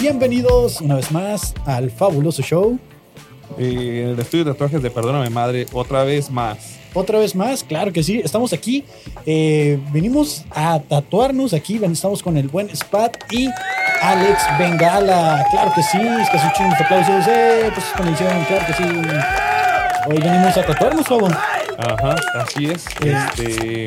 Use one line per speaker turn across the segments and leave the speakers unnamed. Bienvenidos una vez más al fabuloso show.
Eh, en el estudio de tatuajes de Perdóname Madre, otra vez más.
Otra vez más, claro que sí, estamos aquí. eh, venimos a tatuarnos aquí, ven, estamos con el buen Spat y Alex Bengala. Claro que sí, es que escuchen los aplausos. Eh, pues conexión, claro que sí. Hoy venimos a tatuarnos, Fabo.
Ajá, así es. Este,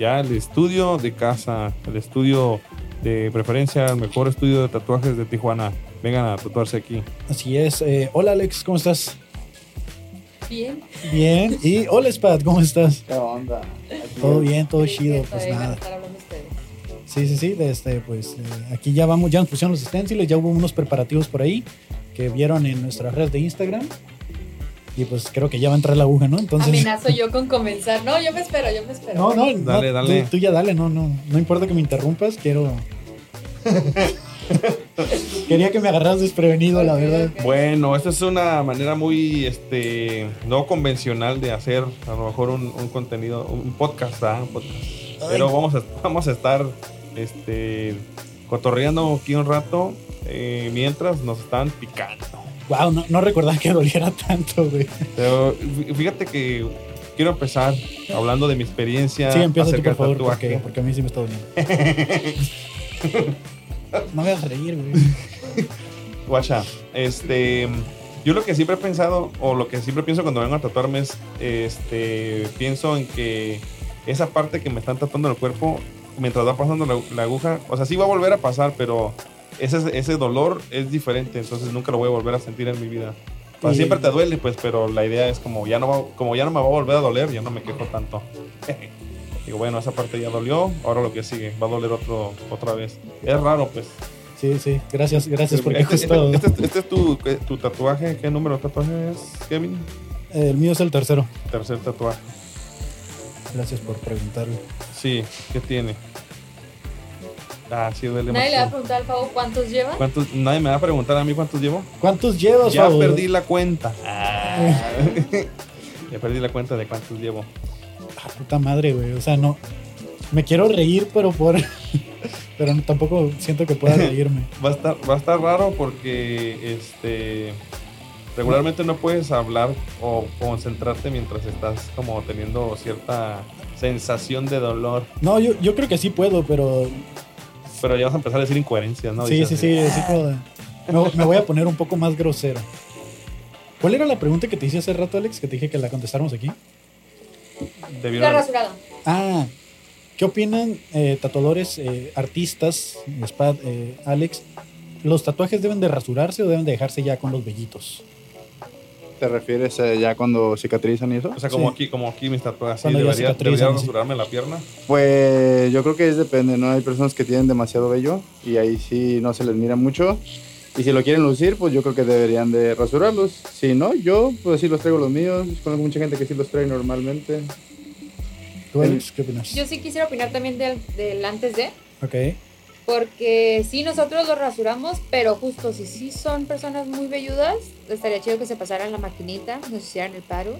ya el estudio de casa, el estudio de preferencia, el mejor estudio de tatuajes de Tijuana. Vengan a tatuarse aquí.
Así es. eh, hola, Alex, ¿cómo estás?
Bien.
Bien. Y hola, Spat, ¿cómo estás?
¿Qué onda?
Todo bien, todo
Sí,
chido,
cierto,
pues
ahí van a
nada.
estar hablando ustedes.
Sí, sí, sí. de Este, pues eh, aquí ya vamos, ya nos pusieron los esténciles, ya hubo unos preparativos por ahí que vieron en nuestras redes de Instagram. Y pues creo que ya va a entrar la aguja, ¿no? Entonces.
Amenazo yo con comenzar. No, yo me espero, yo me espero.
No, no, no,
Dale,
tú-
dale.
Tú, ya dale, no, no. No importa que me interrumpas, quiero. Quería que me agarras desprevenido, la
Ok,
verdad.
ok.
Bueno, esta es una manera muy este, no convencional de hacer a lo mejor un, un contenido, un podcast, ¿ah? Un podcast. Pero vamos a, vamos a estar este, cotorreando aquí un rato eh, mientras nos están picando.
Wow, no, no recordaba que doliera tanto, güey.
Pero fí- fíjate que quiero empezar hablando de mi experiencia
Sí, empieza tú,
acerca
por favor,
del tatuaje.
porque, porque a mí sí me está doliendo. no me vas a reír, güey.
Guacha, este, yo lo que siempre he pensado, o lo que siempre pienso cuando vengo a tatuarme es, este, pienso en que esa parte que me están tatuando el cuerpo, mientras va pasando la, la aguja, o sea, sí va a volver a pasar, pero ese, ese dolor es diferente, entonces nunca lo voy a volver a sentir en mi vida. O sea,
Y-
siempre te duele, pues, pero la idea es como ya no va- como ya no me va a volver a doler, ya no me quejo tanto. Digo, bueno, esa parte ya dolió, ahora lo que sigue, va a doler otro, otra vez. Es raro, pues.
Sí, sí, gracias, gracias, porque
Este,
justo.
este- este- este es tu, tu tatuaje. ¿Qué número de tatuaje es, Kevin?
El mío es el tercero.
Tercer tatuaje.
Gracias por preguntarle.
Sí, ¿qué tiene? Ah, sí, duele
Nadie le va a
mucho.
preguntar al Fabo cuántos llevan.
¿Cuántos, nadie me va a preguntar a mí cuántos llevo.
¿Cuántos llevas,
Ya
Fabo?
perdí la cuenta. ya perdí la cuenta de cuántos llevo.
Ah, puta madre, güey. O sea, no. Me quiero reír, pero por. pero no- tampoco siento que pueda reírme.
Va a estar, va a estar raro porque este regularmente no puedes hablar o concentrarte mientras estás como teniendo cierta sensación de dolor.
No, yo, yo creo que sí puedo, pero.
Pero ya vas a empezar a decir incoherencias, ¿no?
sí,
Dices,
sí, sí, así como de- me, me voy a poner un poco más grosero. ¿Cuál era la pregunta que te hice hace rato, Alex? Que te dije que la contestáramos aquí.
Debieron
La
haber-
rasurada.
Ah, ¿qué opinan eh, tatuadores, eh, artistas, Spad, eh, Alex? ¿Los tatuajes deben de rasurarse o deben de dejarse ya con los vellitos?
¿Te refieres eh, ya cuando cicatrizan y eso?
O sea, como
Sí.
aquí, como aquí mis tatuajes, así
Cuando ya
debería, debería
cicatrizan, sí.
rasurarme la pierna.
Pues yo creo que es depende, ¿no? Hay personas que tienen demasiado vello y ahí sí no se les mira mucho. Y si lo quieren lucir, pues yo creo que deberían de rasurarlos. Si no, yo pues sí los traigo los míos. Conozco mucha gente que sí los trae normalmente.
¿Tú, Alex, qué opinas?
Yo sí quisiera opinar también del, del antes de,
Ok.
porque sí nosotros los rasuramos, pero justo si sí son personas muy velludas, estaría chido que se pasaran la maquinita, nos hicieran el paro.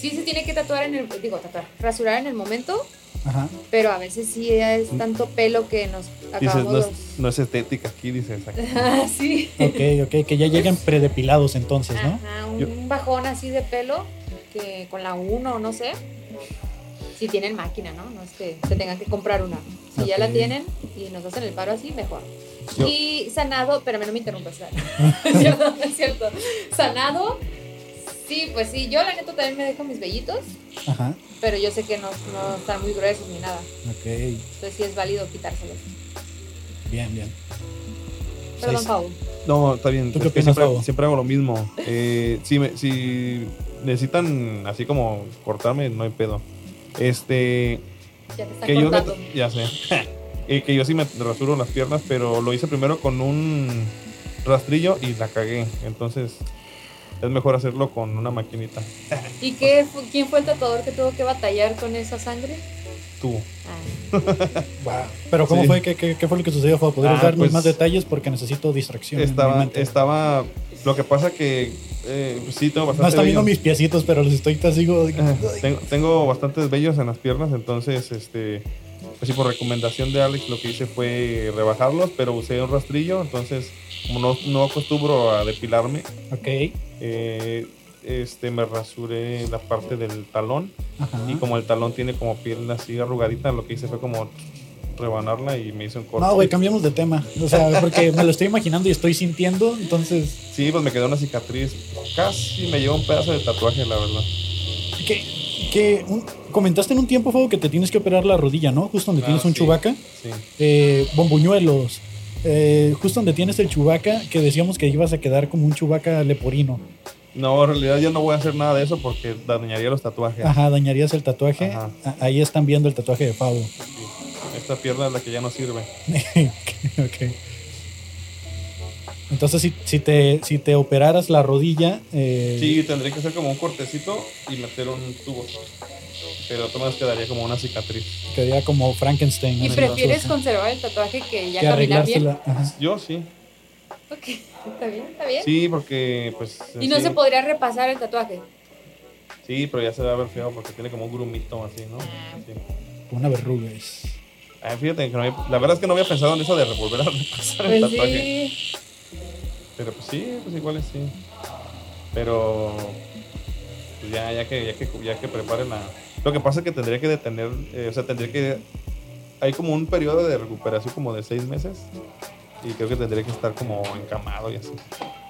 Sí se tiene que tatuar en el, digo, tatuar, rasurar en el momento,
Ajá.
pero a veces sí es tanto pelo que nos
Mm. Dices,
acabamos
no
los-
es, no es estética aquí, dices. Aquí.
Ah, sí.
Ok, ok, que ya lleguen predepilados entonces, ¿no?
Ajá, un
pues, Yo-
bajón así de pelo que con la 1 no sé. Si tienen máquina, ¿no? No es que se tengan que comprar una. Si ya la
Ok.
tienen y nos hacen el paro así, mejor.
Yo-
Y sanado, pero no me interrumpas. Sara. es cierto, es cierto. Sanado, sí, pues sí. Yo la neta también me dejo mis vellitos,
Ajá.
pero yo sé que no, no están muy gruesos ni nada.
Ok,
Entonces sí es válido quitárselos.
bien, bien.
Perdón,
Sí,
Paul.
No, está bien.
¿Tú qué
es que
opinas,
siempre,
Fabo?
siempre hago lo mismo. Eh, si, me- si necesitan así como cortarme, no hay pedo. Este,
Ya te están
que yo me-
cortando.
ya sé Eh, que yo sí me rasuro las piernas pero lo hice primero con un rastrillo y la cagué entonces es mejor hacerlo con una maquinita
¿Y qué, fu- quién fue el tatuador que tuvo que batallar con esa sangre?
tú
Ah.
Wow. Pero ¿cómo
Sí.
fue? ¿Qué, qué, qué fue lo que sucedió? Para poder
Ah,
darnos
pues,
más detalles porque necesito distracción. en mi
estaba
mente.
estaba lo que pasa que eh, sí tengo
no
bastante
están viendo
vello.
mis piecitos, pero los estoy así como-
Eh, tengo, tengo bastantes vellos en las piernas entonces este pues sí por recomendación de Alex lo que hice fue rebajarlos pero usé un rastrillo entonces como no, no acostumbro a depilarme,
Ok.
eh, este, me rasuré la parte del talón.
Ajá.
Y como el talón tiene como piel así arrugadita, lo que hice fue como rebanarla y me hice un corte.
No, güey, cambiamos de tema. O sea, porque me lo estoy imaginando y estoy sintiendo, entonces.
Sí, pues me quedó una cicatriz. Casi me lleva un pedazo de tatuaje, la verdad.
Que, que un- comentaste en un tiempo, Fuego, que te tienes que operar la rodilla, ¿no? Justo donde
Ah,
tienes un
sí.
chubaca.
Sí.
eh, bombuñuelos. eh, justo donde tienes el chubaca, que decíamos que ibas a quedar como un chubaca leporino.
No, en realidad yo no voy a hacer nada de eso porque dañaría los tatuajes.
Ajá, dañarías el tatuaje.
Ajá.
A- Ahí están viendo el tatuaje de Fabo.
Sí. Esta pierna es la que ya no sirve.
ok. Entonces, si, si, te, si te operaras la rodilla. eh,
Sí, tendría que hacer como un cortecito y meter un tubo. Pero además quedaría como una cicatriz.
Quedaría como Frankenstein.
¿Y
así,
prefieres
así,
conservar el tatuaje que ya
que
caminar bien?
arreglársela. Ajá.
Yo sí.
Ok, está bien, está bien.
Sí, porque pues...
¿Eh? Y no
sí.
se podría repasar el tatuaje.
Sí, pero ya se va a ver feo porque tiene como un grumito así, ¿no? Sí.
Una verruga es.
Ay, fíjate, que no había- la verdad es que no había pensado en eso de revolver a repasar el
Pues
tatuaje.
sí.
Pero pues sí, pues igual es sí. Pero pues, ya, ya que, ya que, ya que preparen la. Lo que pasa es que tendría que detener, eh, o sea, tendría que. Hay como un periodo de recuperación como de seis meses. Y creo que tendría que estar como encamado y así.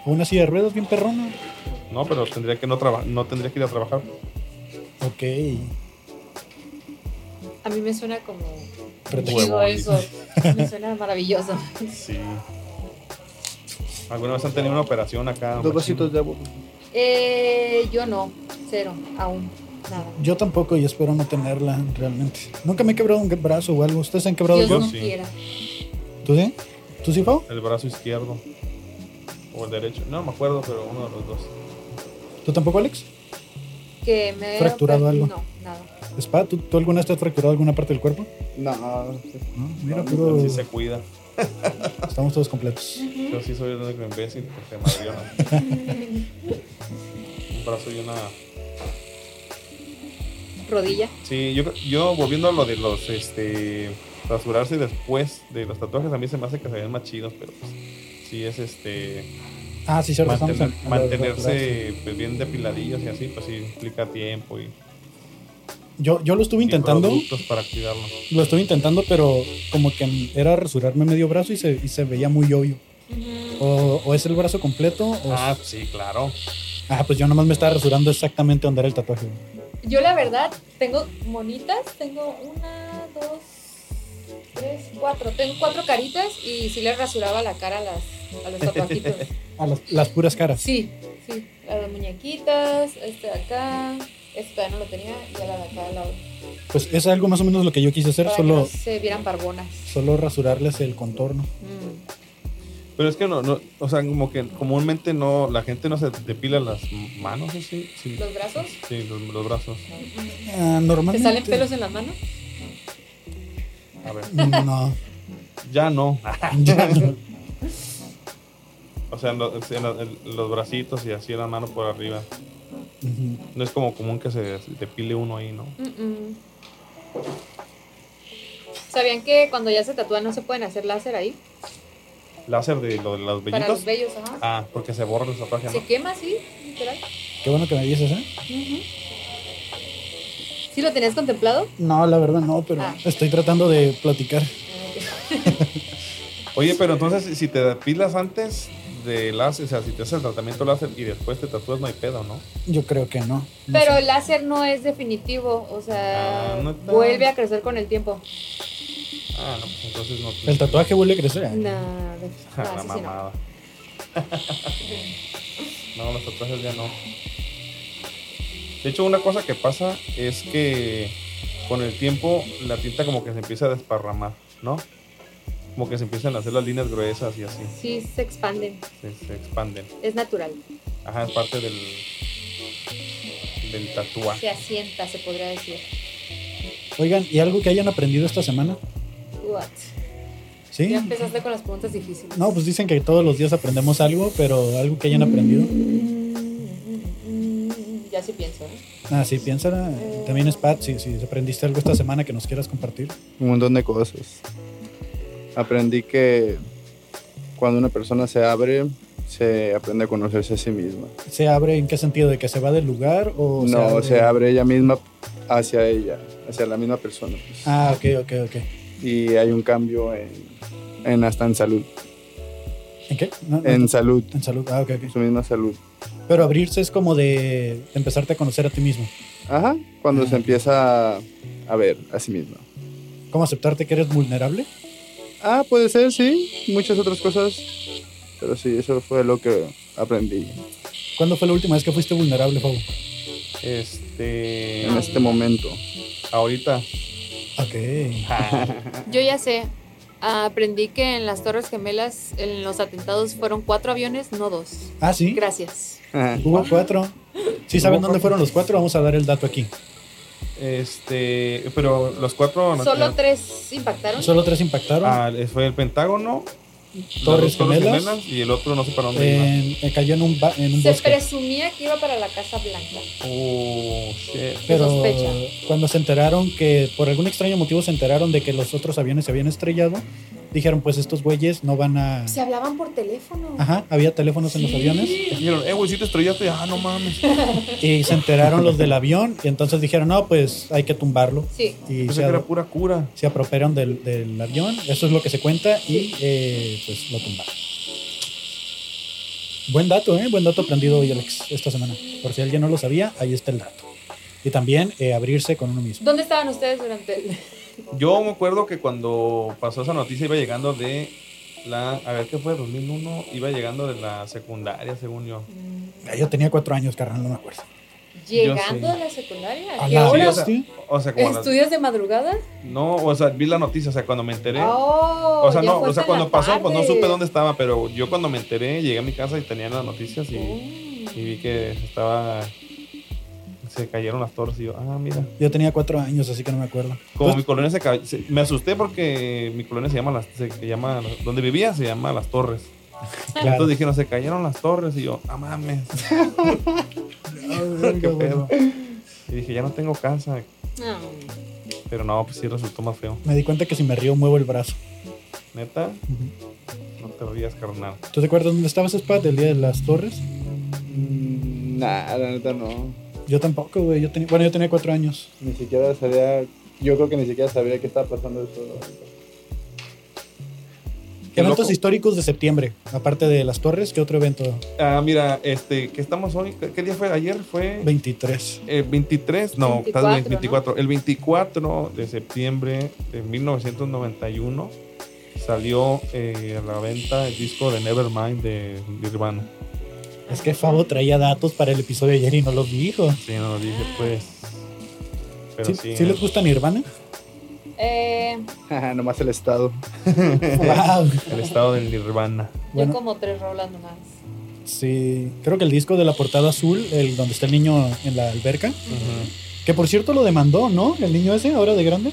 Una silla de ruedas bien perrona.
No, pero tendría que no trabajar, no tendría que ir a trabajar.
Ok.
A mí me suena como.
Pretexto.
Huevo.
Digo eso. Me suena maravilloso.
Sí. ¿Alguna vez han tenido una operación acá?
Dos vasitos de agua.
Eh, yo no, cero, aún. Nada.
Yo tampoco y espero no tenerla realmente. Nunca me he quebrado un brazo o algo. ¿Ustedes se han quebrado
Dios
algo?
no
sí.
quiera.
¿Tú sí? ¿Tú sí, Pau?
El brazo izquierdo. O el derecho. No, no me acuerdo, pero uno de los dos.
¿Tú tampoco, Alex?
Que me.
Fracturado algo.
No, nada.
Spa, ¿tú, tú alguna vez te has fracturado alguna parte del cuerpo?
No,
No, mira,
No,
puro-
Así se cuida.
estamos todos completos.
Yo sí soy el único imbécil porque me abrió un brazo y una.
Rodilla.
Sí, yo, yo volviendo a lo de los este rasurarse después de los tatuajes, a mí se me hace que se vean más chidos, pero pues, sí es este
Ah, sí, cierto. estamos
mantener-
en- en la fractura, sí.
mantenerse pues, bien depiladillos y así, pues sí implica tiempo y,
Yo, yo lo estuve
y
intentando, Pues,
productos para cuidarlo.
lo estuve intentando, pero como que era rasurarme medio brazo y se, y se veía muy obvio. O, o es el brazo completo, o...
Ah,
Ah,
sí, claro.
pues yo nomás me estaba rasurando exactamente donde era el tatuaje. güey.
Yo, la verdad, tengo monitas. Tengo una, dos, tres, cuatro. Tengo cuatro caritas y sí les rasuraba la cara a, las, a los tatuajitos.
A las, las puras caras.
Sí, sí. Las de muñequitas, este de acá. Este todavía no lo tenía y a la de acá, la otra.
Pues es algo más o menos lo que yo quise hacer,
Para que
solo,
no se vieran barbonas.
solo rasurarles el contorno.
Mm.
Pero es que no, no, o sea, como que comúnmente no, la gente no se depila las manos así. Sí,
¿Los brazos?
sí los, los brazos.
Ah,
¿Te
normalmente...
salen pelos en las manos?
A ver.
No,
Ya no.
ya no.
O sea, en lo- en la- en los bracitos y así la mano por arriba.
Ujú.
No es como común que se depile uno ahí, ¿no?
Mm-mm. ¿Sabían que cuando ya se tatúan no se pueden hacer láser ahí?
Láser de lo de los
Para los
vellitos.
bellos, ajá.
Ah, porque se borra el tatuaje,
Se
¿no?
quema, sí, literal.
Qué bueno que me dices, ¿eh?
Ujú. ¿Sí lo tenías contemplado?
No, la verdad no, pero
Ah.
estoy tratando de platicar.
Oye, pero entonces si te depilas antes de láser, o sea, si te haces el tratamiento láser y después te tatúas, no hay pedo, ¿no?
Yo creo que no. no
Pero
sé.
el láser no es definitivo, o sea,
Ah, no está.
vuelve a crecer con el tiempo.
Ah, no, pues entonces no.
el tatuaje vuelve a crecer. ¿eh?
Nada,
Ah, la
no, eso sí no.
mamada. no, los tatuajes ya no. De hecho, una cosa que pasa es que con el tiempo la tinta como que se empieza a desparramar, ¿no? Como que se empiezan a hacer las líneas gruesas y así,
Sí, se expanden,
se, se expanden.
es natural.
Ajá, es parte del, del
Ah.
tatuaje.
Se asienta, se podría decir.
Oigan, ¿y algo que hayan aprendido esta semana?
What?
¿Sí?
Ya empezaste con las preguntas difíciles.
No, pues dicen que todos los días aprendemos algo, pero algo que hayan aprendido.
Mm, Ya sí pienso, ¿eh?
Ah, sí, piensa. eh, También es Pat, si, si aprendiste algo esta semana que nos quieras compartir.
un montón de cosas. Aprendí que cuan- cuando una persona se abre, se aprende a conocerse a sí misma.
¿Se abre en qué sentido? ¿De que se va del lugar o
no, se abre ella misma hacia ella, hacia la misma persona. pues.
Ah, ok, ok, ok.
Y hay un cambio en, en hasta en salud.
¿En qué? No, no,
En salud,
en salud. Ah, ok, ok.
su misma salud.
Pero abrirse es como de empezarte a conocer a ti mismo.
Ajá, cuando
Ah.
se empieza a, a ver a sí misma.
¿Cómo aceptarte que eres vulnerable?
Ah, puede ser, sí. Muchas otras cosas. Pero sí, eso fue lo que aprendí
¿Cuándo fue la última vez que fuiste vulnerable, Fabo?
Este.
en este momento.
Ahorita.
Ok.
Yo ya sé. Aprendí que en las Torres Gemelas, en los atentados, fueron cuatro aviones, no dos.
Ah, sí.
Gracias.
Ajá.
Hubo cuatro. Si saben dónde
Hubo cuatro.
fueron los cuatro, vamos a dar el dato aquí.
Este. Pero los cuatro. no-
Solo
eh,
tres impactaron.
Solo tres impactaron.
ah, fue el Pentágono.
Torres
las dos
Gemelas.
Y el otro no sé para dónde iba.
En- eh, cayó en un, ba- en un
Se
bosque.
presumía que iba para la Casa Blanca.
Oh, shit.
Pero
sospecha.
cuando se enteraron que, por algún extraño motivo, se enteraron de que los otros aviones se habían estrellado, dijeron: Pues estos güeyes no van a.
Se hablaban por teléfono.
Ajá, había teléfonos en los
Sí.
aviones.
Dijeron, eh, güey, si te estrellaste. Ah, no mames.
Y se enteraron los del avión. Y entonces dijeron: No, pues hay que tumbarlo.
Sí.
Y
Pensé
se,
que
ad-
era pura cura.
se apropiaron del, del avión. Eso es lo que se cuenta. Y eh, pues lo tumbaron. Buen dato, ¿eh? Buen dato aprendido hoy, Alex, esta semana. Por si alguien no lo sabía, ahí está el dato. Y también eh, abrirse con uno mismo.
¿Dónde estaban ustedes durante el.?
Yo me acuerdo que cuando pasó esa noticia iba llegando de la. A ver, ¿qué fue? 2001. Iba llegando de la secundaria, según yo.
Ah, Yo tenía cuatro años, carnal, no me acuerdo.
sé.
Llegando a la secundaria.
A
¿Qué
la
Sí,
hora?
o sea,
Sí.
o sea, como a las-
¿Estudias de madrugada?
No, o sea, vi la noticia, o sea, cuando me enteré.
Oh,
o sea,
ya
no,
fue
o sea,
hasta
cuando
la
pasó, pues no
tarde.
supe dónde estaba, pero yo cuando me enteré, llegué a mi casa y tenían las noticias y,
Oh.
y vi que estaba. Se cayeron las torres y yo, ah, mira.
Yo tenía cuatro años, así que no me acuerdo.
Como mi
Pues,
colonia se, ca- se- Me asusté porque mi colonia se llama las. Se llama, donde vivía se llama Las Torres.
claro.
Entonces dijeron, se cayeron las torres y yo, ah, mames.
Ay,
qué
no, bueno.
pedo. Y dije, ya no tengo casa,
Ah.
pero no, pues sí resultó más feo.
Me di cuenta que si me río muevo el brazo.
Neta,
Ujú.
no te rías, carnal.
¿Tú te acuerdas dónde estabas, Spad, el día de las torres?
Mm, Nah, la neta no.
Yo tampoco, güey. Yo tenía, bueno, yo tenía cuatro años.
Ni siquiera sabía. Yo creo que ni siquiera sabía qué estaba pasando eso.
Qué
Eventos
loco.
históricos de septiembre. Aparte de las torres, ¿qué otro evento?
Ah, mira, este, que estamos hoy? ¿Qué qué día fue? Ayer fue
23.
el 23, Eh, no,
24,
tal vez
¿no?
24. El 24 de septiembre de 1991 salió eh, a la venta el disco de Nevermind de Nirvana.
Es que Fabo traía datos para el episodio de ayer y no los dijo.
Sí, no lo dije, pues. Pero
¿Sí,
sí,
sí les gusta Nirvana?
Eh,
Nomás el estado.
wow.
el estado del Nirvana.
Bueno.
Yo como tres rolas nomás.
Sí, creo que el disco de la portada azul, el donde está el niño en la alberca, que por cierto lo demandó, ¿no? El niño ese, ahora de grande,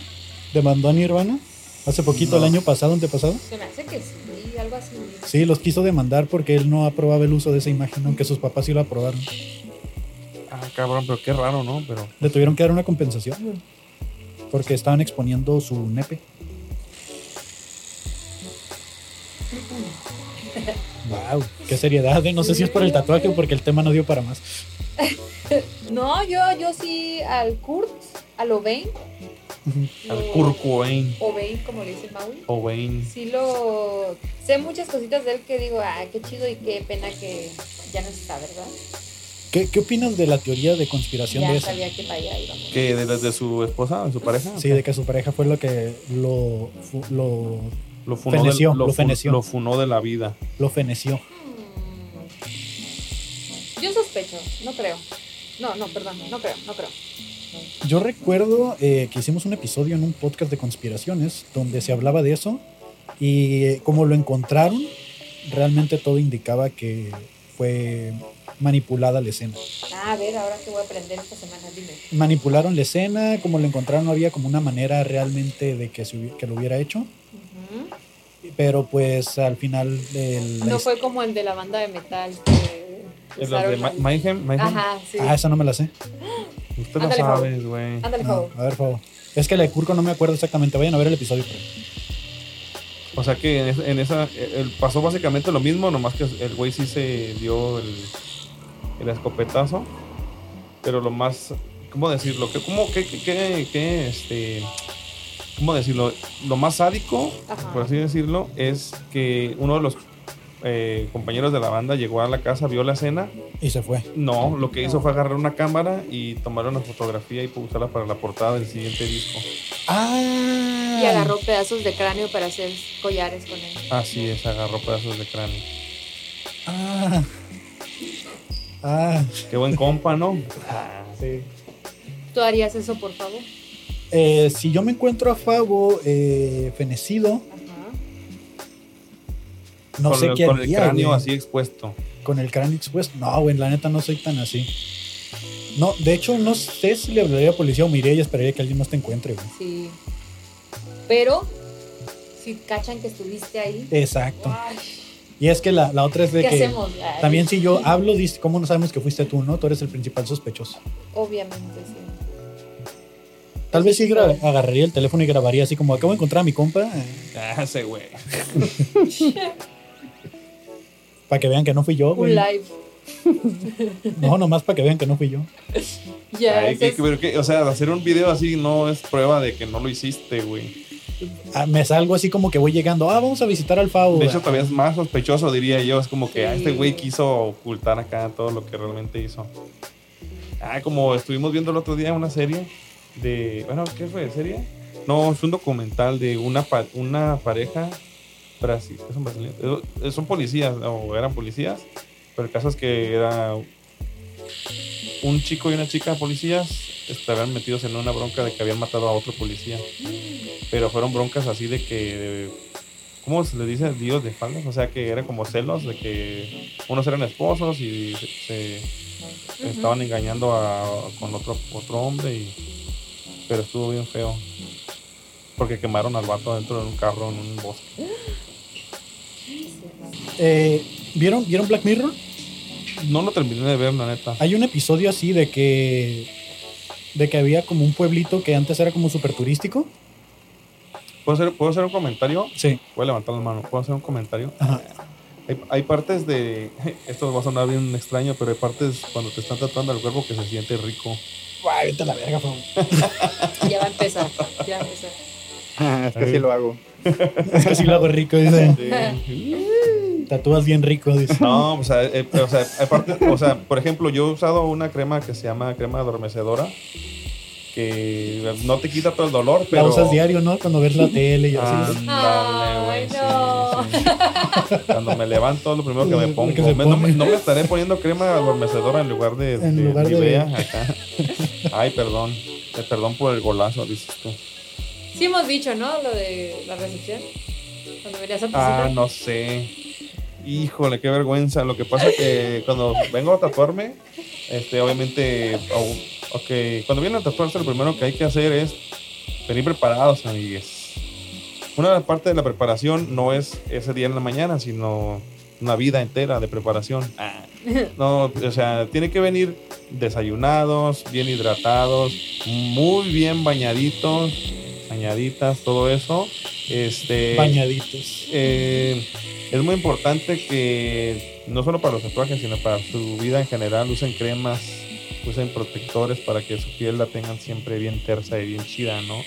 demandó a Nirvana hace poquito,
No.
el año pasado, antepasado.
Se me hace que sí, algo así.
Sí, los quiso demandar porque él no aprobaba el uso de esa imagen, aunque sus papás sí lo aprobaron.
Ah, cabrón, pero qué raro, ¿no? Pero
Le tuvieron que dar una compensación, güey, porque estaban exponiendo su nepe. Wow, qué seriedad, ¿eh? no sé si es por el tatuaje o porque el tema no dio para más.
No, yo, yo sí al Kurt, al Obain.
al
lo-
Kurt Cobain.
Obain, como le dice Maui.
Cobain.
Sí lo... Sé muchas cositas de él que digo, ah, qué chido y qué pena que ya no está, ¿verdad?
¿Qué, qué opinas de la teoría de conspiración de
Ya
esa?
sabía que para allá íbamos.
Que de, de su esposa, de su pareja.
Sí, de que su pareja fue lo que lo, fu- lo,
Lo funó, de-
Feneció,
lo
lo
fun-
feneció.
lo funó de la vida.
lo feneció.
Mm. Hmm. Yo sospecho, no creo. No, no, perdón, no creo, no creo.
Yo recuerdo eh, que hicimos un episodio en un podcast de conspiraciones donde se hablaba de eso y eh, como lo encontraron, realmente todo indicaba que fue manipulada la escena.
Ah, a ver, ahora que voy a aprender esta semana, dime.
Manipularon la escena, como lo encontraron no había como una manera realmente de que, se hubi- que lo hubiera hecho,
Ujú.
pero pues al final el... la
No
his-
fue como el de la banda de metal que
En los de
usaron
Ma-
al-
Mayhem, Mayhem.
Ajá, sí.
Ah, esa no me la sé.
Usted no
Ándale, Pau.
sabe, güey.
Ándale,
No,
Pau.
a ver, por favor. Es que la de Curco no me acuerdo exactamente. Vayan a ver el episodio. pero-
O sea que en, es- en esa el- pasó básicamente lo mismo, nomás que el güey sí se dio el, el escopetazo. Pero lo más, ¿cómo decirlo? ¿Qué, cómo, qué, qué, qué- qué, este, ¿Cómo decirlo? Lo más sádico,
Ajá.
por así decirlo, es que uno de los eh, compañeros de la banda llegó a la casa, vio la escena.
Y se fue.
No, lo que hizo
No.
fue agarrar una cámara y tomar una fotografía y usarla para la portada del siguiente disco.
Ah.
Y agarró pedazos de cráneo para hacer collares con él.
Así es, agarró pedazos de cráneo.
Ah. Ah.
Qué buen compa, ¿no?
Sí.
¿Tú harías eso, por favor?
Eh, si yo me encuentro a Fabo eh, fenecido,
Ajá.
no
con
sé
el,
qué
con el
haría,
cráneo
güey.
así expuesto.
Con el cráneo expuesto. No, güey, la neta no soy tan así. No, de hecho, no sé si le hablaría a policía o me iría y esperaría que alguien más te encuentre, güey.
Sí. Pero, si cachan que estuviste ahí,
Exacto.
ay,
Y es que la, la otra es Eh, de
¿qué
que.
hacemos? Ay,
También si yo hablo, dice, ¿cómo no sabemos que fuiste tú, no? Tú eres el principal sospechoso.
Obviamente, sí.
Tal vez sí gra- agarraría el teléfono y grabaría así como acabo de encontrar a mi compa eh,
Ah, ese güey.
para que vean que no fui yo,
Un
güey.
live.
No, nomás para que vean que no fui yo.
Ya,
Ay,
ese
qué-
es-
pero qué- o sea, hacer un video así no es prueba de que no lo hiciste, güey.
Ah, me salgo así como que voy llegando, ah, vamos a visitar al Favo.
De hecho, todavía es más sospechoso, diría yo. Es como que ah,
Sí.
este güey quiso ocultar acá todo lo que realmente hizo. Ah, como estuvimos viendo el otro día una serie de. Bueno, ¿qué fue? ¿Serie? No, es un documental de una, pa- una pareja. brasi- ¿qué son brasileños? Eh, Son policías, o eran policías. Pero el caso es que era un chico y una chica policías estaban metidos en una bronca de que habían matado a otro policía. Pero fueron broncas así de que. ¿Cómo se le dice? Dios de faldas. O sea que eran como celos de que unos eran esposos y se, se
Ujú.
estaban engañando a- con otro, otro hombre. Y, pero estuvo bien feo. Porque quemaron al vato dentro de un carro en un bosque.
Eh, ¿vieron, ¿Vieron Black Mirror?
No lo terminé de ver, la neta.
Hay un episodio así de que. de que había como un pueblito que antes era como súper turístico.
¿Puedo hacer, ¿Puedo hacer un comentario?
Sí.
Voy a levantar la mano. ¿Puedo hacer un comentario?
Ajá.
Hay, hay partes de. Esto va a sonar bien extraño, pero hay partes cuando te están tratando al cuerpo que se siente rico.
Ay, vete a la verga, Favo.
ya va a empezar. Ya va a empezar.
es que sí lo hago.
Es que sí lo hago rico, dice.
Sí.
Tatúas bien rico, dice.
No, o sea, eh, o sea, hay partes- o sea, por ejemplo, yo he usado una crema que se llama crema adormecedora, que no te quita todo el dolor, pero... Ah,
La usas diario, ¿no? Cuando ves la tele y así.
Ándale, güey,
Ay,
sí,
no.
sí. Cuando me levanto, lo primero que me
Lo
pongo.
que se
Me- no, me-
pone.
no me estaré poniendo crema adormecedora en lugar de,
En
de
lugar de-
Nivea acá. Ay, perdón. Eh, Perdón por el golazo, dices tú.
Sí hemos dicho, ¿no? Lo de la recepción. Cuando venías a tu
Ah,
cita.
no sé. Híjole, qué vergüenza. Lo que pasa es que cuando vengo a tatuarme, este, obviamente, au- ok, cuando vienen a tatuarse, lo primero que hay que hacer es venir preparados, amigues. Una de las partes de la preparación no es ese día en la mañana, sino una vida entera de preparación. Ah, No, o sea, tiene que venir desayunados, bien hidratados, muy bien bañaditos, bañaditas, todo eso. Este,
Bañaditos.
eh, es muy importante que no solo para los tatuajes, sino para su vida en general, usen cremas, usen protectores para que su piel la tengan siempre bien tersa y bien chida, ¿no?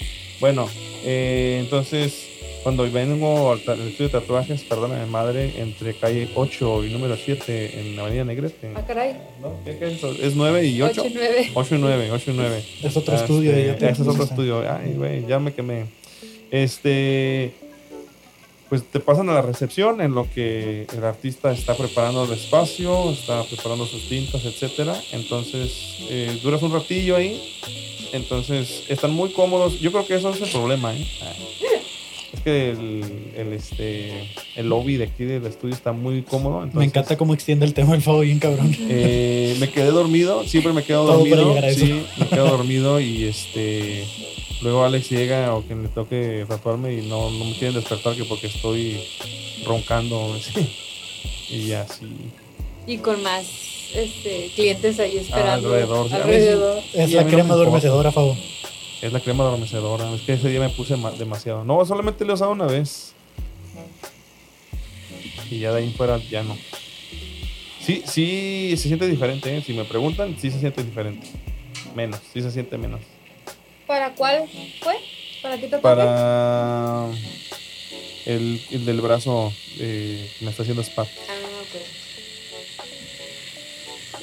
Bueno, eh, entonces cuando vengo al ta- al estudio de tatuajes, perdóname mi madre, entre calle 8 y número 7 en Avenida Negrete.
Ah, caray.
¿no? ¿Qué- qué es eso? ¿Es 9 y 8?
8 y 9.
8 y 9, 8 y 9.
Es otro estudio.
Este,
y otra
ese es otro
cosa.
estudio. Ay, güey, ya me quemé. Este. Pues te pasan a la recepción en lo que el artista está preparando el espacio, está preparando sus tintas, etcétera. Entonces, eh, duras un ratillo ahí. Entonces, están muy cómodos. Yo creo que eso es el problema, ¿eh? Ay. Es que el, el, este, el lobby de aquí del estudio está muy cómodo.
Me
entonces-
encanta cómo extiende el tema el Favo bien cabrón.
eh, me quedé dormido, siempre me quedo
Todo para
dormido.
llegar a eso.
Sí, me quedo dormido y este. Luego Alex llega o quien le toque tatuarme y no, no me quieren despertar que porque estoy roncando. sí. Y así.
Y con más este, clientes ahí esperando.
Alrededor, sí.
Alrededor.
Es
Sí, a
la
mí no me
crema
importa.
adormecedora, Favo.
Es la crema adormecedora. Es que ese día me puse ma- demasiado. No, solamente lo he usado una vez. Y ya de ahí en fuera ya no. Sí, sí se siente diferente, ¿eh? Si me preguntan, sí se siente diferente. Menos, sí se siente menos.
¿Para cuál fue? ¿Para qué tatuaje?
Para el, el del brazo eh, me está haciendo spa.
Ah,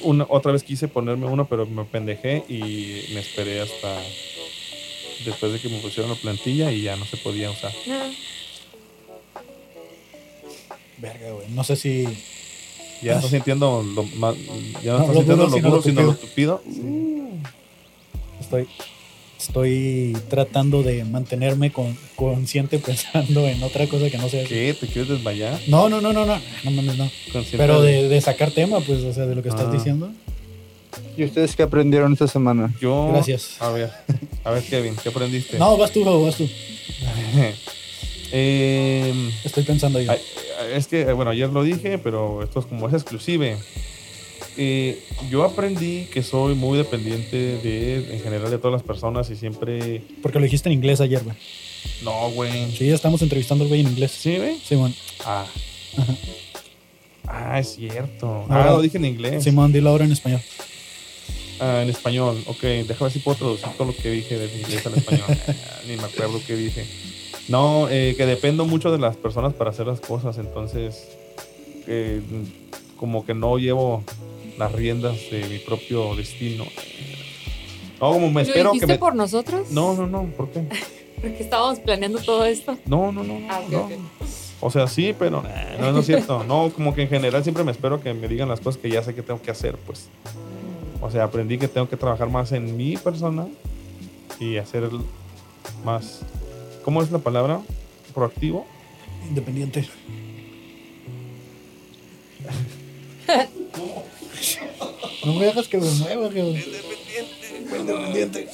ok.
Una, otra vez quise ponerme uno, pero me pendejé y me esperé hasta después de que me pusieron la plantilla y ya no se podía usar.
No.
Verga, güey. No sé si.
Ya estás sintiendo lo más, ya no,
Ah. No,
estás
lo duro,
sintiendo lo
sino
duro,
lo
sino lo tupido.
Estoy. Estoy tratando de mantenerme con- consciente pensando en otra cosa que no sea. eso.
¿Qué? ¿Te quieres desmayar?
No, no, no, no, no. No mames, no.
Consciente
Pero
de-
de, de sacar tema, pues, o sea, de lo que estás
Ah.
diciendo.
¿Y ustedes qué aprendieron esta semana?
Yo.
Gracias.
A ver, a ver, Kevin, ¿qué aprendiste?
No, vas tú, Gabo, vas tú.
Em,
Estoy pensando yo.
ay, es que, eh, bueno, ayer lo dije, pero esto es como es exclusive. Eh, yo aprendí que soy muy dependiente de, en general, de todas las personas y siempre.
Porque lo dijiste en inglés ayer, güey.
No, güey.
Sí, estamos entrevistando al güey en inglés.
Sí, güey.
Simón,
Ah. Ah, es cierto.
Ah.
Ah, lo dije en inglés.
Simón, dilo ahora en español.
Ah, en español. Ok, déjame ver si puedo traducir todo lo que dije del inglés al español. Ah, Ni me acuerdo qué dije. No, eh, que dependo mucho de las personas para hacer las cosas, entonces eh, como que no llevo las riendas de mi propio destino. No, como me
¿Lo
espero que
dijiste
me...
por nosotros?
No, no, no, ¿por qué?
Porque estábamos planeando todo esto.
No, no, no.
Ah, ok,
no.
ok.
O sea, sí, pero nah, no, no es cierto. No, como que en general siempre me espero que me digan las cosas que ya sé que tengo que hacer, pues. O sea, aprendí que tengo que trabajar más en mi persona y hacer el- más. ¿Cómo es la palabra? Proactivo.
Independiente. No me dejas que me mueva, güey. Independiente.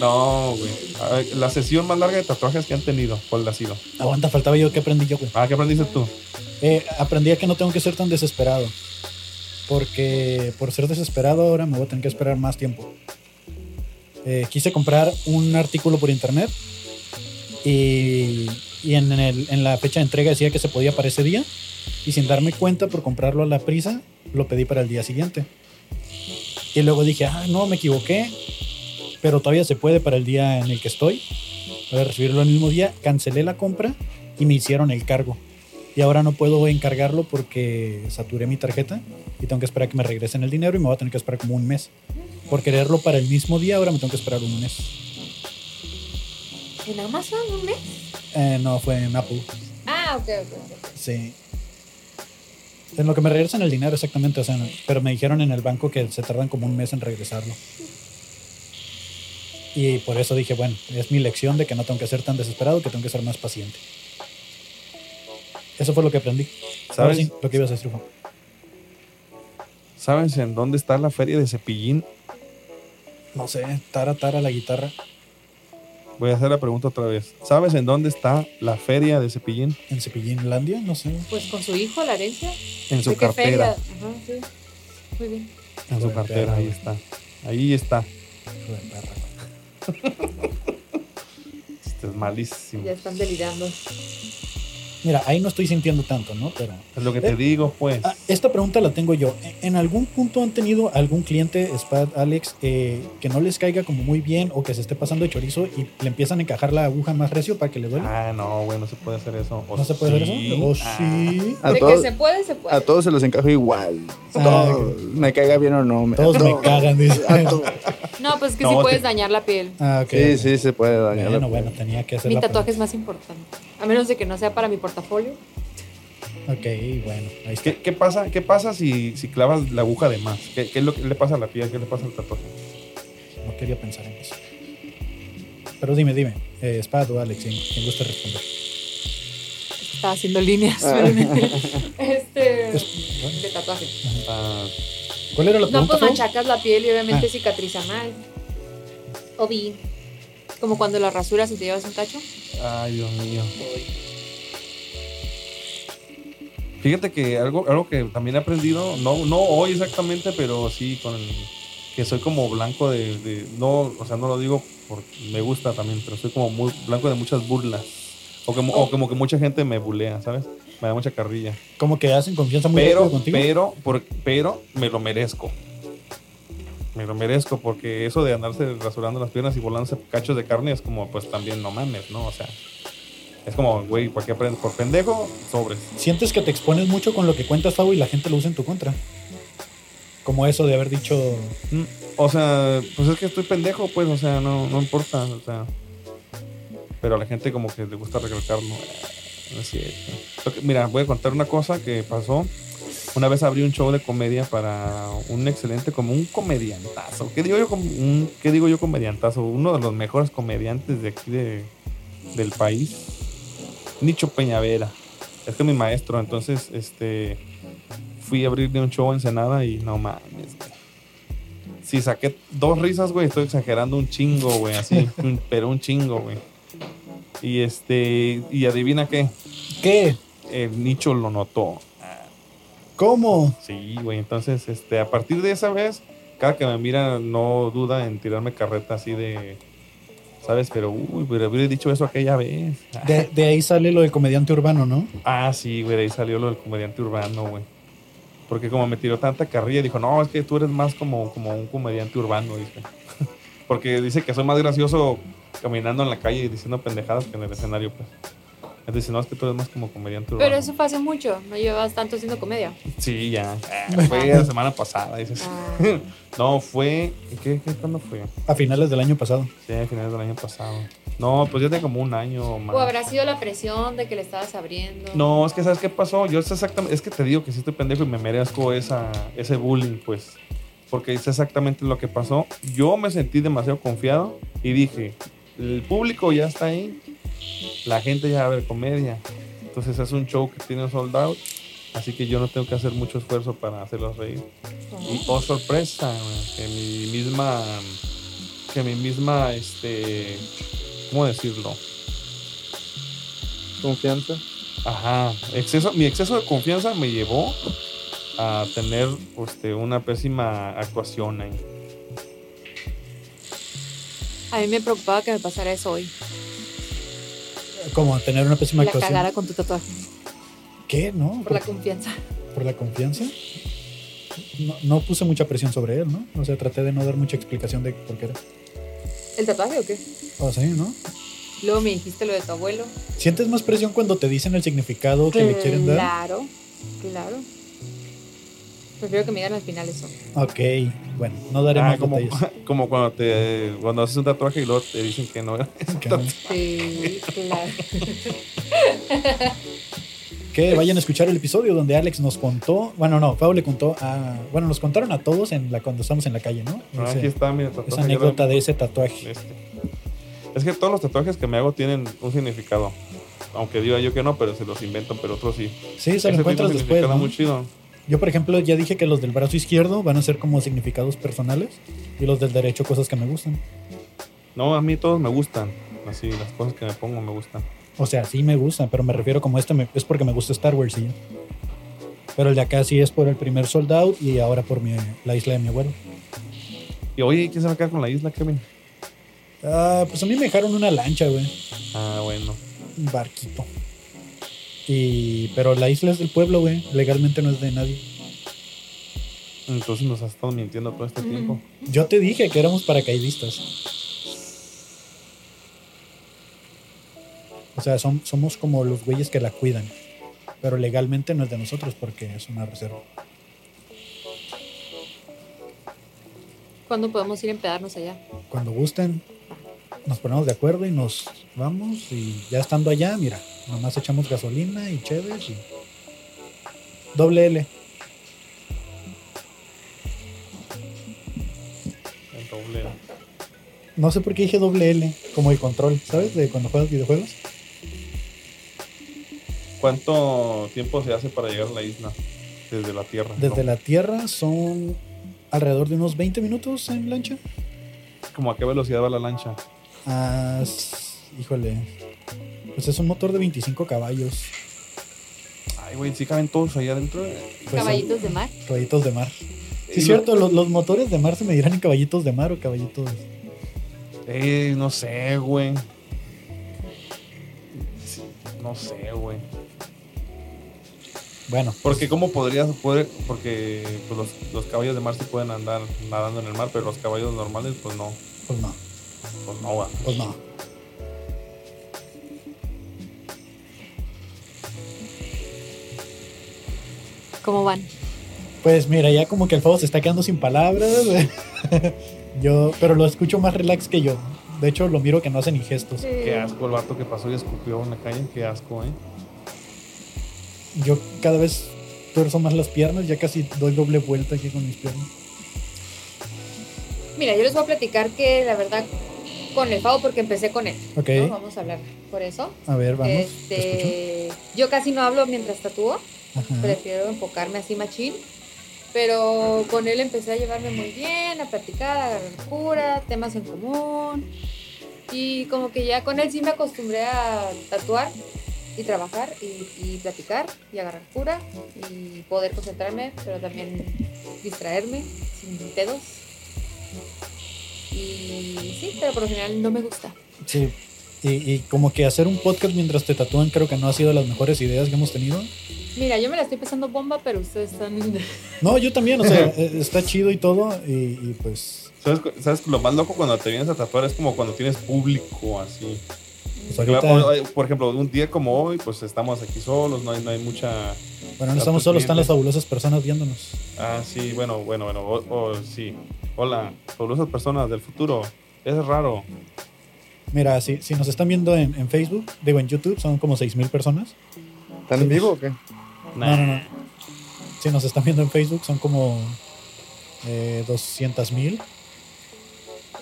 No, güey. A ver, La sesión más larga de tatuajes que han tenido, ¿cuál ha sido?
Aguanta, faltaba yo que aprendí yo, güey.
Ah, ¿qué aprendiste tú?
Eh, aprendí a que no tengo que ser tan desesperado. Porque por ser desesperado ahora me voy a tener que esperar más tiempo. Eh, quise comprar un artículo por internet y, y en, el- en la fecha de entrega decía que se podía para ese día y sin darme cuenta por comprarlo a la prisa lo pedí para el día siguiente. Y luego dije, ah, no, me equivoqué, pero todavía se puede para el día en el que estoy. Para recibirlo el mismo día, cancelé la compra y me hicieron el cargo y ahora no puedo encargarlo porque saturé mi tarjeta y tengo que esperar que me regresen el dinero y me voy a tener que esperar como un mes. Por quererlo para el mismo día, ahora me tengo que esperar un mes.
¿En Amazon un mes?
Eh, no, fue en Apple.
Ah, ok, ok. ok.
Sí. En lo que me regresan el dinero, exactamente. O sea, no- pero me dijeron en el banco que se tardan como un mes en regresarlo. Y por eso dije, bueno, es mi lección de que no tengo que ser tan desesperado, que tengo que ser más paciente. Eso fue lo que aprendí. Ahora
¿Sabes?
sí, lo que ibas a decir, Juan.
¿Sabes en dónde está la feria de Cepillín?
No sé, tara, tara la guitarra.
Voy a hacer la pregunta otra vez. ¿Sabes en dónde está la feria de Cepillín?
¿En Cepillinlandia? No sé.
Pues con su hijo, la herencia.
En su
¿De qué feria?
cartera.
Ajá, sí. Muy bien.
En su cartera, ahí está. Ahí está.
Hijo de perra.
Este es malísimo.
Ya están delirando.
Mira, ahí no estoy sintiendo tanto, ¿no? Pero
Es lo que te
Eh.
digo, pues.
Ah, esta pregunta la tengo yo. ¿E-, ¿En algún punto han tenido algún cliente, Spad, Alex, eh, que no les caiga como muy bien o que se esté pasando de chorizo y le empiezan a encajar la aguja más recio para que le duela?
Ah, no, güey, no se puede hacer eso.
Ah,
¿O
¿No se puede hacer
sí?
eso? ¿O
Ah,
sí?
A
de que
todos,
se puede, se
a
puede.
todos se los encajo igual.
Ah,
Todos, me caiga bien o no. Me,
Todos me cagan, dice.
a todos.
No, pues es que
No,
sí
te-
puedes dañar la piel.
Ah, ok.
Sí, sí, se puede dañar. la
Bueno, bueno,
piel.
tenía que hacer
Mi
la
tatuaje es más importante. A menos de que no sea para mi portafolio.
pregunta. Ok, bueno, ahí está.
¿Qué, qué pasa, qué pasa si, si clavas la aguja de más? ¿Qué, qué es lo que le pasa a la piel? ¿Qué le pasa al tatuaje?
No quería pensar en eso. Pero dime, dime, eh, Spad o Alex, ¿quién quién gusta responder?
Estaba haciendo líneas.
Ah.
este.
Es- bueno.
De tatuaje.
Ah,
¿Cuál era la
No,
pregunta?
pues
Fo?
machacas la piel y obviamente
Ah.
cicatriza mal. O vi. Como cuando la rasuras y te llevas un tacho.
ay, Dios mío. Fíjate que algo, algo que también he aprendido, no, no hoy exactamente, pero sí con que soy como blanco de, de- no, o sea, no lo digo porque me gusta también, pero soy como muy blanco de muchas burlas. O como, o como que mucha gente me bulea, ¿sabes? Me da mucha carrilla.
Como que hacen confianza muy
Pero,
rápido contigo.
pero, por- pero me lo merezco. Me lo merezco porque eso de andarse rasurando las piernas y volándose cachos de carne es como, pues también no mames, ¿no? O sea, es como, güey, ¿por qué aprendes? Por pendejo, sobres.
Sientes que te expones mucho con lo que cuentas, Fabo, y la gente lo usa en tu contra. Como eso de haber dicho.
Mm, O sea, pues es que estoy pendejo, pues, o sea, no, no importa, o sea. Pero a la gente como que le gusta recalcarlo. eh, Así es. Lo que- Mira, voy a contar una cosa que pasó. Una vez abrí un show de comedia para un excelente, como un comediantazo. ¿Qué digo yo, com- un- ¿qué digo yo comediantazo? Uno de los mejores comediantes de aquí de- del país. Nicho Peñavera. Es que es mi maestro, entonces, este... Fui a abrirle un show en Ensenada y no mames, güey. Si saqué dos risas, güey, estoy exagerando un chingo, güey, así, un- pero un chingo, güey. Y este, y adivina qué,
¿Qué?
el nicho lo notó.
¿Cómo?
Sí, güey, entonces, este, a partir de esa vez, cada que me mira no duda en tirarme carreta así de, ¿sabes? Pero, uy, pero hubiera dicho eso aquella vez.
De, de ahí sale lo de comediante urbano, ¿no?
Ah, sí, güey, de ahí salió lo del comediante urbano, güey. Porque como me tiró tanta carrilla, dijo, no, es que tú eres más como, como un comediante urbano, dice. Porque dice que soy más gracioso caminando en la calle y diciendo pendejadas que en el escenario, pues. Entonces dice, no, es que tú eres más como comediante urbano.
Pero eso fue hace mucho, no llevas tanto haciendo comedia.
Sí, ya. Ah, fue la semana pasada, dices.
Ah.
No, fue... ¿Qué, qué, ¿Cuándo fue?
A finales del año pasado.
Sí, a finales del año pasado. No, pues ya tengo como un año o más.
O habrá sido la presión de que le estabas abriendo.
No, es que sabes qué pasó. Yo sé exactamente, es que te digo que sí estoy pendejo y me merezco esa, ese bullying, pues. Porque sé exactamente lo que pasó. Yo me sentí demasiado confiado y dije, el público ya está ahí, la gente ya va a ver comedia. Entonces es un show que tiene un sold out, así que yo no tengo que hacer mucho esfuerzo para hacerlos reír. Y oh sorpresa, güey, que mi misma, que mi misma, este, ¿cómo decirlo?
Confianza.
Ajá, exceso, mi exceso de confianza me llevó a tener este, una pésima actuación ahí.
A mí me preocupaba que me pasara eso hoy.
Como tener una pésima
la
actuación.
cagada con tu tatuaje.
¿Qué? ¿No?
Por la confianza.
por la confianza. No, no puse mucha presión sobre él, ¿no? O sea, traté de no dar mucha explicación de por qué era.
¿El tatuaje o qué?
O sea, ¿no?
Luego me dijiste lo de tu abuelo.
¿Sientes más presión cuando te dicen el significado que le quieren dar?
Claro, claro. Prefiero que me digan al final eso.
Ok, bueno, no daré
Ah,
más
como,
detalles.
como cuando te cuando haces un tatuaje y luego te dicen que no era.
Que no.
Sí, claro.
Que vayan a escuchar el episodio donde Alex nos contó, bueno, no, Pau le contó a, bueno, nos contaron a todos en la, cuando estamos en la calle, ¿no?
Ah,
Ese-
aquí está, mira,
esa
tatuaje. yo lo-
anécdota de ese tatuaje.
este. Es que todos los tatuajes que me hago tienen un significado. Aunque diga yo que no, pero se los invento, pero otros sí.
Sí, se
Ese
lo
tiene
encuentras
un
después.
significado
¿no?
muy chido.
Yo, por ejemplo, ya dije que los del brazo izquierdo van a ser como significados personales y los del derecho cosas que me gustan.
No, a mí todos me gustan. Así, las cosas que me pongo me gustan.
O sea, sí me gusta, pero me refiero como este me- es porque me gusta Star Wars y ya. Pero el de acá sí es por el primer Sold Out y ahora por mi, la isla de mi abuelo.
Y oye, ¿quién se va a quedar con la isla, Kevin?
Ah, pues a mí me dejaron una lancha, güey.
Ah, bueno.
Un barquito. Y, pero la isla es del pueblo, güey. Legalmente no es de nadie.
Entonces nos has estado mintiendo todo este
Ujú.
tiempo.
Yo te dije que éramos paracaidistas. O sea, som- somos como los güeyes que la cuidan. Pero legalmente no es de nosotros porque es una reserva.
¿Cuándo podemos ir a empedarnos allá?
cuando gusten, nos ponemos de acuerdo y nos vamos. Y ya estando allá, mira, nomás echamos gasolina y chéves y. Doble L.
El doble.
No sé por qué dije doble L, como el control, ¿sabes? De cuando juegas videojuegos.
¿Cuánto tiempo se hace para llegar a la isla? Desde la Tierra.
Desde
¿no?
la Tierra son alrededor de unos 20 minutos en lancha.
¿Como a qué velocidad va la lancha?
Ah, s- híjole. Pues es un motor de 25 caballos,
Ay, güey, sí caben todos allá adentro. Eh,
Pues,
¿Caballitos de mar?
caballitos de mar. Sí,
Y
es
lo-
cierto, los, los motores de mar se medirán en caballitos de mar o caballitos.
Eh, no sé, güey. Sí, No sé, güey.
Bueno,
Porque cómo podrías poder, porque pues, los, los caballos de mar sí pueden andar nadando en el mar, pero los caballos normales, pues no,
pues no,
pues no va.
pues no.
¿Cómo van?
Pues mira, ya como que el fuego se está quedando sin palabras. yo, pero lo escucho más relax que yo. De hecho, lo miro que no hace ni gestos.
Eh,
Qué asco el vato que pasó y escupió en la calle, qué asco, eh.
Yo cada vez tuerzo más las piernas, ya casi doy doble vuelta aquí con mis piernas.
Mira, yo les voy a platicar que la verdad con el Favo, porque empecé con él.
Ok,
¿no? Vamos a hablar por eso.
a ver, vamos.
Este,
te
yo casi no hablo mientras tatúo,
escucho. Ajá.
prefiero enfocarme así machín. Pero con él empecé a llevarme muy bien, a platicar, a agarrar cura, temas en común. Y como que ya con él sí me acostumbré a tatuar y trabajar y, y platicar y agarrar cura y poder concentrarme, pero también distraerme sin dedos. Y sí, pero por lo general no me gusta.
Sí. Y, y como que hacer un podcast mientras te tatúan creo que no ha sido de las mejores ideas que hemos tenido.
Mira, yo me la estoy pasando bomba, pero ustedes están...
No, yo también, o sea, eh, está chido y todo. Y, y pues,
¿Sabes, cu- ¿Sabes lo más loco cuando te vienes a tatuar? Es como cuando tienes público así.
pues
Porque,
ahorita,
por- Por ejemplo, un día como hoy, pues estamos aquí solos, no hay, no hay mucha...
bueno, no estamos solos, están las fabulosas personas viéndonos.
Ah, sí, bueno, bueno, bueno, o- o- sí. Hola, fabulosas personas del futuro. Es raro.
Mira, si, si nos están viendo en, en Facebook, digo en YouTube, son como 6.000 personas.
¿Están en vivo o qué?
No, no, no. Si nos están viendo en Facebook, son como eh, 200.000.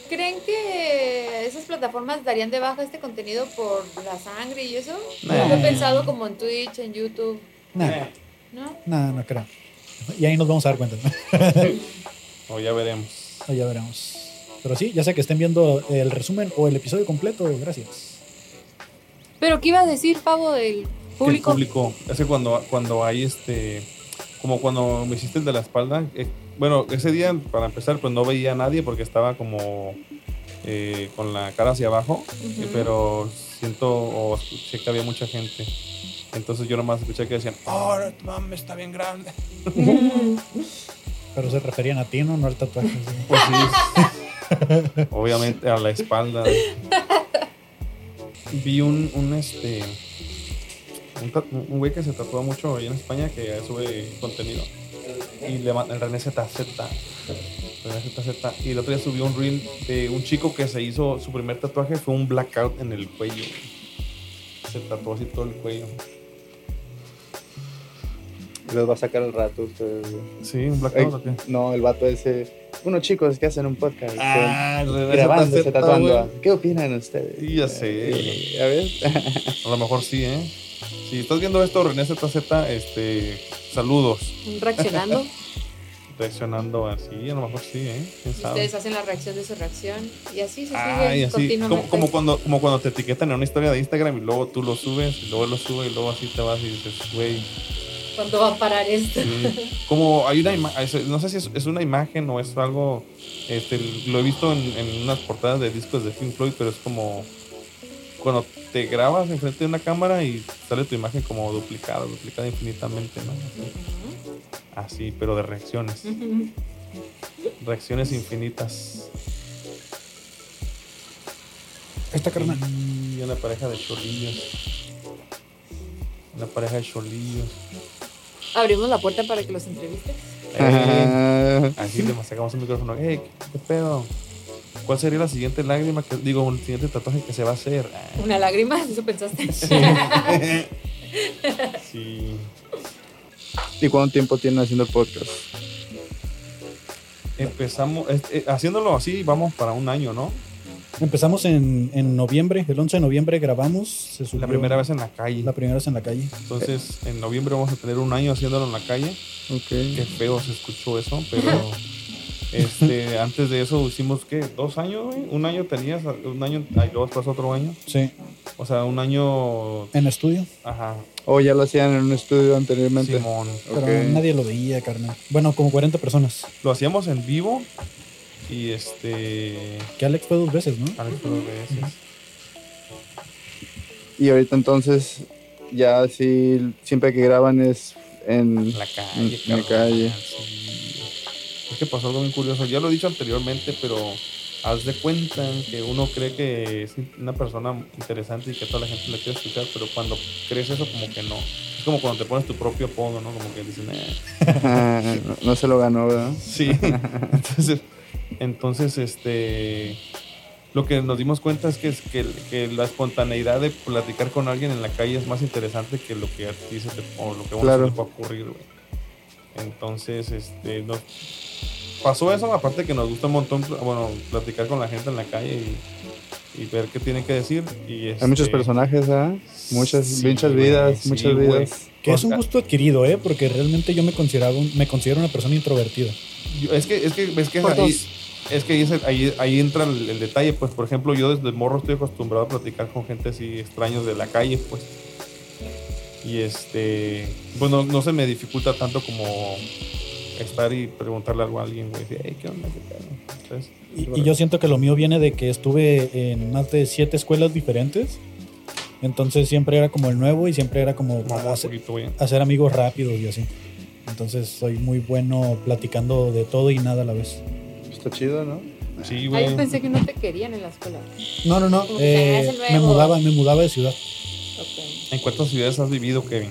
¿Creen que esas plataformas darían de baja este contenido por la sangre y eso?
Nah.
Lo he pensado como en Twitch, en YouTube,
Nada,
¿no?
nada, no creo. Y ahí nos vamos a dar cuenta. ¿no?
O Oh, ya veremos.
Ahí Ah, ya veremos. Pero sí, ya sea que estén viendo el resumen o el episodio completo, gracias.
¿Pero qué iba a decir, Pavo,
Que
del
el
público?
público. Es que cuando, cuando hay este. Como cuando me hiciste el de la espalda. eh, bueno, ese día, para empezar, pues no veía a nadie porque estaba como. eh, con la cara hacia abajo. eh, Pero siento o escuché que había mucha gente. Entonces yo nomás escuché que decían: ¡Oh, no mames, está bien grande!
Mm,
Pero se referían a ti, ¿no? No al tatuaje. sí.
Pues sí. Obviamente a la espalda. Vi un, un este. Un, ta- un güey que se tatúa mucho ahí en España que sube contenido. Y le ma- el René ZZ. René ZZ. Y el otro día subió un reel de un chico que se hizo su primer tatuaje. Fue un blackout en el cuello. Se tatuó así todo el cuello.
Los va a sacar al rato ustedes. güey.
Sí, un
Ay,
blackout o qué.
no, el vato ese. Unos chicos que hacen un podcast.
Ah,
que-
René
grabándose,
ZZ,
tatuando.
güey.
¿Qué opinan ustedes?
Sí, ya sé.
Eh, a ver.
A lo mejor sí, ¿eh? Si estás viendo esto, René ZZ, este, saludos.
Reaccionando.
Reaccionando así, a lo mejor sí, ¿eh? ¿Quién sabe?
Ustedes hacen la reacción de su reacción y así se
Ay,
sigue
así, como,
continuamente.
como cuando, como cuando te etiquetan en una historia de Instagram y luego tú lo subes, y luego lo subes, y luego así te vas y dices, güey,
¿Cuándo va a parar esto?
sí. como hay una imagen, no sé si es, es una imagen o es algo, este, lo he visto en, en unas portadas de discos de Pink Floyd, pero es como cuando te grabas enfrente de una cámara y sale tu imagen como duplicada, duplicada infinitamente, ¿no? Así. Así, pero de reacciones. Reacciones infinitas.
Esta carnal.
Y una pareja de cholillos. Una pareja de cholillos.
Abrimos la puerta para que los entrevistes.
Eh,
Ah,
así le sacamos un micrófono. Hey, ¿qué- ¿qué pedo? ¿Cuál sería la siguiente lágrima? Que, digo, el siguiente tatuaje que se va a hacer. Ah,
¿Una lágrima? ¿Eso pensaste?
Ah, Sí.
¿Y cuánto tiempo tienen haciendo podcast?
Empezamos, este, eh, haciéndolo así, vamos para un año, ¿no?
Empezamos en, en noviembre, el 11 de noviembre grabamos. se subió
La primera vez en la calle.
La primera vez en la calle.
Entonces, en noviembre vamos a tener un año haciéndolo en la calle. Qué
Ok.
feo se escuchó eso, pero este, antes de eso hicimos, ¿qué? ¿Dos años, güey? Un año tenías, un año, ay, luego después otro año.
Sí,
O sea, un año,
en estudio.
ajá,
¿O ya lo hacían en un estudio anteriormente?
Simón.
Pero
Ok.
nadie lo veía, carnal. Bueno, como 40 personas.
Lo hacíamos en vivo y este...
Que Alex fue dos veces, ¿no?
Alex, dos veces.
Y ahorita entonces Ya sí, siempre que graban es en
En la
en
calle,
Mm, la
cabrón.
calle.
Sí. Es que pasó algo bien curioso. Ya lo he dicho anteriormente, pero haz de cuenta que uno cree que es una persona interesante y que toda la gente le quiere escuchar, pero cuando crees eso, como que no. Es como cuando te pones tu propio apodo, ¿no? Como que dicen, eh,
Ajá, no- no se lo ganó, ¿verdad?
Sí. Entonces, entonces, este. Lo que nos dimos cuenta es que, es que, que la espontaneidad de platicar con alguien en la calle es más interesante que lo que a ti se te- o lo que a uno
Claro.
se te puede ocurrir, güey. Entonces, este, nos pasó eso, aparte que nos gusta un montón, bueno, platicar con la gente en la calle y, y ver qué tienen que decir. Y
Hay muchos
este,
personajes, ¿ah? Muchas,
sí,
muchas
güey,
vidas,
sí,
muchas
güey.
vidas.
Que es un
Oscar.
gusto adquirido, ¿eh? Porque realmente yo me consideraba un- me considero una persona introvertida.
Yo- es que es que es que
Por
ahí,
dos.
es que ahí, es el- ahí- ahí entra el, el detalle pues por ejemplo yo desde morro estoy acostumbrado a platicar con gente así extraños de la calle pues y este bueno no se me dificulta tanto como estar y preguntarle algo a alguien güey decir, "Hey, qué onda ¿Qué pedo?". Entonces, pues,
Y, y yo siento que lo mío viene de que estuve en más de siete escuelas diferentes. Entonces siempre era como el nuevo y siempre era como
mamá, un
hacer,
poquito, güey.
hacer amigos rápidos y así. Entonces soy muy bueno platicando de todo y nada a la vez.
Está chido, ¿no?
sí
Ay,
güey
yo pensé que no te querían en la escuela.
No, no, no.
Como que
eh,
eres el
me
nuevo.
mudaba, me mudaba de ciudad.
Ok.
en cuántas ciudades has vivido Kevin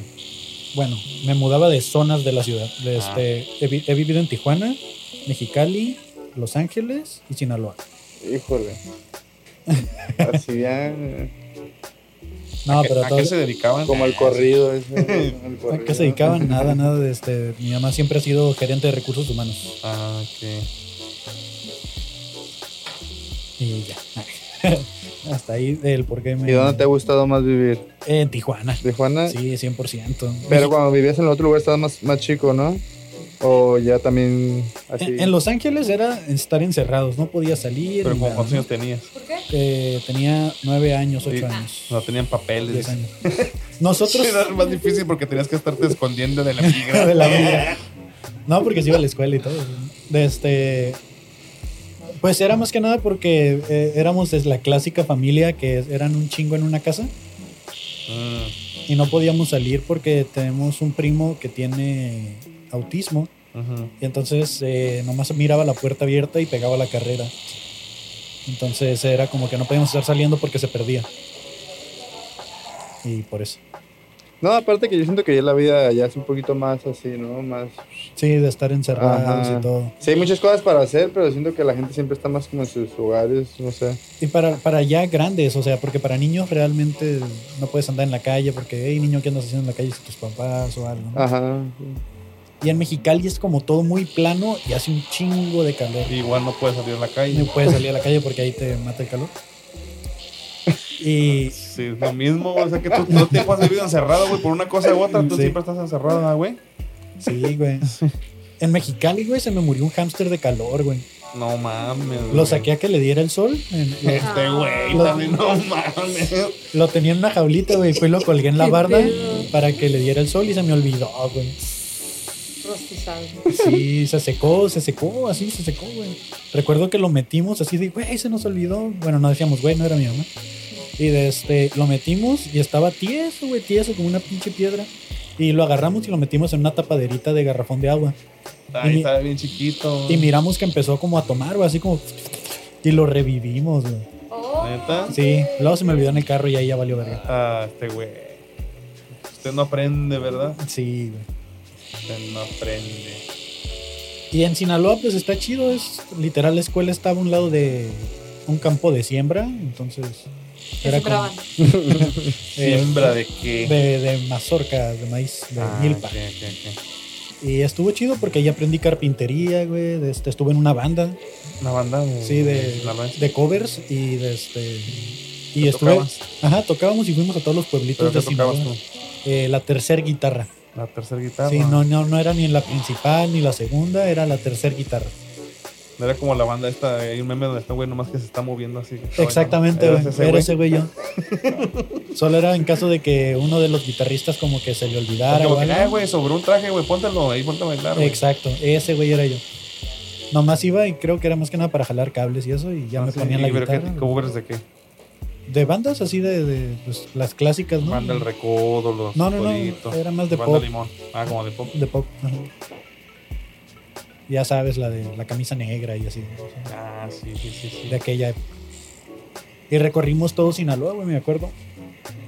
Bueno, me mudaba de zonas de la ciudad. De
Ah.
este, he, vi- he vivido en Tijuana, Mexicali, Los Ángeles y Sinaloa.
Híjole. Así ya. eh,
No,
¿A
Ah,
qué-
pero
a
todo,
qué se dedicaban
Como el corrido ese. el
¿a
corrido.
qué se dedicaban? Nada, nada. De este, mi mamá siempre ha sido gerente de recursos humanos.
ah ok
Y ya. Hasta ahí el por qué me...
¿Y dónde te ha gustado más vivir?
En Tijuana.
¿De Juana?
Sí, 100%.
Pero cuando vivías en el otro lugar estabas más, más chico, ¿no? O ya también así.
en, en Los Ángeles era estar encerrados, no podía salir.
pero
ni
como
nada,
cuántos
¿no?
años tenías
¿Por qué?
Eh, tenía nueve años, ocho
Sí,
años.
no tenían papeles
diez años.
Sí,
Nosotros...
era más difícil porque tenías que estarte escondiendo de la migra.
de la vida. No, porque se iba a la escuela y todo. De este. Pues era más que nada porque eh, éramos es la clásica familia que eran un chingo en una casa
Mm.
y no podíamos salir porque tenemos un primo que tiene autismo
Ujú.
y entonces eh, nomás miraba la puerta abierta y pegaba la carrera. Entonces era como que no podíamos estar saliendo porque se perdía. Y por eso.
No, aparte que yo siento que ya la vida ya es un poquito más así, ¿no? Más.
Sí, de estar encerrados
Ajá.
y todo.
Sí, hay muchas cosas para hacer, pero siento que la gente siempre está más como en sus hogares, no sé.
Y para, para ya grandes, o sea, porque para niños realmente no puedes andar en la calle porque, hey, niño, ¿qué andas haciendo en la calle si tus papás o algo? ¿no?
Ajá.
Y en Mexicali es como todo muy plano y hace un chingo de calor.
Igual no puedes salir a la
No
calle.
puedes salir a la calle porque ahí te mata el calor. Y
Sí, es lo mismo, güey. o sea que tú todo el tiempo has vivido encerrado, güey, por una cosa u otra, tú
Sí.
siempre estás encerrada, güey.
sí, güey. En Mexicali, güey, se me murió un hámster de calor, güey.
No mames.
Lo
güey.
saqué a que le diera el sol. en- lo,
Este güey,
Lo-
también no mames.
lo tenía en una jaulita, güey. Fui y lo colgué en la
Qué
barda
pedo.
para que le diera el sol y se me olvidó, güey.
Rostizado.
Sí, se secó, se secó, así se secó, güey. Recuerdo que lo metimos así de, güey, se nos olvidó. Bueno, no decíamos, güey, no era mi mamá. Y de este, lo metimos y estaba tieso, güey, tieso, como una pinche piedra. Y lo agarramos y lo metimos en una tapaderita de garrafón de agua.
Ahí
mi-
está bien chiquito.
Y miramos que empezó como a tomar, güey, así como. Y lo revivimos, güey.
Oh,
¿Neta?
Sí, luego se me olvidó en el carro y ahí ya valió verga.
Ah, este güey. Usted no aprende, ¿verdad?
Sí, güey.
Usted no aprende.
Y en Sinaloa, pues está chido, es literal, la escuela estaba a un lado de un campo de siembra, entonces.
Que se
como-
traban.
Eh,
Siembra de qué.
de, de mazorca, de maíz, de
Ah,
milpa.
ok, ok,
Y estuvo chido porque ahí aprendí carpintería, güey. de este, estuve en una banda,
ok. Una banda de.
sí, de,
Mm, la banda-
de covers y de este. Y
¿Qué
estuve.
tocabas?
Ajá, tocábamos y fuimos a todos los
¿Pero
pueblitos
qué
de
tocabas
Sinaloa.
tú? Ah,
Eh, la tercer guitarra.
La tercera guitarra.
Sí, no, no, no era ni la principal ni la segunda, era la tercer guitarra.
No era como la banda esta, hay un meme donde está güey nomás que se está moviendo así.
Exactamente,
Era
güey.
Ah, ese güey.
Era ese güey yo. Solo era en caso de que uno de los guitarristas como que se le olvidara. o
Como que,
algo.
"Ay, "Ah, güey, sobró un traje, güey, póntelo ahí, ponte a bailar, güey".
Exacto, ese güey era yo. Nomás iba y creo que era más que nada para jalar cables y eso, y ya
Ah,
me
sí,
ponían la
y, pero
guitarra.
¿qué- ¿Covers de qué?
de bandas así de, de, pues, las clásicas, ¿no?
Banda el recodo, los
No, no, no,
Coditos,
era más de
Banda
pop.
limón. Ah, como de pop.
De pop. ajá. Ya sabes, la de la camisa negra y así. o sea,
Ah, sí, sí, sí. sí.
de aquella época. Y recorrimos todo Sinaloa, güey, me acuerdo.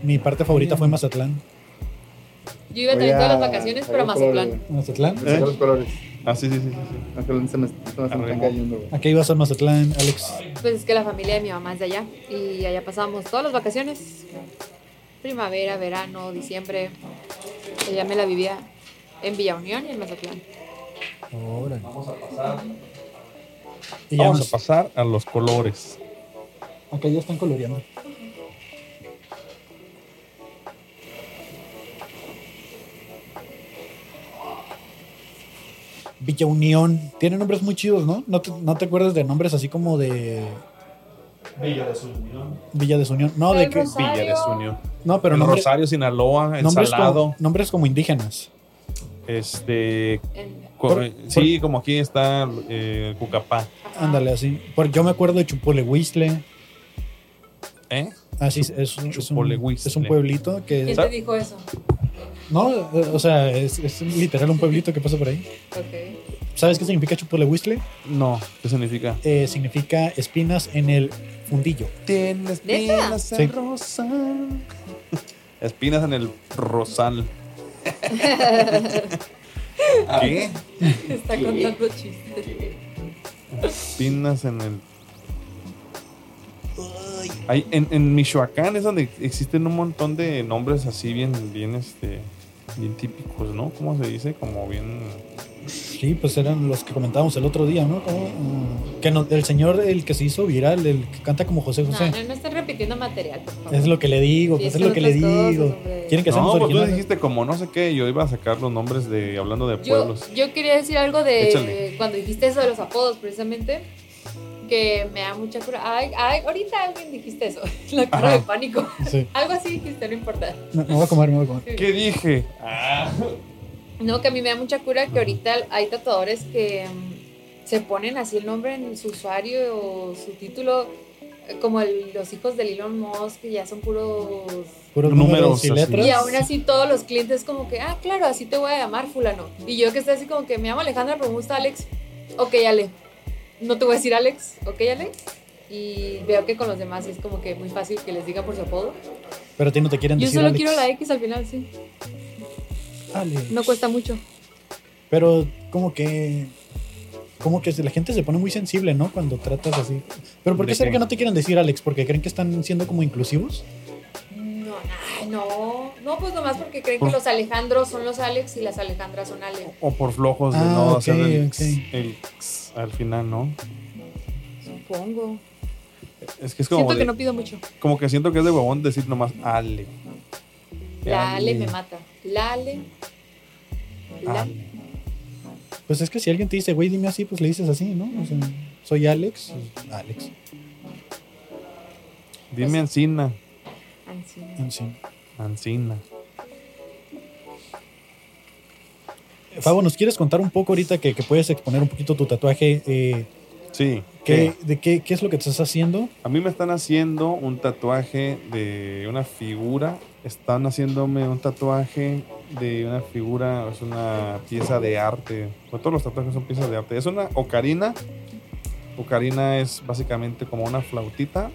Mi parte favorita fue Mazatlán.
Yo iba también todas las vacaciones, pero a Mazatlán.
¿Mazatlán?
Sacar los colores.
Ah, sí, sí, sí. sí, sí.
Mazatlán se me, se me están
Arremo.
cayendo, güey.
¿A qué ibas a Mazatlán, Alex?
Pues es que la familia de mi mamá es de allá. Y allá pasamos todas las vacaciones. Primavera, verano, diciembre. Ella me la vivía en Villa Unión y en Mazatlán.
Ahora. Vamos a pasar. Y ya
Vamos a
nos-
pasar a los colores.
Acá ya están coloreando. Villa Unión. Tiene nombres muy chidos, ¿no? ¿No te, no te acuerdas de nombres así como de
Villa de su unión.
Villa Desunión? No, de
El
que,
Rosa-
Villa de
Rosario.
Sunio.
no pero
Pero
nombre-
Rosario, Sinaloa,
nombres,
Ensalado.
como, nombres como indígenas.
Este.
En-
co-
Por-
sí, como aquí está eh, el Cucapá.
ajá.
Ándale, así. Por, yo me acuerdo de Chupole Huistle.
¿Eh?
Así es, es un- es un,
Chupolehuistle.
es un pueblito
¿Quién
que...
te dijo eso?
No, o sea, es, es literal un pueblito que pasa por ahí.
Ok.
¿Sabes qué significa Chupole Huistle?
No, ¿qué significa?
eh, significa espinas en el fundillo.
Tienes
¿Neta?
espinas
Sí.
en rosal. Espinas en el rosal. ¿Qué?
Está contando chistes.
Espinas en el. Ay, en, en Michoacán es donde existen un montón de nombres así bien, bien, este, bien típicos, ¿no? ¿Cómo se dice? Como bien.
Sí, pues eran los que comentábamos el otro día, ¿no? Como, mm, que no- el señor, el que se hizo viral, el que canta como José
No,
José.
no, no están repitiendo material, por favor.
Pues Es lo que le digo,
Sí,
pues
es
es
que
lo que le
nosotros todos,
digo.
hombre.
Quieren que
No,
seamos
pues tú
originales.
dijiste como no sé qué, yo iba a sacar los nombres de hablando de
Yo,
pueblos.
yo quería decir algo de
Échale.
cuando dijiste eso de los apodos, precisamente, que me da mucha cura. Ay, ay, ahorita alguien dijiste eso, la cura
Ajá.
de pánico.
Sí.
Algo así dijiste, no importa.
No, me voy a comer, me voy a comer.
¿Qué dije?
No, que a mí me da mucha cura que ahorita hay tatuadores que mm, se ponen así el nombre en su usuario o su título, eh, como el- los hijos de Elon Musk, que ya son puros
Puros
Números
números y
así.
letras.
Y aún así todos los clientes como que, ah, claro, así te voy a llamar fulano. Y yo que estoy así como que me llamo Alejandra, pero me gusta Alex. Ok, Ale. No te voy a decir Alex. Ok, Alex. Y veo que con los demás es como que muy fácil que les diga por su apodo.
Pero a ti no te quieren
Yo
decir.
solo
Alex.
quiero la X al final, sí.
Alex.
No cuesta mucho.
Pero como que. Como que la gente se pone muy sensible, ¿no? Cuando tratas así. Pero ¿por qué
¿De
será
qué?
que no te quieren decir Alex? ¿Porque creen que están siendo como inclusivos?
No, ay, no. No, pues nomás porque creen
Por-
que los Alejandros son los Alex y las Alejandras son Ale.
O por flojos de
Ah,
no
ok,
hacer el,
ok.
el x al final, ¿no?
Supongo.
Es que es como,
Siento
de-
que no pido mucho.
como que siento que es de huevón decir nomás Ale.
La Ale me mata. La Ale. La.
Ale.
Pues es que si alguien te dice, güey, dime así, pues le dices así, ¿no? O sea, soy Alex, pues, Alex.
Ah,
Pues-
Dime Ancina.
Ancina.
en sí.
Ancina.
Fabo, ¿nos quieres contar un poco ahorita que, que puedes exponer un poquito tu tatuaje? eh,
Sí.
¿qué,
¿qué?
¿De qué, qué es lo que te estás haciendo?
A mí me están haciendo un tatuaje de una figura. Están haciéndome un tatuaje de una figura. Es una pieza de arte. Pues todos los tatuajes son piezas de arte. Es una ocarina. Ocarina es básicamente como una flautita.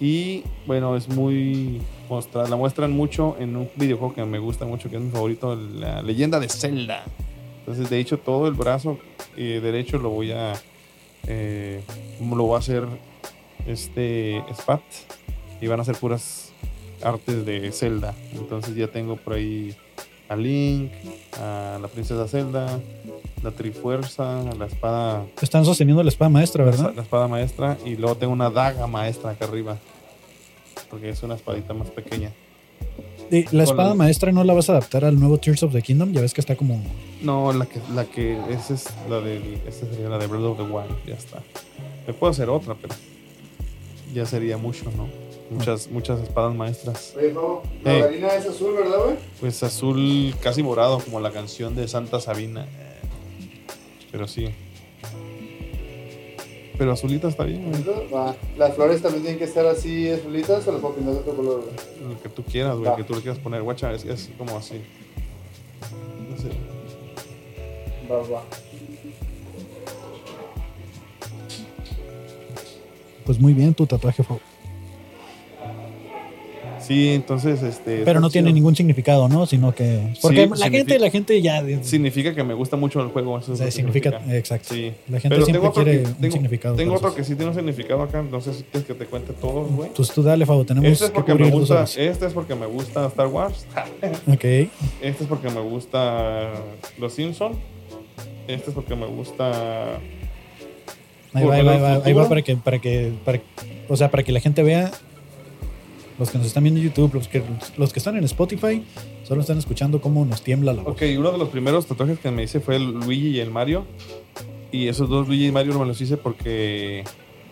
Y bueno, es muy. mostra- la muestran mucho en un videojuego que me gusta mucho, que es mi favorito, la leyenda de Zelda. Entonces, de hecho, todo el brazo eh, derecho lo voy a. eh, lo voy a hacer este SPAT y van a ser puras artes de Zelda. Entonces ya tengo por ahí a Link, a la princesa Zelda, la Trifuerza, la espada,
Están sosteniendo la espada maestra, ¿verdad?
la espada maestra y luego tengo una daga maestra acá arriba. Porque es una espadita más pequeña.
Eh, La espada
Con-
maestra no la vas a adaptar al nuevo Tears of the Kingdom, ya ves que está como...
No, la que, la que esa es la de esta sería la de Breath of the Wild, ya está. Me puedo hacer otra, pero ya sería mucho, ¿no? Muchas, muchas espadas maestras.
Oye, Pavo,
la Ey.
harina es azul, ¿verdad, güey?
Pues azul casi morado, como la canción de Santa Sabina. Pero sí. Pero azulita está bien, güey.
Va. Las flores también tienen que estar así azulitas o las puedo pintar de otro color. güey?
El que tú quieras, güey.
Va.
el que tú le quieras poner. Guacha, es, es como así. No sé.
Va, va.
Pues muy bien tu tatuaje, Fau.
Sí, entonces, este.
Pero
está
no tiene
chido. pues,
ningún significado, ¿no? Sino que. Porque la
significa-
gente, la gente ya. de-
Significa que me gusta mucho el juego. Eso
o
es
sea,
lo que
significa, Exacto.
Sí.
La gente siempre
otro
quiere
que-
un
tengo-
significado.
Tengo
para
otro que sí tiene un significado acá. No sé si quieres que te cuente todo, güey.
Pues tú dale, Fau, tenemos
Este es
que
porque me
cubrir dos
gusta.
horas.
Este es porque me gusta Star Wars.
Ok.
Este es porque me gusta Los Simpson. Este es porque me gusta.
Ahí va, ahí va,
Volver
ahí va,
al
ahí va
futuro.
para que, para que, para, o sea, para que la gente vea, los que nos están viendo en YouTube, los que, los que están en Spotify, solo están escuchando cómo nos tiembla la voz.
Ok, uno de los primeros tatuajes que me hice fue el Luigi y el Mario. Y esos dos Luigi y Mario me los hice porque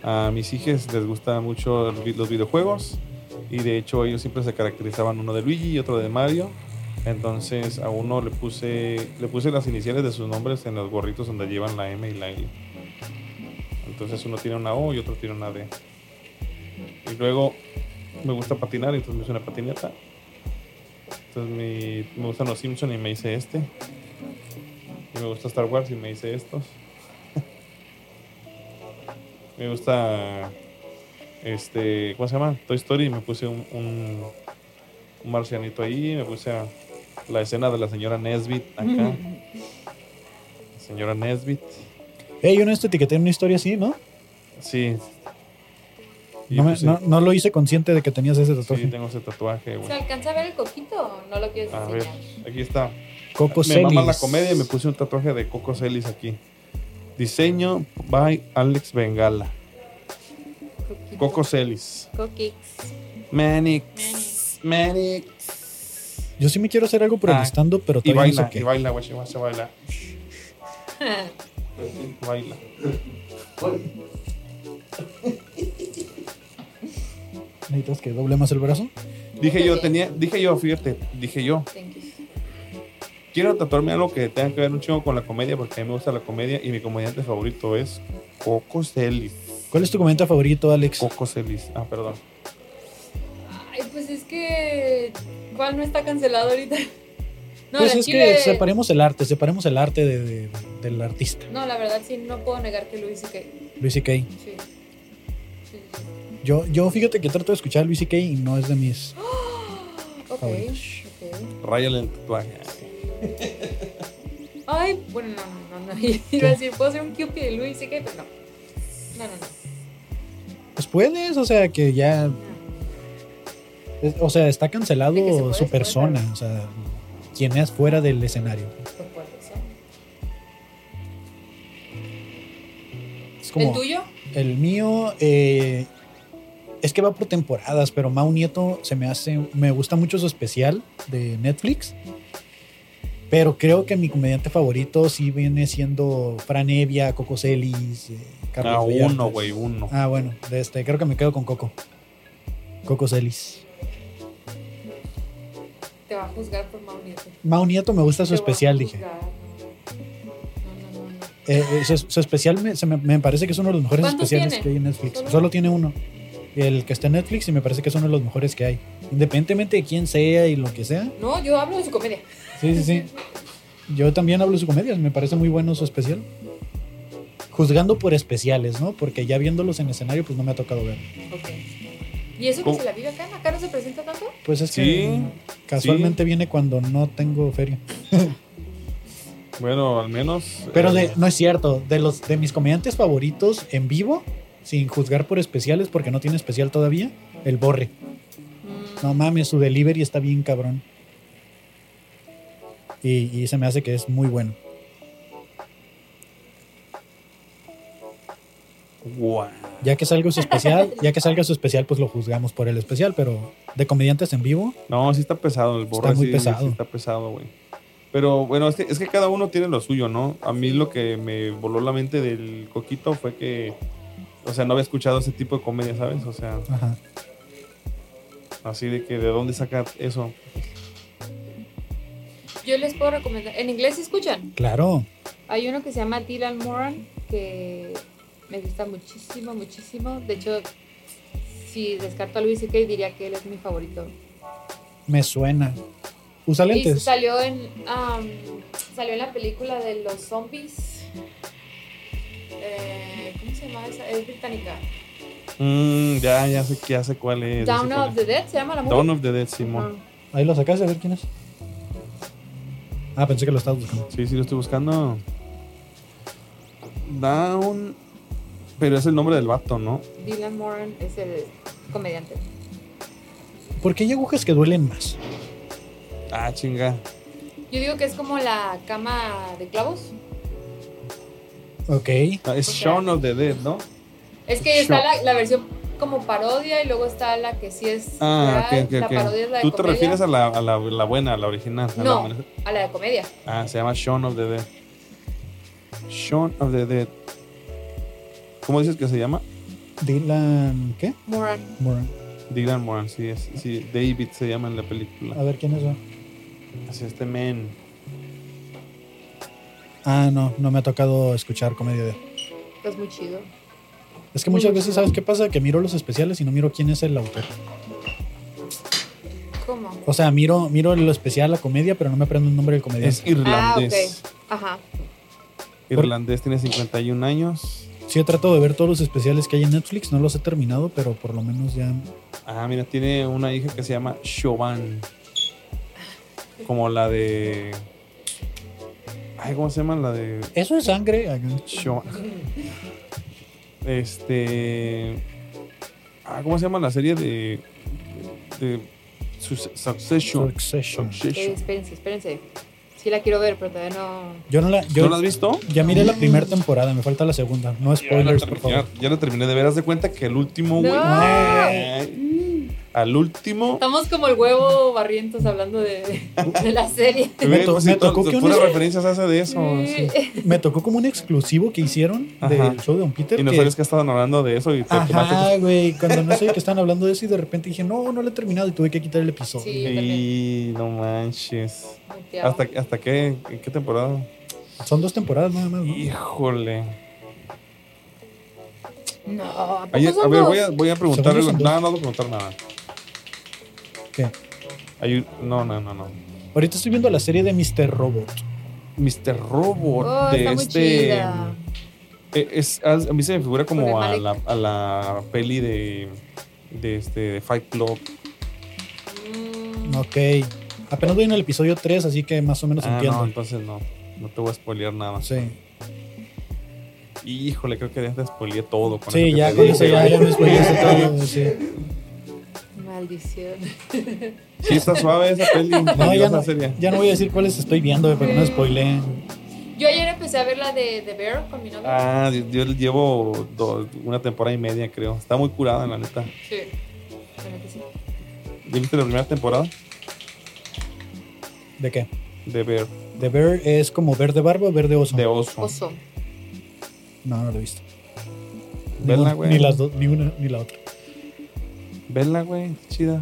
a mis hijas les gustan mucho vi- los videojuegos. Y de hecho ellos siempre se caracterizaban uno de Luigi y otro de Mario. Entonces a uno le puse, le puse las iniciales de sus nombres en los gorritos donde llevan la M y la I. Entonces uno tiene una O y otro tiene una D. Y luego me gusta patinar, entonces me hice una patineta. Entonces mi- me gustan los Simpsons y me hice este. Y me gusta Star Wars y me hice estos. me gusta. Este. ¿Cómo se llama? Toy Story y me puse un, un, un marcianito ahí. Me puse a- la escena de la señora Nesbit acá. La señora Nesbit.
Hey, yo en este etiqueté una historia así, ¿no?
Sí. Y
No, me-
pues sí,
no, no lo hice consciente de que tenías ese
sí,
tatuaje.
tengo ese tatuaje, güey.
¿Se alcanza a ver el coquito o no lo quieres
A ver,
enseñar?
aquí está.
Coco
me mama
Celis.
la comedia y me puse un tatuaje de Coco Celis aquí. Diseño by Alex Bengala.
Coquito.
Coco Celis.
Coquix.
Manix. Manix.
Yo sí me quiero hacer algo por
Ah,
el stand pero
Y
todavía no
baila,
sé qué.
y baila, güey, se baila. Baila.
¿Necesitas que doble más el brazo?
Dije yo, tenía, dije yo, fíjate, dije yo,
Thank you.
quiero tatuarme algo que tenga que ver un chingo con la comedia porque a mí me gusta la comedia y mi comediante favorito es Coco Celis.
¿Cuál es tu comentario favorito, Alex?
Coco Celis. Ah, perdón.
Ay, pues es que. ¿Cuál no está cancelado ahorita? No,
pues
la
es
chile-
que separemos el arte, separemos el arte de- de- de- del artista,
No, la verdad sí, no puedo negar que Luis y que.
Luis C.K.
Sí. Sí, sí, sí.
Yo, yo fíjate que trato de escuchar a Luis C.K. y no es de mis
Ok,
favoritos.
ok.
Ráyale el tatuaje.
Ay, bueno, no, no, no, no. Iba a decir, puedo ser un Cupid de Luis y que, pero no. No, no, no.
Pues puedes, o sea, que ya. es- O sea, está cancelado
De que se puede, se
su
puede,
persona,
claro.
o sea, quien es fuera del escenario.
Por cuatro, ¿sí?
Es
¿El
como
tuyo?
el mío eh, es que va por temporadas, pero Mau Nieto se me hace, me gusta mucho su especial de Netflix. Pero creo que mi comediante favorito sí viene siendo Fran Evia, Coco Celis, eh, Carlos
Ah,
Vallarta.
uno, güey, uno.
Ah, bueno, de este, creo que me quedo con Coco. Coco Celis.
Te va a juzgar por Mau Nieto.
Mau Nieto me gusta su
Te va a
especial, dije.
juzgar, No, no, no, no. no.
Eh, eh, su, su especial me, se me, me parece que es uno de los mejores
¿Cuántos
especiales
tiene?
que hay en Netflix.
¿Solo?
¿Solo? tiene uno. El que está en Netflix y me parece que es uno de los mejores que hay. Independientemente de quién sea y lo que sea.
No, yo hablo de su comedia.
Sí, sí, sí. Yo también hablo de su comedia, me parece muy bueno su especial. Juzgando por especiales, ¿no? Porque ya viéndolos en escenario, pues no me ha tocado ver.
Ok. ¿Y eso que
¿Cómo?
se la vive acá? ¿Acá no se presenta tanto?
Pues es
Sí,
que casualmente viene cuando no tengo feria.
Bueno, al menos.
Pero
eh,
de- no es cierto, de los de mis comediantes favoritos en vivo, sin juzgar por especiales, porque no tiene especial todavía, el Borre.
Mm.
No mames, su delivery está bien cabrón. Y, y se me hace que es muy bueno.
guau.
Ya que salga su especial, ya que salga su especial, pues lo juzgamos por el especial, pero de comediantes en vivo,
No, sí está pesado el borre.
muy
sí,
pesado.
sí está pesado, güey. Pero bueno, es que, es que cada uno tiene lo suyo, ¿no? A mí lo que me voló la mente del Coquito fue que. O sea, no había escuchado ese tipo de comedia, ¿sabes? O sea,
ajá.
así de que de dónde saca eso.
Yo les puedo recomendar. ¿En inglés se escuchan?
Claro.
Hay uno que se llama Dylan Moran, que
Me gusta muchísimo, muchísimo. De hecho, si descarto a Luis C.K. diría que él es mi favorito.
Me suena. Usa
Y
lentes.
salió en, am, salió en la película de los zombies. Eh, ¿Cómo se llama esa? Es británica.
Mm, ya, ya sé, ya sé cuál es. ya sé
Down
cuál
of
es.
the Dead se llama la
Dawn
movie.
of the Dead, Simón.
Ah,
Ahí lo sacaste, a ver quién es. Ah, pensé que lo estabas buscando.
Sí, sí, lo estoy buscando. Down. Pero es el nombre del vato, ¿no?
Dylan Moran es el comediante.
¿Por qué hay agujas que duelen más?
Ah, chinga.
Yo digo que es como la cama de clavos.
Ok.
Ah, Es
Ok.
Shaun of the Dead, ¿no?
Es que está la, la versión como parodia y luego está la que sí es
Ah, ok,
real.
ok,
la
ok.
parodia es la de
Tú te
comedia.
refieres a la, a la, la buena, a la original. a la
No,
buena.
a la de comedia.
Ah, se llama Shaun of the Dead. Shaun of the Dead. ¿Cómo dices que se llama?
Dylan. ¿Qué?
Moran.
Moran.
Dylan Moran, sí, es, sí, David se llama en la película.
A ver quién es. eso?
Es este men.
Ah, no, no me ha tocado escuchar comedia de.
Es muy chido.
Es que muchas veces, ¿sabes qué pasa? Que miro los especiales y no miro quién es el autor.
¿Cómo?
O sea, miro, miro lo especial, la comedia, pero no me aprendo el nombre del
Es
comediante.
irlandés.
Ah, ok. Ajá.
Irlandés tiene 51 años.
Sí, he tratado de ver todos los especiales que hay en Netflix, no los he terminado, pero por lo menos ya.
Ah, mira, tiene una hija que se llama Chauvin. Como la de. Ay, ¿cómo se llama? La de.
Eso es sangre. Hagan-
Chauvin. Este. Ah, ¿cómo se llama la serie de. de. Sus- Succession?
Succession.
Eh,
Succession.
espérense, espérense. Sí la quiero ver, pero todavía no.
Yo no la.
¿No
Yo
la has visto?
ya miré la primera temporada, me falta la segunda. No spoilers, por
Ya,
favor.
ya la terminé de ver. Haz de cuenta que el último, güey.
No.
Ay, Al último.
Estamos como el huevo barrientos hablando de, de la serie.
Me
Ve,
to-
pues,
me
sí, to-
tocó que
puras
unos-
referencias hace de eso. sí.
Me tocó como un exclusivo que hicieron del
Ajá.
show de Don Peter.
Y no
que-
sabes que estaban hablando de eso y te tomaste.
Ajá, güey. Cuando no sé que están hablando de eso y de repente dije, no, no lo he terminado y tuve que quitar el episodio.
Sí. yo también.
Y no manches.
Muteaba.
¿Hasta, hasta qué? ¿En qué temporada?
Son dos temporadas nada más, ¿no?
Híjole.
No, ¿a poco
Ayer- a
son
ver,
dos?
voy a, voy a preguntar
Según yo
algo.
son dos.
No, no voy a preguntar nada.
¿Qué?
Hay un- no, no, no, no.
Ahorita estoy viendo la serie de Mr. Robot.
Mr. Robot
Oh,
de
está muy
este.
chida.
eh, Es, a a mí se me figura como
Con el
a
Malek.
la, a la peli de, de este de Fight Club.
Mm,
Ok. Apenas voy en el episodio 3, así que más o menos
Ah,
entiendo.
no, entonces no. No te voy a spoilear nada.
Sí.
Híjole, creo que ya te spoileé todo. Con eso
Sí,
que
ya
te
con
dije.
eso ya, ya me spoileaste todo. sí.
Maldición.
Sí, está suave esa peli.
No, ya no,
serie.
ya no voy a decir cuáles estoy viendo, eh, porque no spoilé.
Yo ayer empecé a ver la de The Bear con mi novio.
Ah, yo- yo llevo do- una temporada y media, creo. Está muy curada, la neta.
Sí. Bueno, que sí.
¿Ya viste la primera temporada?
¿De qué?
De Bear,
The Bear es como verde barba o verde oso.
de oso.
Oso.
No, no lo he visto.
Vela,
Ninguna-
güey.
ni las dos, ni una ni la otra.
Vela, güey, qué chida.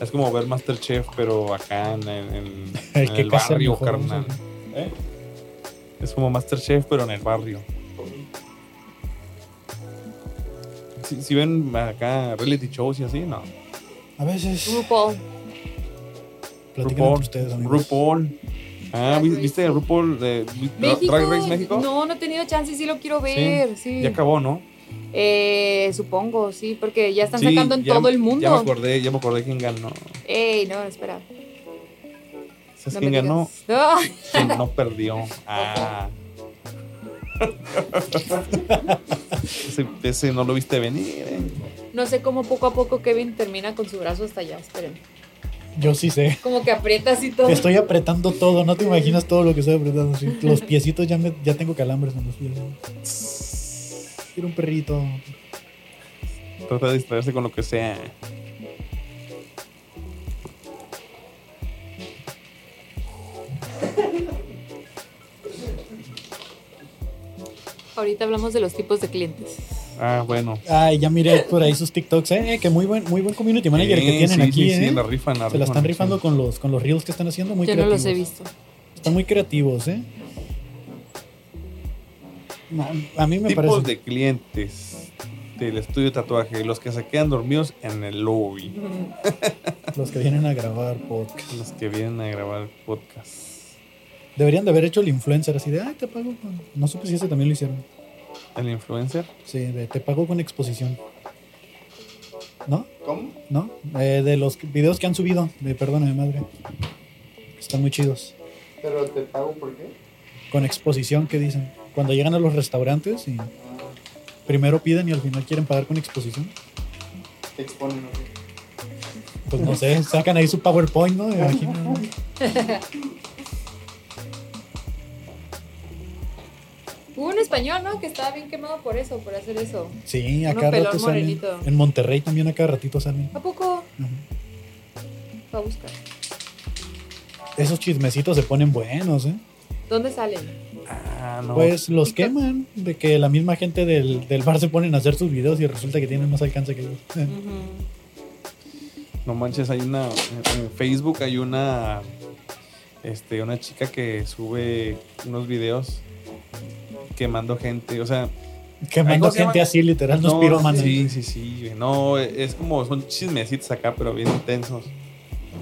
Es como ver Masterchef, pero acá en, en- en-
El
en
que
el
caza el
barrio,
mejor oso,
carnal. ¿Eh? Es como Masterchef, pero en el barrio. Si, si ven acá reality shows y así, no.
A veces
Grupo.
platican
RuPaul.
entre ustedes, amigos.
RuPaul. Ah,
Drag
¿vi-
Race.
¿viste RuPaul de
México.
Drag Race México?
No, no he tenido chance, sí lo quiero ver. Sí.
Ya acabó, ¿no?
Eh, supongo, sí, porque ya están
Sí,
sacando en
ya-
todo el
Ya me
mundo.
acordé, ya me acordé quién ganó.
Ey, no, espera.
¿Sabes
no
quién
me
ganó?
digas. No.
Quien no perdió. Ah. ese, ese no lo viste venir, eh.
No sé cómo poco a poco Kevin termina con su brazo hasta allá, esperen.
Yo sí sé.
Como que aprieta así todo.
Estoy apretando todo, no te imaginas todo lo que estoy apretando. sí. Los piecitos ya, me, ya tengo calambres en los pies. Quiero un perrito.
Trata de distraerse con lo que sea.
Ahorita hablamos de los tipos de clientes.
Ah, bueno.
Ay, ya miré por ahí sus TikToks, eh, que muy buen, muy buen community manager que
Eh,
tienen
sí,
aquí,
sí, sí,
eh.
la rifan, la
Se la están
rifan,
rifando
sí.
con los, con los reels que están haciendo, muy
Yo no
creativos.
los he visto.
Están muy creativos, eh. A mí me
Tipos
parece.
de clientes del estudio de tatuaje, los que se quedan dormidos en el lobby,
Los que vienen a grabar podcast.
los que vienen a grabar podcast.
Deberían de haber hecho el influencer así de, ay, te pago con. No supe si ese también lo hicieron.
El influencer,
Sí, de, te pago con exposición. ¿No?
¿Cómo?
¿No? Eh, de los videos que han subido, de Perdóname Madre. Están muy chidos.
Pero te pago por qué.
Con exposición, que dicen? Cuando llegan a los restaurantes y primero piden y al final quieren pagar con exposición.
Te exponen. ¿no?
Pues no sé, sacan ahí su PowerPoint, ¿no? Me imagino.
Hubo un español, ¿no? Que estaba bien quemado por eso, por hacer eso.
Sí,
Uno
acá
pelón
rato salen.
morenito.
En Monterrey también acá ratito salen.
¿A poco?
Ajá.
Va a buscar.
Esos chismecitos se ponen buenos, ¿eh?
¿Dónde salen?
ah, no.
Pues los queman, de que la misma gente del, del bar se ponen a hacer sus videos y resulta que tienen más alcance que ellos.
No manches, hay una. En Facebook hay una. Este, una chica que sube unos videos quemando gente. O sea,
Quemando
Algo que
gente
llaman-
así, literal, nos piromanos.
Sí, sí, sí. güey. No, es como. Son chismecitos acá, pero bien intensos.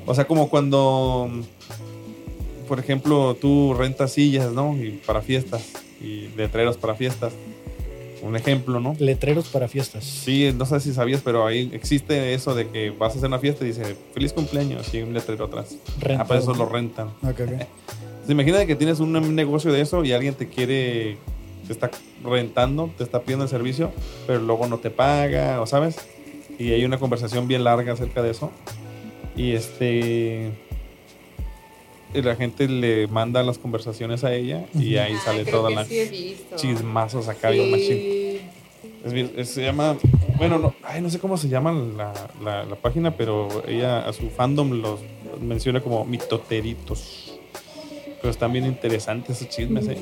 O sea, como cuando. mm, Por ejemplo, tú rentas sillas, ¿no? Y para fiestas. Y letreros para fiestas. Un ejemplo, ¿no?
Letreros para fiestas.
Sí, no sé si sabías, pero ahí existe eso de que vas a hacer una fiesta y dice feliz cumpleaños y un letrero atrás. Ah,
Rentado.
para eso lo rentan.
Ok, ok.
Entonces, imagínate que tienes un negocio de eso y alguien te quiere, te está rentando, te está pidiendo el servicio, pero luego no te paga, ¿o sabes? Y hay una conversación bien larga acerca de eso. Y este. y la gente le manda las conversaciones a ella y ahí
Ah,
sale
creo
toda
que
la
sí he visto.
chismazos acá bien machín.
Sí.
Es bien- es- se llama. Bueno, no, ay, no sé cómo se llama la, la- la página, pero ella a su fandom los menciona como mitoteritos. Pero están bien interesantes esos chismes, ¿eh?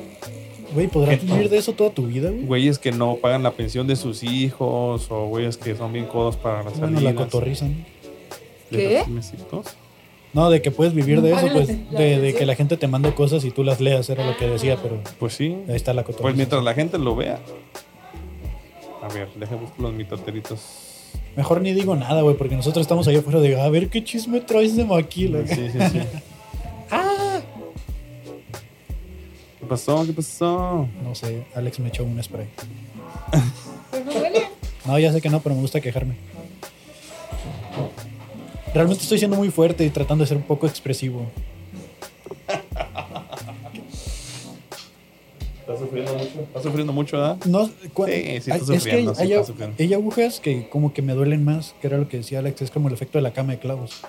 Güey, ¿podrás
¿Qué?
vivir de eso toda tu vida, güey?
Güeyes que no pagan la pensión de sus hijos o güeyes que son bien codos para las
Bueno, la
salidas.
cotorrizan.
de
¿Qué?
los chismecitos.
No, de que puedes vivir de eso,
Vale,
pues,
la
de, de
pensión.
que la gente te mande cosas y tú las leas, era lo que decía, pero
Pues sí.
ahí está la cotorriza.
Pues mientras la gente lo vea. A ver, déjame buscar los mitoteritos.
Mejor ni digo nada, güey, porque nosotros estamos ahí afuera de, a ver qué chisme traes de Maquila.
Sí, sí, sí.
Ah.
¿Qué pasó? ¿Qué pasó?
No sé, Alex me echó un spray.
Pues no huele.
No, ya sé que no, pero me gusta quejarme. Realmente estoy siendo muy fuerte y tratando de ser un poco expresivo.
¿Estás sufriendo mucho? ¿Estás sufriendo mucho, ¿verdad?
No, cua-
Sí, sí,
hay-
está
es que hay,
sufriendo, sí,
hay
está
agu-
sufriendo.
hay agujas que como que me duelen más, que era lo que decía Alex, es como el efecto de la cama de clavos.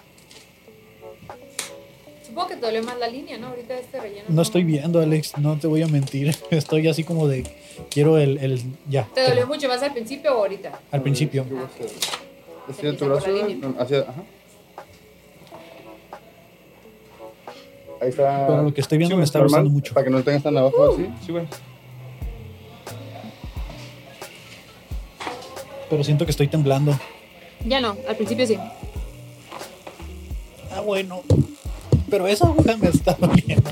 Supongo que te duele más la línea, ¿no? Ahorita este relleno.
No estoy viendo, Alex, no te voy a mentir. Estoy así como de, quiero el, el ya.
¿Te dolió mucho más al principio o ahorita?
Al principio.
Yo voy a hacer- Hacia
empieza
tu
por
brazo.
la línea.
no, hacia- ajá. Ahí está.
Pero lo que estoy viendo
Sí,
me está
normal,
gustando mucho.
Para que no tengas tan abajo así.
Sí, güey.
Pero siento que estoy temblando.
Ya no, al principio sí.
Ah, bueno. Pero esa aguja me está doliendo.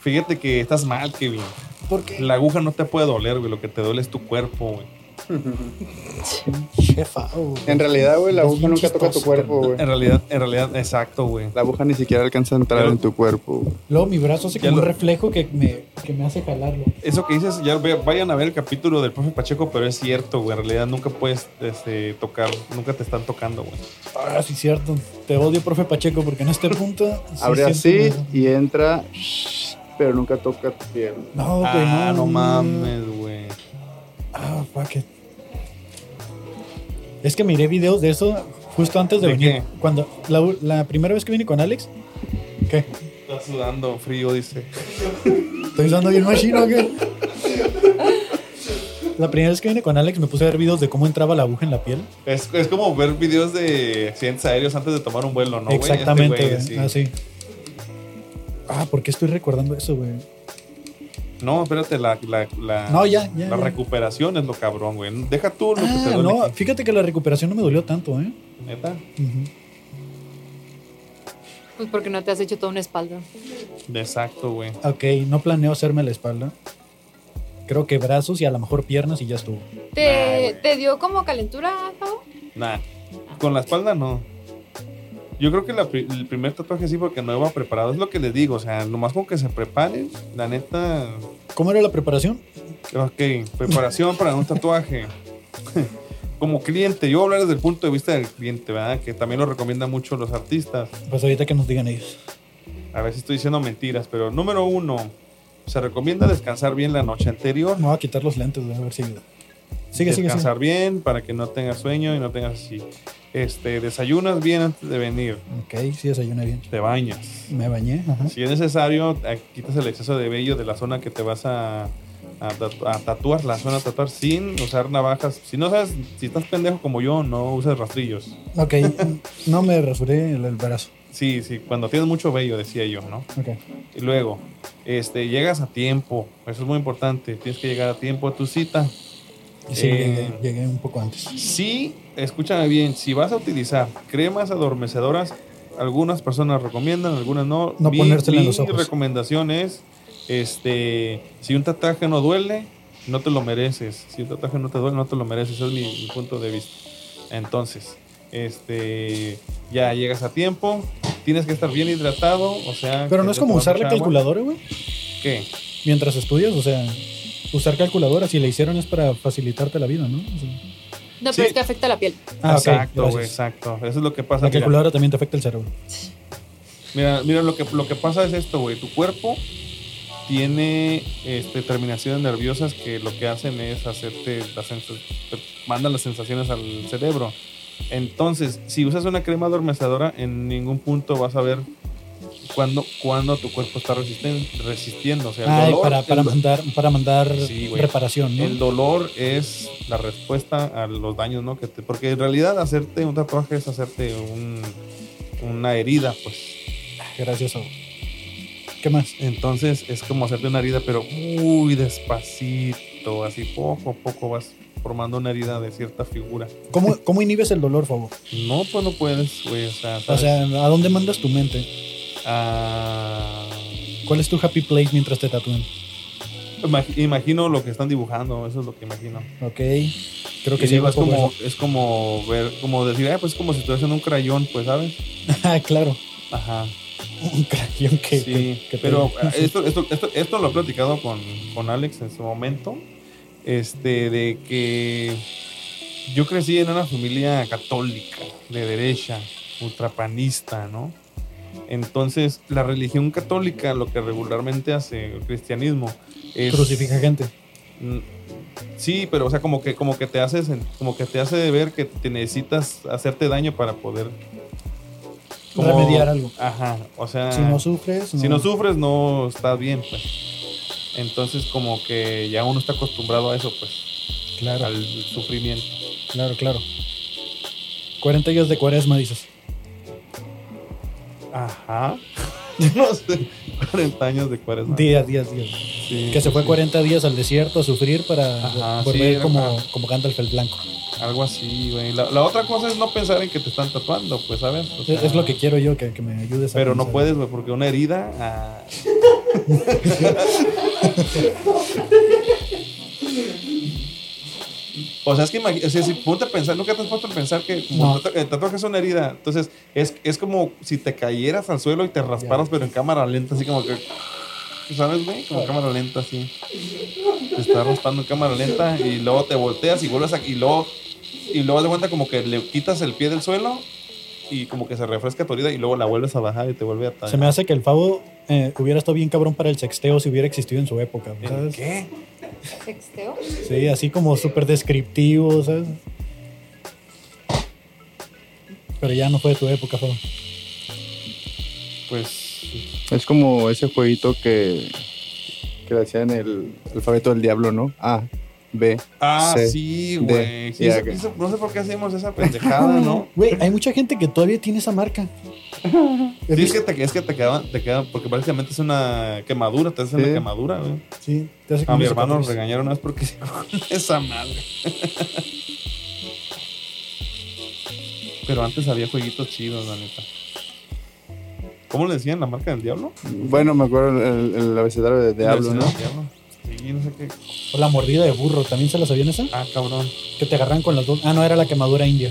Fíjate que estás mal, Kevin.
Porque,
La aguja no te puede doler, güey. Lo que te duele es tu cuerpo, güey.
Uh-huh.
jefa. oh,
En realidad, güey, la
Es
aguja
bien
nunca toca tu
chistoso,
cuerpo, güey.
En realidad, en realidad, exacto, güey.
La aguja ni siquiera alcanza a entrar
Pero-
en tu cuerpo. güey.
Luego mi brazo hace
Ya
como un
lo-
reflejo que me, que me hace jalarlo.
Eso que dices, ya ve- vayan a ver el capítulo del profe Pacheco, pero es cierto, güey. En realidad nunca puedes este, tocar, nunca te están tocando, güey.
Ah, sí, cierto. Te odio, profe Pacheco, porque en este punto. sí
Abre así
siento que-
y entra, shh, pero nunca toca tu pierna.
No, güey,
ah, no
no
mames, güey.
Ah, fuck it. Es que miré videos de eso justo antes de,
¿De
venir.
qué?
Cuando la, u- la primera vez que vine con Alex, ¿qué?
Está sudando frío, dice.
¿Estoy usando bien machino o qué? La primera vez que vine con Alex me puse a ver videos de cómo entraba la aguja en la piel.
Es, es como ver videos de accidentes aéreos antes de tomar un vuelo, ¿no, güey? Este
Exactamente,
güey,
güey,
sí.
así. Ah, ¿por qué estoy recordando eso, güey?
No, espérate, la, la, la,
No, ya, ya,
la
ya.
recuperación es lo cabrón, güey. Deja tú lo que te
Ah,
duele.
no,
aquí,
fíjate que la recuperación no me dolió tanto, ¿eh?
Neta.
Ujú.
Pues porque no te has hecho toda una espalda.
Exacto, güey.
Ok, no planeo hacerme la espalda. creo que brazos y a lo mejor piernas y ya estuvo.
Ay,
¿Te,
güey.
te dio como calentura, Pau?
Nah, con la espalda no. Yo creo que la pri- el primer tatuaje sí, porque no iba preparado. Es lo que les digo, o sea, nomás con que se preparen, la neta.
¿Cómo era la preparación?
Ok, preparación para un tatuaje. Como cliente, yo voy a hablar desde el punto de vista del cliente, ¿verdad? Que también lo recomiendan mucho los artistas.
Pues ahorita que nos digan ellos.
A ver si estoy diciendo mentiras, pero número uno, se recomienda descansar bien la noche anterior.
Me voy a quitar los lentes, güey, a ver si ayuda. Sigue, sigue, sigue.
descansar bien para que no tengas sueño y no tengas así. Este, desayunas bien antes de venir,
Ok, sí desayuné bien.
te bañas.
Me bañé, ajá.
Si es necesario, eh, quitas el exceso de vello de la zona que te vas a, a tatu- a tatuar, la zona a tatuar, sin usar navajas. Si no sabes, si estás pendejo como yo, no uses rastrillos.
Ok, no me rasuré el, el brazo.
Sí, sí, cuando tienes mucho vello, decía yo, ¿no?
Ok.
Y luego, este, llegas a tiempo. Eso es muy importante. Tienes que llegar a tiempo a tu cita.
Y sí,
Eh.
llegué, llegué un poco antes.
Sí, escúchame bien, si vas a utilizar cremas adormecedoras, algunas personas recomiendan, algunas no.
No ponérsela en los ojos.
Mi recomendación es, este, si un tatuaje no duele, no te lo mereces. Si un tatuaje no te duele, no te lo mereces. Ese es mi, mi punto de vista. Entonces, este, ya llegas a tiempo, tienes que estar bien hidratado, o sea...
Pero
que
no es
te
como
tomes
usar la
mucha agua.
calculadora, güey,
¿Qué?
mientras estudias, o sea, usar calculadora, si la hicieron es para facilitarte la vida, ¿no? O sea-
No,
Sí.
pero es que afecta la piel.
Ah, ok,
Ah, exacto, güey,
gracias.
exacto. Eso es lo que pasa.
La
mira.
calculadora también te afecta el cerebro.
Mira, mira lo, que, lo que pasa es esto, güey. Tu cuerpo tiene este, terminaciones nerviosas que lo que hacen es hacerte, las sensa- te mandan las sensaciones al cerebro. Entonces, si usas una crema adormecedora, en ningún punto vas a ver cuándo, cuándo tu cuerpo está resisten- resistiendo. O sea, el
Ay,
dolor-
para, para
el do-
mandar, para mandar
Sí, güey.
reparación, ¿no?
el dolor es la respuesta a los daños, ¿no? Que te, porque en realidad hacerte un tatuaje es hacerte un- una herida, pues.
Gracias a ¿Qué más?
Entonces es como hacerte una herida, pero muy despacito, así poco a poco vas formando una herida de cierta figura.
¿Cómo, cómo inhibes el dolor, Fabo?
No, pues no puedes, güey. O sea,
O
¿sabes?
sea, ¿a dónde mandas tu mente?
Ah,
¿Cuál es tu happy place mientras te tatúan?
imag- imagino lo que están dibujando, eso es lo que imagino.
Ok. Creo que
Y
sí.
digo, es,
Papo,
como, es como ver, como decir, "Ay, pues es como si estuvieras en un crayón, pues, ¿sabes?
eso. Ah, claro.
Ajá.
Un crayón que.
sí,
que- que te-
pero ah, esto, esto, esto, esto lo he platicado con, con Alex en su momento, este, de que yo crecí en una familia católica, de derecha, ultrapanista, ¿no? Entonces, la religión católica, lo que regularmente hace el cristianismo, es...
Crucifica gente.
Mm, Sí, pero o sea, como que, como que te haces, como que te hace ver que te necesitas hacerte daño para poder como-
Remediar algo.
Ajá, o sea,
Ah. Si no sufres.
si no sufres, no estás bien, pues. Entonces, como que ya uno está acostumbrado a eso, pues,
Claro,
al sufrimiento.
claro, claro. 40 días de cuaresma, dices.
Ajá. no sé, 40 años de cuaresma.
Días, días, días.
Sí,
Que se fue
sí,
40 días al desierto a sufrir para
Ajá,
volver
sí,
como,
ajá.
como Gandalf el Blanco.
Algo así, güey. La, la otra cosa es no pensar en que te están tatuando, pues, ¿sabes? O sea,
Es, es lo que quiero yo, que, que me ayudes a
Pero no
pensar.
puedes, güey, porque una herida... ah, O sea, es que imagi- o sea, si ponte a pensar, nunca te has puesto a pensar que como
No.
tatu- el tatuaje es una herida. Entonces, es, es como si te cayeras al suelo y te rasparas, pero en cámara lenta, así como que. ¿Sabes, güey? Como cámara lenta, así. Te estás raspando en cámara lenta y luego te volteas y vuelves a. Y luego, y luego haz de cuenta como que le quitas el pie del suelo y como que se refresca tu herida y luego la vuelves a bajar y te vuelve a atar.
Se me hace que el Favo eh, hubiera estado bien cabrón para el sexteo si hubiera existido en su época, ¿sabes?
¿Qué?
Sexteo.
Sí, así como súper descriptivo, ¿sabes? Pero ya no fue de tu época, Favo.
Pues.
Es como ese jueguito que, que le hacían el alfabeto del diablo, ¿no? A, B.
Ah,
Sí.
sí,
De-
güey. Sí,
ya
eso-
que-
eso- no sé por qué hacemos esa pendejada, ¿no?
Güey, hay mucha gente que todavía tiene esa marca.
Sí, es que te, es que te quedaban, te quedaban, porque prácticamente es una quemadura, te hacen
Sí.
una quemadura, güey.
Sí, te hace
A
como
Ah, mi
una
hermano lo
cicatriz.
regañaron una vez porque se con esa madre. Pero antes había jueguitos chidos, la neta. ¿Cómo le decían la marca del diablo?
Bueno, me acuerdo el, el abecedario del diablo, ¿no?
Del diablo. Sí, sí, no sé qué.
O la mordida de burro, ¿también se la sabían esa?
Ah, cabrón.
Que te agarran con las dos. Ah, no, era la quemadura india.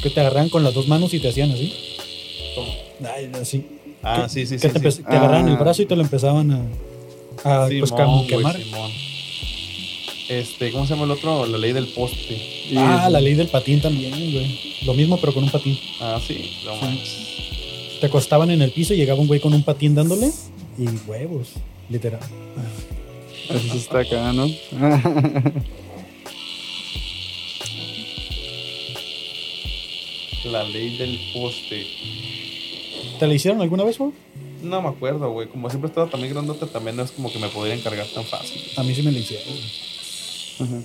Que te agarran con las dos manos y te hacían así. Ay, así.
Ah,
¿Qué-
sí, sí,
que
sí.
te,
sí.
empe- te agarraban el
Ah.
brazo y te lo empezaban a, a pues,
Simón,
cam-
güey,
quemar.
Simón. Este, ¿cómo se llama el otro? La ley del poste.
Y-
ah, la ley del patín también, güey. Lo mismo, pero con un patín.
Ah, sí, no
Sí.
manches.
Te acostaban en el piso y llegaba un güey con un patín dándole y huevos, literal.
Eso sí está acá, ¿no?
La ley del poste.
¿Te la hicieron alguna vez, güey?
No me acuerdo, güey. Como siempre estaba también grandota, también no es como que me podría encargar tan fácil.
A mí sí me la hicieron. güey.
Ajá.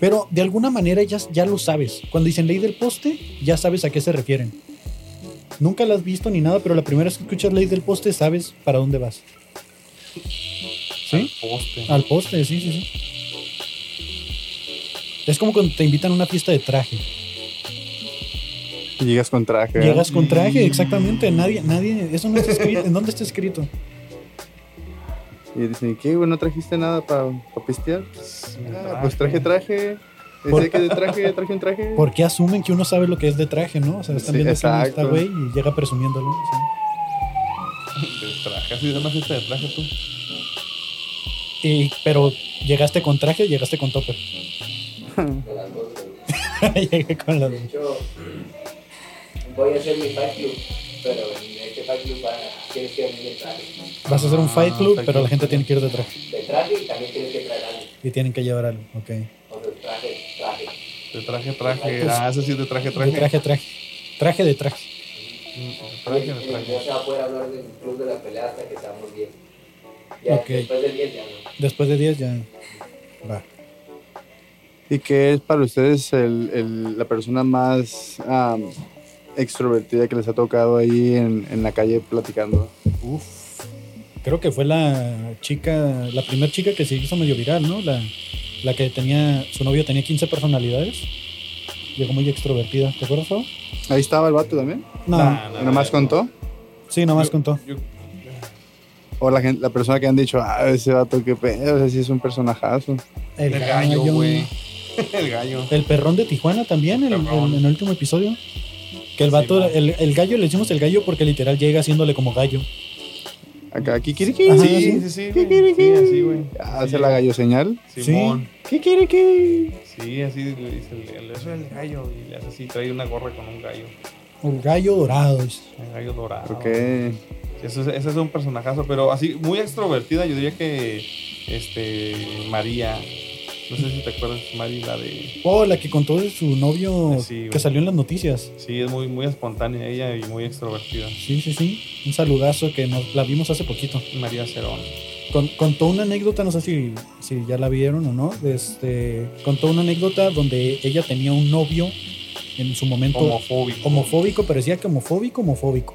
Pero de alguna manera ya, ya lo sabes. Cuando dicen ley del poste, ya sabes a qué se refieren. Nunca la has visto ni nada, pero la primera vez que escuchas ley del poste, sabes para dónde vas. ¿Sí?
Al poste.
Al poste, sí, sí, sí. Es como cuando te invitan a una fiesta de traje.
Y llegas con traje. ¿eh? ¿verdad?
Llegas con traje, exactamente. Nadie, nadie, eso no está escrito. ¿En dónde está escrito?
Y dicen, ¿qué, güey? ¿No trajiste nada para pistear? Ah, pues traje, traje.
Por-
Dice que de traje, traje un traje.
Porque asumen que uno sabe lo que es de traje, ¿no? O sea, están
Sí,
viendo que uno está
exacto.
güey y llega presumiéndolo. sí.
De traje. Así de una fiesta este de traje tú.
Y, pero llegaste con traje o llegaste con topper. Llegué con la
De hecho, voy a hacer mi fight club, pero en este fight club van a- tienes que venir de traje.
Vas a hacer un
Ah,
fight club,
fight
pero la
club.
gente tiene que ir de traje.
De traje y también tienes que traer algo.
Y tienen que llevar algo, ok.
O sea, traje, traje.
De traje, traje. Ah, ese sí, de traje,
De
traje.
traje a traje. Traje de traje.
De
Y
traje,
en
de
el video
traje.
se va a poder hablar del club de la pelea hasta que estamos bien. Ya,
Ok. Ah,
después del 10 ya no.
Después de 10 ya. Va.
¿Y qué es para ustedes el- el- la persona más am, extrovertida que les ha tocado ahí en, en la calle platicando?
Uf. Creo que fue la chica, la primera chica que se hizo medio viral, ¿no? La, la que tenía, su novio tenía 15 personalidades. Llegó muy extrovertida, ¿te acuerdas, Fabo?
Ahí estaba el vato también.
No.
Nah, nah,
nomás
nah,
contó.
Sí, nomás
Yo-
contó.
yo-
O la, gente, la persona que han dicho, ah, ese vato qué pedo, ese sí es un personajazo.
El,
El gallo,
gallo.
güey. El gallo.
El perrón de Tijuana también, el,
Perrón.
el- en el último episodio. Que el vato,
Sí, man.
el, el gallo, le decimos el gallo porque literal llega haciéndole como gallo.
Acá, Kikiriki.
Ajá,
Sí, sí, sí, güey. Sí, así, güey.
Ah, Hace
Sí.
la gallo señal.
Simón.
Kikiriki.
Sí, así le dice el, el- eso es el gallo. Y le hace así, trae una gorra con un gallo.
El gallo dorado. dice.
Un gallo dorado.
Ok.
Eso es, ese es un personajazo, pero así, muy extrovertida, yo diría que este María. No sé si te acuerdas, Mari, la de.
Oh, la que contó de su novio
Sí, güey.
que salió en las noticias.
Sí, es muy, muy espontánea ella y muy extrovertida.
Sí, sí, sí. Un saludazo que nos, la vimos hace poquito.
María Cerón.
Con- contó una anécdota, no sé si, si ya la vieron o no. Este, contó una anécdota donde ella tenía un novio en su momento
Homofóbico.
homofóbico, pero decía que homofóbico, homofóbico.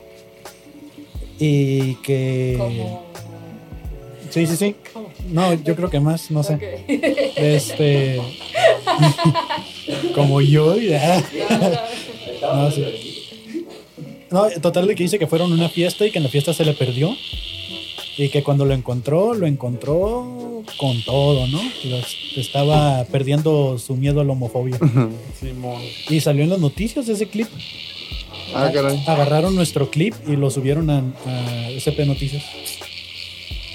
Y que.
Como.
Sí, sí, sí.
como-
No, yo creo que más, no sé.
Ok.
Este. como yo. y- No, sí. No, total de que dice que fueron a una fiesta y que en la fiesta se le perdió. Y que cuando lo encontró, lo encontró con todo, ¿no? Los- Estaba perdiendo su miedo a la homofobia.
Simón.
Y salió en las noticias ese clip.
Ah, caray.
Agarraron nuestro clip y lo subieron a, a SP Noticias.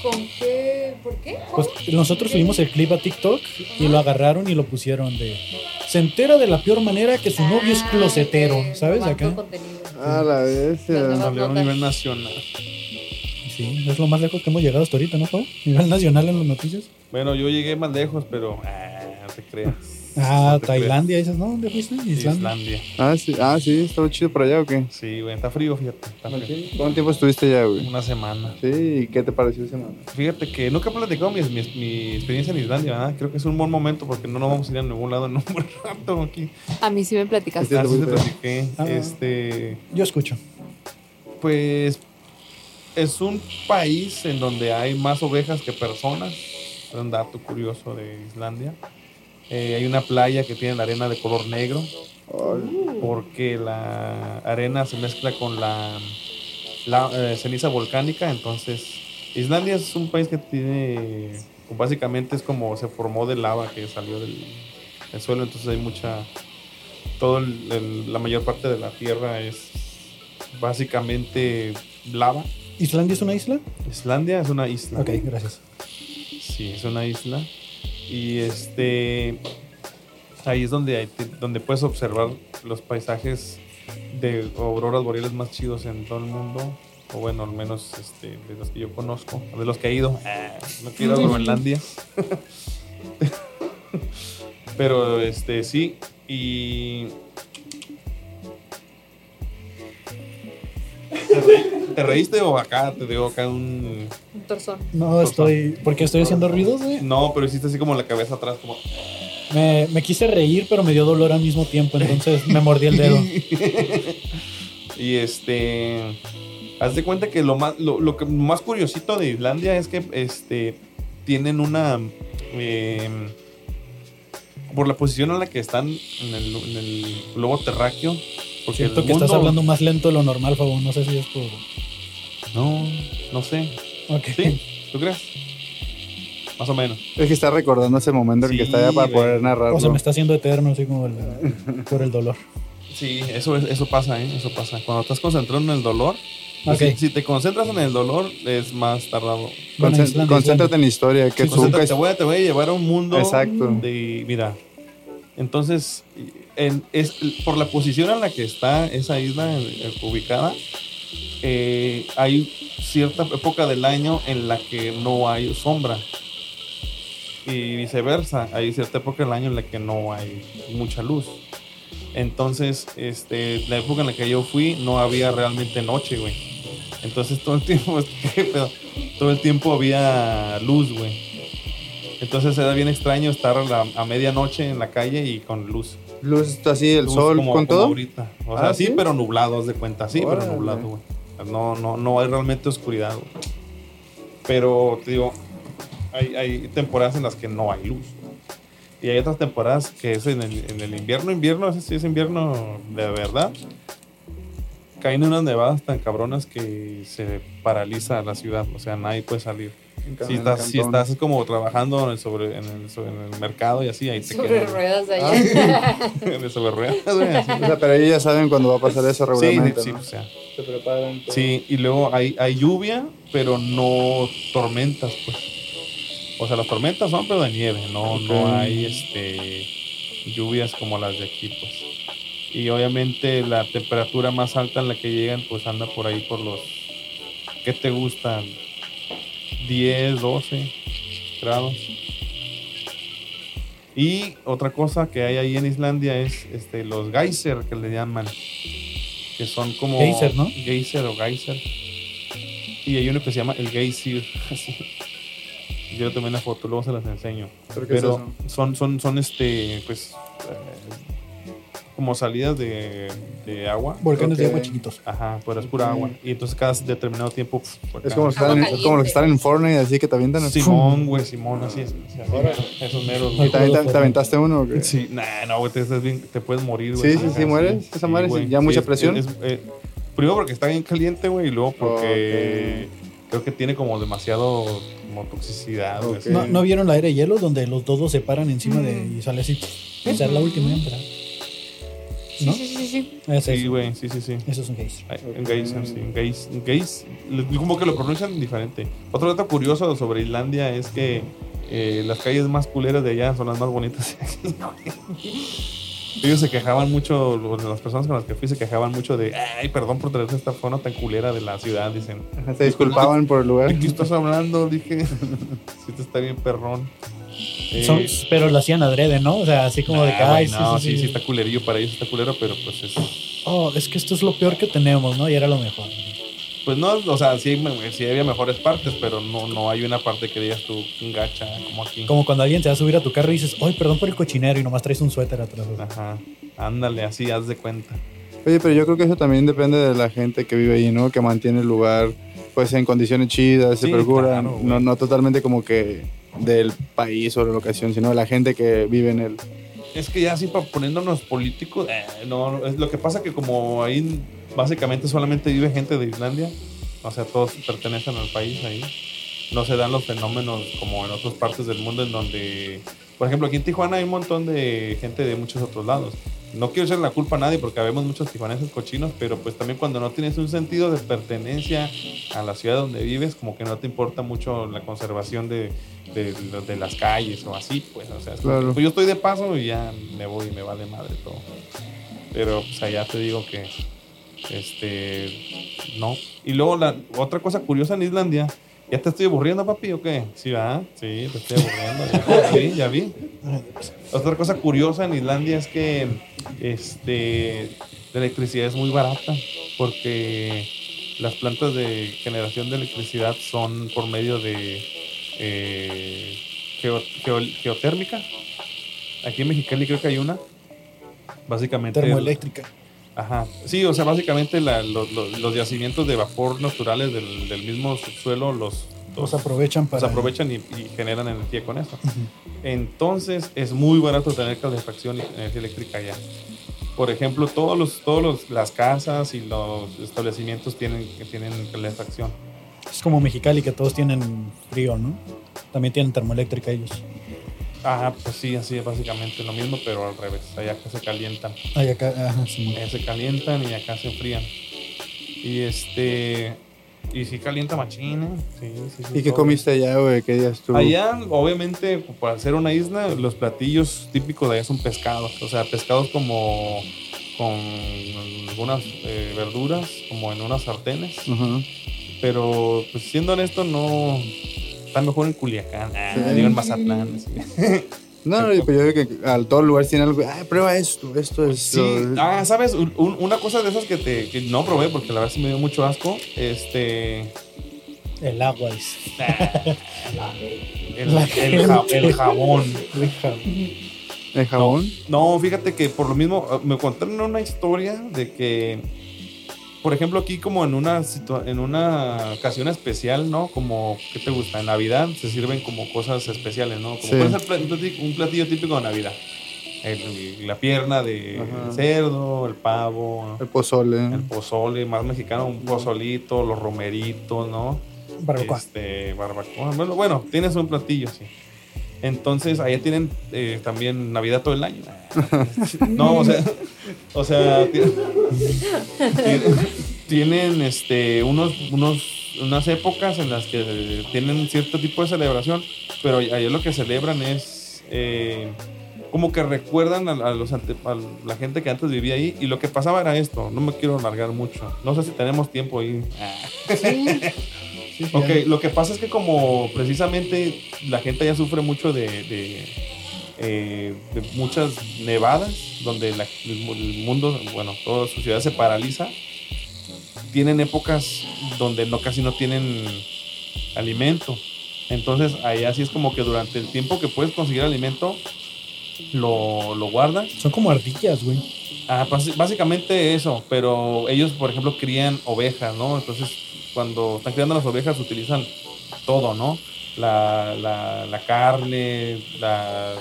¿Con qué? ¿Por qué?
Pues nosotros subimos el clip a TikTok y lo agarraron y lo pusieron de. Se entera de la peor manera que su novio es
Ah,
closetero,
ok.
¿sabes?
Cuánto
Acá.
contenido.
Ah, la bestia.
Salió a nivel nacional.
Sí, es lo más lejos que hemos llegado hasta ahorita, ¿no, Pau? Nivel nacional en las noticias.
Bueno, yo llegué más lejos, pero. Ah, no te creas.
Ah,
No te
Tailandia, dices, ¿no? ¿Dónde fuiste?
creas.
Islandia.
Islandia.
Ah, sí, ah, sí, estaba chido por allá o qué?
Sí, güey, está frío, fíjate. Está frío.
¿Cuánto tiempo estuviste allá, güey?
Una semana.
Sí, ¿y qué te pareció ese man?
Fíjate que nunca he platicado mi, mi, mi experiencia en Islandia, ¿verdad? Creo que es un buen momento porque no nos vamos a ir a ningún lado en un buen rato aquí.
A mí sí me platicaste.
Este-
Así te
Pero-
platiqué.
Ah.
Este,
Yo escucho.
pues es un país en donde hay más ovejas que personas. Es un dato curioso de Islandia. Eh, hay una playa que tiene la arena de color negro
Ol-
porque la arena se mezcla con la, la, eh, ceniza volcánica, entonces Islandia es un país que tiene, pues, básicamente es como se formó de lava que salió del, del suelo, entonces hay mucha, todo el- el- la mayor parte de la tierra es básicamente lava.
¿Islandia es una isla?
Islandia es una isla.
Ok, gracias.
Sí, es una isla. Y este. Ahí es donde, hay- donde puedes observar los paisajes de auroras boreales más chidos en todo el mundo. O bueno, al menos este, de los que yo conozco. o De los que he ido. Ah, No quiero ir a Groenlandia. Pero este, sí. Y. ¿Te, reí- te reíste o acá te dio acá un
Un torzón.
No, estoy. ¿Por qué estoy haciendo ruidos, güey?
no, pero hiciste así como la cabeza atrás, como.
Me, me quise reír, pero me dio dolor al mismo tiempo, entonces me mordí el dedo.
Y este. Haz de cuenta que lo más, lo, lo que más curiosito de Islandia es que este, tienen una. eh, por la posición en la que están en el, en el globo terráqueo. Porque el
Siento que estás
mundo-
hablando más lento de lo normal, Fabo. No sé si es por.
No, no sé.
Ok.
¿Sí? ¿Tú crees? Más o menos.
Es que está recordando ese momento en
Sí,
que estaba para
güey.
poder narrarlo.
O se me está haciendo eterno, así como el- por el dolor.
Sí, eso, es- eso pasa, ¿eh? Eso pasa. Cuando estás concentrado en el dolor. pues,
Ok.
Si, si te concentras en el dolor, es más tardado.
Bueno,
Concen-
Islandia,
concéntrate en la historia, que
Sí,
tú nunca
Concéntrate, te, voy a, te voy a llevar a un mundo
Exacto.
de. Mira. Entonces, en- es, por la posición en la que está esa isla eh, ubicada, eh, hay cierta época del año en la que no hay sombra. Y viceversa, hay cierta época del año en la que no hay mucha luz. Entonces, este, la época en la que yo fui no había realmente noche, güey. Entonces todo el tiempo, ¿qué pedo? todo el tiempo había luz, güey. Entonces era bien extraño estar a, la- a medianoche en la calle y con luz.
luz así, el
Luz
sol
como-
con
como
todo.
ahorita. O sea,
Ah,
sí,
¿sí?
pero nublado, haz de cuenta. Sí,
Órale.
pero nublado, güey. No, no, no hay realmente oscuridad, güey. Pero, te digo, hay, hay temporadas en las que no hay luz. Y hay otras temporadas que es en el, en el invierno, invierno, ese sí es invierno de verdad. Caen unas nevadas tan cabronas que se paraliza la ciudad, o sea, nadie puede salir.
En
Si
el
estás, si
cantón.
estás como trabajando en el, sobre, en el, sobre- en el mercado y así, ahí te
Sobre
quedas
ruedas
Ah,
de allá.
de sobre ruedas, güey, así.
O sea, pero ellos ya saben cuando va a pasar eso
Sí,
regularmente.
sí,
¿no?
o sea,
Se preparan. todo.
sí, y luego hay, hay lluvia, pero no tormentas, pues. O sea, las tormentas son, pero de nieve, no, no
Ok.
hay este, lluvias como las de aquí, pues. Y obviamente la temperatura más alta en la que llegan, pues anda por ahí por los. ¿Qué te gustan? 10, 12 grados. Y otra cosa que hay ahí en Islandia es este, los geyser que le llaman. Que son como.
Geyser, ¿no?
Geyser o geyser. Y hay uno que se llama el geyser. así. Yo le tomé una foto, luego se las enseño.
¿Pero qué es
Pero son, son, son este, pues. eh, como salidas de, de agua.
Volcanes de
Ok. Mm.
agua chiquitos.
Ajá, pero es pura agua. Y entonces cada determinado tiempo. pf, volcán.
Es como los, que están,
Agua
en- como los que están en Fortnite, así que te avientan. así.
Simón, güey, Simón, así es. así es,
Ahora.
esos meros,
¿Y
güey.
también te, te aventaste uno? o qué?
Sí, nah, no, güey, te, estás bien- te puedes morir,
Sí,
güey.
sí,
Ajá,
sí, mueres, esa madre,
güey.
ya mucha
es-
presión.
es- eh, primero porque está bien caliente, güey, y luego porque creo que tiene como demasiado como toxicidad, güey.
Ok.
así.
¿No, no vieron la era de hielo donde los dos se paran encima de
Mm.
y sale así? Esa es la última hembra. ¿No?
Sí, sí, sí, sí.
Ese es-
Sí, güey, sí, sí, sí.
Eso es un gays.
Ay, En Geyser, sí, en Geis- en Geis- le- como que lo pronuncian diferente. Otro dato curioso sobre Islandia es que eh, las calles más culeras de allá son las más bonitas. Ellos se quejaban mucho, los- las personas con las que fui se quejaban mucho de, ay, perdón por traer esta zona tan culera de la ciudad, dicen.
Ajá, Se disculpaban por el lugar.
Aquí estás hablando, dije, si te está bien perrón. Eh,
Son- pero lo hacían adrede, ¿no? O sea, así como de
nah,
que,
güey,
ay, sí,
no,
sí, sí.
está culerillo para ellos, está culero, pero pues es...
Oh, es que esto es lo peor que tenemos, ¿no? Y era lo mejor.
Pues no, o sea, sí, me- sí había mejores partes, pero no, no hay una parte que digas tú gacha como aquí.
Como cuando alguien te va a subir a tu carro y dices, ay, perdón por el cochinero y nomás traes un suéter atrás.
Ajá. Ándale, así haz de cuenta.
Oye, pero yo creo que eso también depende de la gente que vive ahí, ¿no? Que mantiene el lugar, pues, en condiciones chidas,
Sí,
se procura.
claro, güey.
no, no totalmente como que del país o de la locación, sino de la gente que vive en él.
Es que ya así para poniéndonos políticos, eh, no, no, es lo que pasa que como ahí básicamente solamente vive gente de Islandia, o sea, todos pertenecen al país ahí. no se dan los fenómenos como en otras partes del mundo en donde, por ejemplo, aquí en Tijuana hay un montón de gente de muchos otros lados. No quiero echarle la culpa a nadie porque vemos muchos tijuaneses cochinos, pero pues también cuando no tienes un sentido de pertenencia a la ciudad donde vives, como que no te importa mucho la conservación de, de, de las calles o así, pues, o sea, es como
Claro.
que, pues yo estoy de paso y ya me voy y me vale madre todo. Pero pues allá te digo que este. No. Y luego la otra cosa curiosa en Islandia. ¿Ya te estoy aburriendo, papi, o qué? Sí, va. Sí, te estoy aburriendo. Ya, ya vi, ya vi. Otra cosa curiosa en Islandia es que este, la electricidad es muy barata porque las plantas de generación de electricidad son por medio de eh, geo- geo- geotérmica. Aquí en Mexicali creo que hay una. Básicamente.
Termoeléctrica.
Ajá. Sí, o sea, básicamente la- lo- lo- los yacimientos de vapor naturales del, del mismo subsuelo los, los-
Los aprovechan
los
para.
aprovechan y, y generan energía con eso. Entonces es muy barato tener calefacción y energía eléctrica allá. Por ejemplo, todos los, todos los- las casas y los establecimientos tienen, tienen calefacción.
Es como Mexicali que todos tienen frío, ¿no? También tienen termoeléctrica ellos.
Ajá, pues sí, así es básicamente lo mismo, pero al revés. Allá que se calientan.
Ay, acá. Ajá, sí.
Eh, se calientan y acá se enfrían. Y este. Y si calienta machina. Sí, sí, sí,
¿Y qué
todo.
comiste allá, güey? ¿Qué días tú?
Allá, obviamente, para ser una isla, los platillos típicos de allá son pescados. O sea, pescados como con algunas eh, verduras, como en unas sartenes.
Ajá.
Pero, pues siendo honesto, no. Está mejor en Culiacán, ah, digo en Mazatlán. así.
No, no, pues yo creo que al todo lugar tiene algo. Ah, prueba esto, esto es.
Sí, ah, sabes, Un- un- una cosa de esas que, te, que no probé porque la verdad sí me dio mucho asco. Este.
El agua es.
El,
La
el ja-
gente.
el jabón.
¿El jabón?
No, fíjate que por lo mismo eh, me contaron una historia de que, por ejemplo, aquí como en una situa- en una ocasión especial, ¿no? Como, ¿qué te gusta? En Navidad se sirven como cosas especiales, ¿no? Como
Sí.
¿cuál es el plat- un plati- un platillo típico de Navidad. El- la pierna de
Ajá.
cerdo, el pavo,
El pozole.
el pozole, más mexicano, un pozolito, los romeritos, ¿no?
Barbacoa.
Este, barbacoa. Bueno, bueno, tienes un platillo, sí. Entonces, allá tienen eh, también Navidad todo el año. No, o sea, o sea, ti- tienen, este, unos, unos, unas épocas en las que tienen cierto tipo de celebración, pero allá lo que celebran es eh, como que recuerdan a, a los ante- a la gente que antes vivía ahí y lo que pasaba era esto. No me quiero alargar mucho. No sé si tenemos tiempo ahí.
Sí, sí,
Ok,
ya.
lo que pasa es que como precisamente la gente ya sufre mucho de, de, eh, de muchas nevadas, donde la- el mu- el mundo, bueno, toda su ciudad se paraliza, tienen épocas donde no casi no tienen alimento. Entonces ahí así es como que durante el tiempo que puedes conseguir alimento, lo, lo guardas
Son como ardillas, güey.
Ah, basi- básicamente eso, pero ellos, por ejemplo, crían ovejas, ¿no? Entonces, cuando están criando las ovejas, utilizan todo, ¿no? La, la, la carne, la...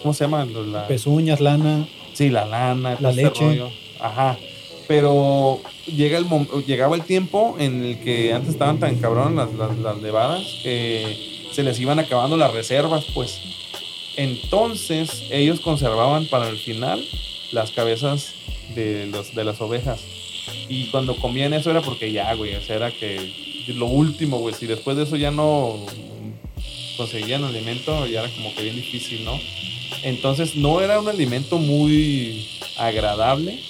¿Cómo se llama? La,
Pezuñas, lana.
Sí, la lana, todo
La
este
leche.
rollo. Ajá. Pero llega el mom- llegaba el tiempo en el que antes estaban tan cabrón las, las, las nevadas que se les iban acabando las reservas, pues. Entonces ellos conservaban para el final las cabezas de, los, de las ovejas. Y cuando comían eso era porque ya, güey, o sea, era que lo último, güey. Si después de eso ya no conseguían alimento, ya era como que bien difícil, ¿no? Entonces no era un alimento muy agradable.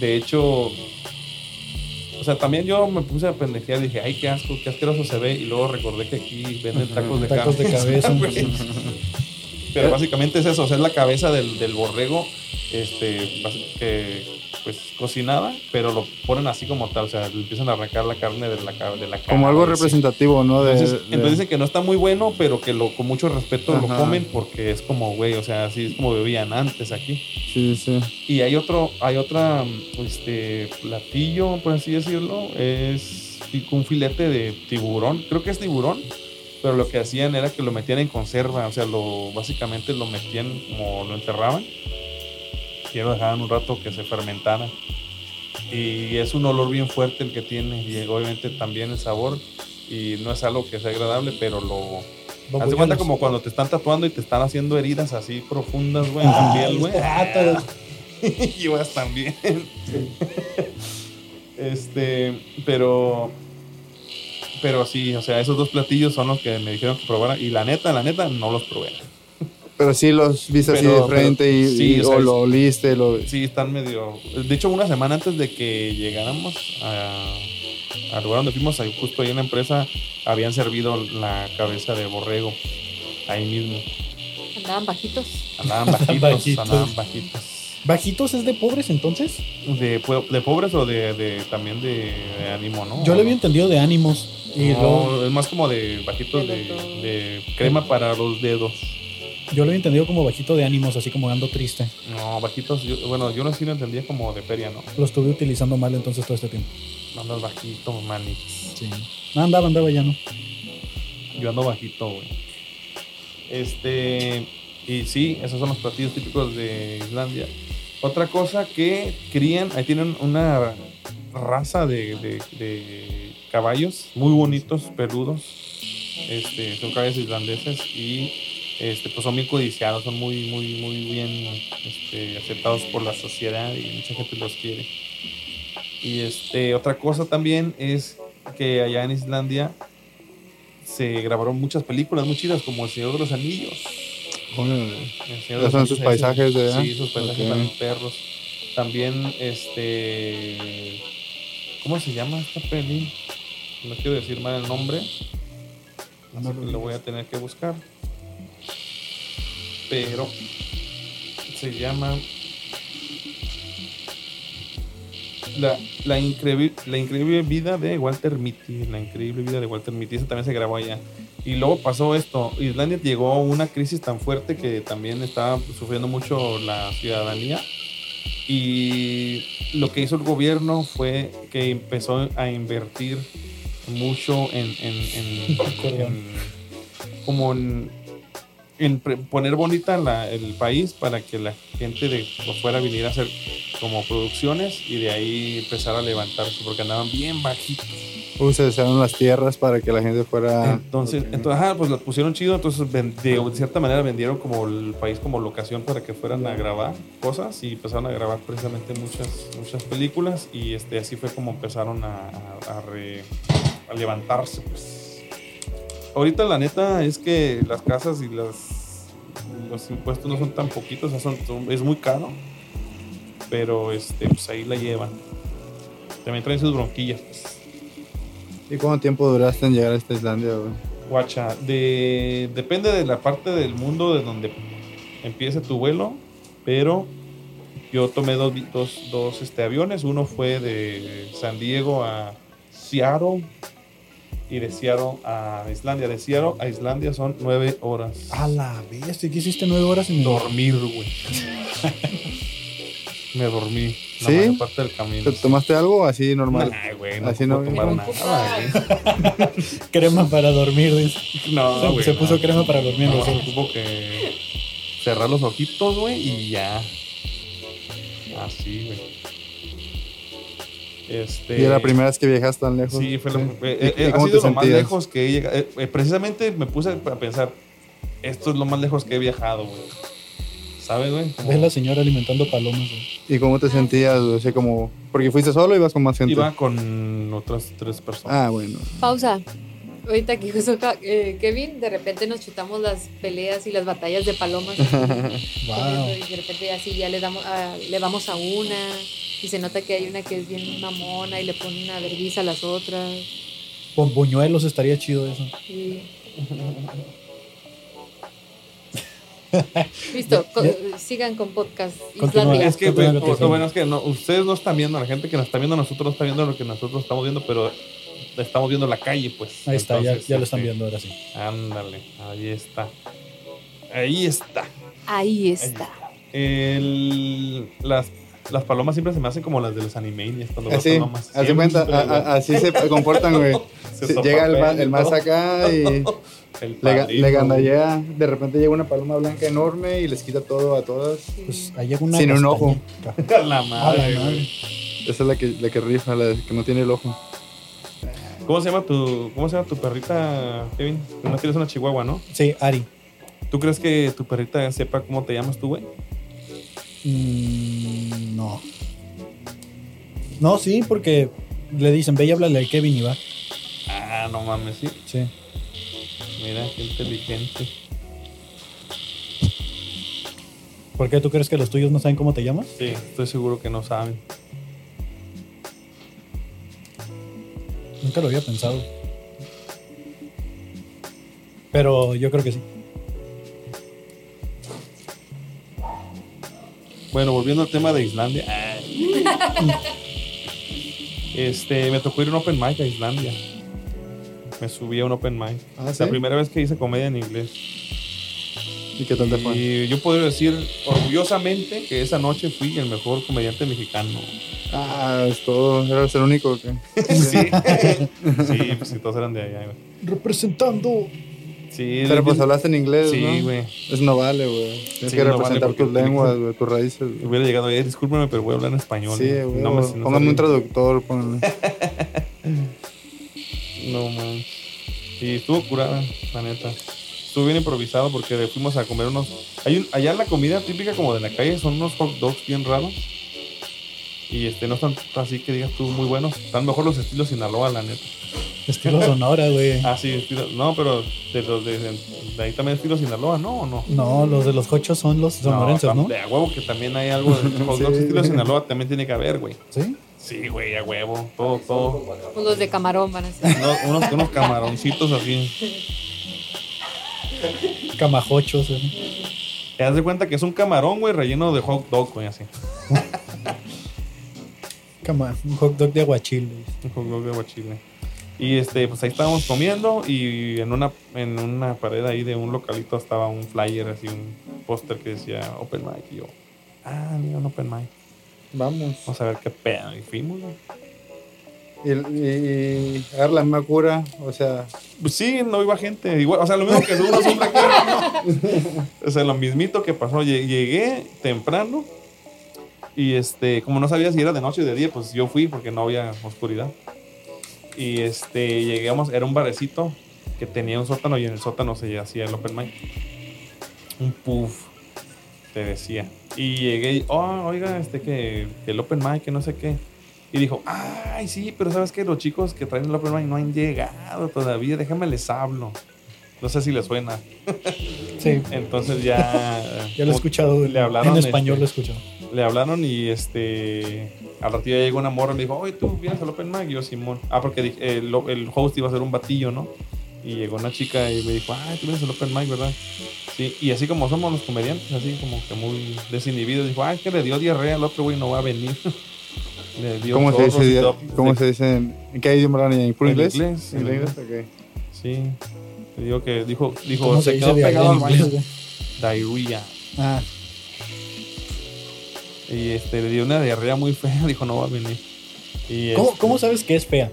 De hecho, o sea, también yo me puse a pendejear dije, ay, qué asco, qué asqueroso se ve. Y luego recordé que aquí venden tacos de
Tacos de cabeza.
güey.
Eh,
Pero básicamente es eso, o sea, es la cabeza del, del borrego este, bas- que, pues, cocinada, pero lo ponen así como tal, o sea, le empiezan a arrancar la carne de la, ca- de la
Como algo
cabeza.
representativo, ¿no? De,
Entonces,
de-
entonces dicen que no está muy bueno, pero que lo, con mucho respeto lo
Ajá.
comen porque es como, güey, o sea, así es como bebían antes aquí.
Sí, sí.
Y hay otro, hay otra, mm, este, platillo, por así decirlo, es fi- un filete de tiburón, creo que es tiburón, pero lo que hacían era que lo metían en conserva, o sea, lo, básicamente lo metían como lo enterraban y lo dejaban un rato que se fermentara. Y es un olor bien fuerte el que tiene y obviamente también el sabor. y no es algo que sea agradable, pero lo... Haz de
Bambulearlos.
cuenta como cuando te están tatuando y te están haciendo heridas así profundas, güey, en tu
Ay,
piel, güey.
gatos.
y vas también. este, pero. Pero sí, o sea, esos dos platillos son los que me dijeron que probara. Y la neta, la neta, no los probé.
Pero sí los viste así
Pero-
de frente
pero-
y,
sí,
y-
o sea,
o
es-
lo oliste. Lo,
Sí, están medio. De hecho, una semana antes de que llegáramos a- al lugar donde fuimos, ahí, justo ahí en la empresa, habían servido la cabeza de borrego. Ahí mismo.
Andaban bajitos.
Andaban bajitos,
Bajitos.
andaban bajitos.
¿Bajitos es de pobres entonces?
De, pue- de pobres o de, de- también de, de ánimo, ¿no?
Yo lo había entendido de ánimos. Y
No,
luego
es más como de bajitos de,
De los dos.
de crema para los dedos.
yo lo había entendido como bajito de ánimos, así como ando triste.
No, bajitos, yo- bueno, yo no sí lo entendía como de feria, ¿no?
Lo estuve utilizando mal entonces todo este tiempo.
Andas bajito, mani.
Sí. No andaba, andaba ya, ¿no?
Yo ando bajito, güey. Este, y sí, esos son los platillos típicos de Islandia. Otra cosa que crían, ahí tienen una raza de, de- de caballos muy bonitos, peludos. Este, son caballos islandeses y este, pues son bien codiciados, son muy, muy, muy bien este, aceptados por la sociedad y mucha gente los quiere. Y este, otra cosa también es que allá en Islandia se grabaron muchas películas muy chidas como El Señor de los Anillos. El Señor de
Ya
los
son
Anillos,
sus paisajes de allá.
Sí, sus paisajes
Ok.
también perros. También, este... ¿Cómo se llama esta peli? No quiero decir mal el nombre. Así que lo voy a tener que buscar. Pero se llama La, la, increíble, la increíble vida de Walter Mitty. La increíble vida de Walter Mitty. Esa también se grabó allá. Y luego pasó esto. Islandia llegó a una crisis tan fuerte que también estaba sufriendo mucho la ciudadanía. Y lo que hizo el gobierno fue que empezó a invertir mucho en... en- en- en- como en, en pre- poner bonita la- el país para que la gente de fuera viniera a hacer como producciones y de ahí empezar a levantarse porque andaban bien bajitos.
Uh, se desearon las tierras para que la gente fuera.
Entonces,
Ah, Ok.
entonces ajá, pues las pusieron chido, entonces ven- de cierta manera vendieron como el país como locación para que fueran a grabar cosas y empezaron a grabar precisamente muchas, muchas películas y este, así fue como empezaron a, a- a re- a levantarse. pues. Ahorita la neta es que las casas y las, los impuestos no son tan poquitos, o sea, son- son- es muy caro, pero este, pues ahí la llevan. También traen sus bronquillas. pues.
¿Y cuánto tiempo duraste en llegar a esta Islandia, güey?
Guacha, de, depende de la parte del mundo de donde empiece tu vuelo, pero yo tomé dos, vi- dos, dos, este, aviones. Uno fue de San Diego a Seattle y de Seattle a Islandia. De Seattle a Islandia son nueve horas.
A la bestia, ¿qué hiciste nueve horas en
Dormir, güey. Me dormí la
¿Sí?
mayor parte del camino.
¿Te tomaste algo así normal?
Nah, güey, no
Así
puedo
no-
tomar
Ningún
nada, güey.
Crema para dormir, dice.
No,
se,
Ah, güey, Ah.
se puso
no.
crema para dormir.
No,
dice.
ocupo que cerrar los ojitos, güey, y ya. Así, güey. Este.
Y era la primera vez que viajas tan lejos.
Sí, fue la-
Sí.
eh,
¿Y-
eh,
y
ha
cómo
sido lo
te
más
sentías?
lejos que he llegado. Eh, eh, precisamente me puse a pensar: esto es lo más lejos que he viajado, güey. ¿Sabes, güey? Como-
Ve la señora alimentando palomas. güey.
¿Y cómo te sentías? güey? O sea, como. Porque fuiste solo y ibas con más gente.
Iba con otras tres personas.
Ah, bueno.
Pausa. Ahorita que hizo Ca- eh, Kevin, de repente nos chutamos las peleas y las batallas de palomas.
Wow.
Y de repente así ya le, damos a- le vamos a una. Y se nota que hay una que es bien mamona y le pone una vergüenza a las otras.
Con buñuelos estaría chido eso.
Y- Listo, co- sigan con podcast.
Continúa.
Islandia.
Es que, güey,
Continúa,
lo
continúa.
bueno es que no, ustedes no están viendo, la gente que nos está viendo, nosotros no está viendo lo que nosotros estamos viendo, pero estamos viendo la calle, pues.
Ahí está, ya,
Entonces,
ya lo están
este,
viendo ahora sí.
Ándale, ahí está. Ahí está.
Ahí está.
El- las, las palomas siempre se me hacen como las de los animaniacs cuando veo
Así,
palomas.
haz de
Siempre,
cuenta, a- a- así se comportan, güey.
Se
Sí,
sopa
Llega el, ma-
pelo,
el más
¿no?
acá y
el
le, ga-
palito.
le gandallea. De repente llega una paloma blanca enorme y les quita todo a todas.
Pues ahí llega una.
Sin un ojo.
castañita.
A la
A
madre,
la
güey.
madre.
Esa es la que, la que rifa, la que no tiene el ojo.
¿Cómo se llama tu, cómo se llama tu perrita, Kevin? No tienes una chihuahua, ¿no?
Sí, Ari.
¿Tú crees que tu perrita sepa cómo te llamas tú, güey?
Mm, no. No, sí, porque le dicen, ve y háblale al Kevin y va.
Ah, no mames, sí.
Sí.
Mira, qué inteligente.
¿Por qué tú crees que los tuyos no saben cómo te llamas?
Sí, estoy seguro que no saben.
Nunca lo había pensado. Pero yo creo que sí.
Bueno, volviendo al tema de Islandia. Ah. Este, me tocó ir a un open mic a Islandia. Me subí a un open mic.
Ah,
Es la
¿sí?
primera vez que hice comedia en inglés.
¿Y qué tal te fue?
Y yo podría decir orgullosamente que esa noche fui el mejor comediante mexicano.
Ah, es todo. Eras el único que.
Sí, sí, pues sí, todos eran de allá, güey.
Representando.
Sí,
Pero pues hablaste en inglés, ¿no?
Sí, güey.
Es no vale, güey. Tienes
Sí,
que
no vale
representar
porque
tus
tiene que-
lenguas, güey, tus raíces. güey.
Hubiera llegado, eh, discúlpame, pero voy a hablar en español.
Sí,
güey.
güey.
No me- no
Póngame
sabía.
un traductor, póngame.
No man. Sí, estuvo curada, la neta. Estuvo bien improvisado porque le fuimos a comer unos. Hay un- allá la comida típica como de la calle son unos hot dogs bien raros. Y este, no están así que digas tú muy buenos. Están mejor los estilos Sinaloa, la neta.
Estilo Sonora, güey.
Ah, sí, estilo- No, pero de los de, de- de ahí también estilo Sinaloa, ¿no o no?
No, los de los cochos son los sonorenses,
tam-
¿no?
De a huevo que también hay algo de hot dogs
Sí.
estilo Sinaloa, también tiene que haber, güey.
Sí.
Sí, güey, a huevo. Todo, todo.
Pues los de camarón van a ser.
Unos, unos, unos camaroncitos así.
Camajochos. ¿eh?
Te das de cuenta que es un camarón, güey, relleno de hot dog, güey, así.
Cama- un hot dog de aguachil. güey.
Un hot dog de guachile. Y este, pues ahí estábamos comiendo y en una, en una pared ahí de un localito estaba un flyer, así un póster que decía Open Mic. Y yo, ah, mira, un Open Mic.
Vamos.
Vamos a ver qué pedo. Y fuimos, güey.
Y, y, y agarra la misma cura, o sea,
Pues sí, no iba gente. Igual, o sea, lo mismo que uno siempre quiere, ¿no? O sea, lo mismito que pasó. Lle- Llegué temprano y este, como no sabía si era de noche o de día, pues yo fui porque no había oscuridad. Y este, llegamos, era un barecito que tenía un sótano y en el sótano se hacía el open mic. Un puff, te decía. Y llegué y, oh, oiga, este que, que el open mic, que no sé qué. Y dijo, ay, sí, pero sabes que los chicos que traen el Open Mic no han llegado todavía, déjame les hablo. No sé si les suena.
Sí.
Entonces ya...
Ya lo he escuchado.
Le hablaron,
En español
este,
lo he escuchado.
Le hablaron y este... Al ratito ya llegó una morra y me dijo, oye, tú vienes al Open Mic. Y yo, Simón. Ah, porque dije- el, el host iba a ser un batillo, ¿no? Y llegó una chica y me dijo, ay, tú vienes al Open Mic, ¿verdad? Sí, y así como somos los comediantes, así como que muy desinhibidos. Dijo, ay, que le dio diarrea al otro güey, no va a venir. le dio
¿cómo se
torros y
dice?
todo.
¿Cómo se dice? en- ¿En qué idioma hablan ahí? ¿Puro
En
inglés?
inglés,
¿En
en
inglés? Ok.
Sí. Te digo que dijo, dijo
¿Cómo
se,
se dice
quedó
diarrea
pegado
en
al baño.
inglés, güey?
Diarrea.
Ah,
Y este, le dio una diarrea muy fea. Dijo, no va a venir. Y
¿cómo,
este,
cómo sabes que es fea?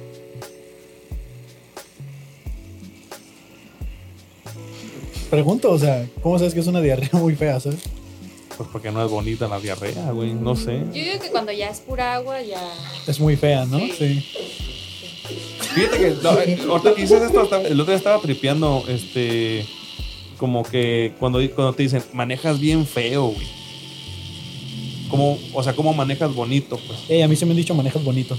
Pregunto, o sea, ¿cómo sabes que es una diarrea muy fea, sabes?
Pues porque no es bonita la diarrea, güey. No sé.
Yo digo que cuando ya es pura agua, ya.
Es muy fea, ¿no? Sí.
Fíjate que no, eh, ahorita que dices esto, hasta- el otro día estaba tripeando, este, como que cuando, di- cuando te dicen, manejas bien feo, güey. Como, o sea, ¿cómo manejas bonito? Pues
Ey, a mí se me han dicho manejas bonito.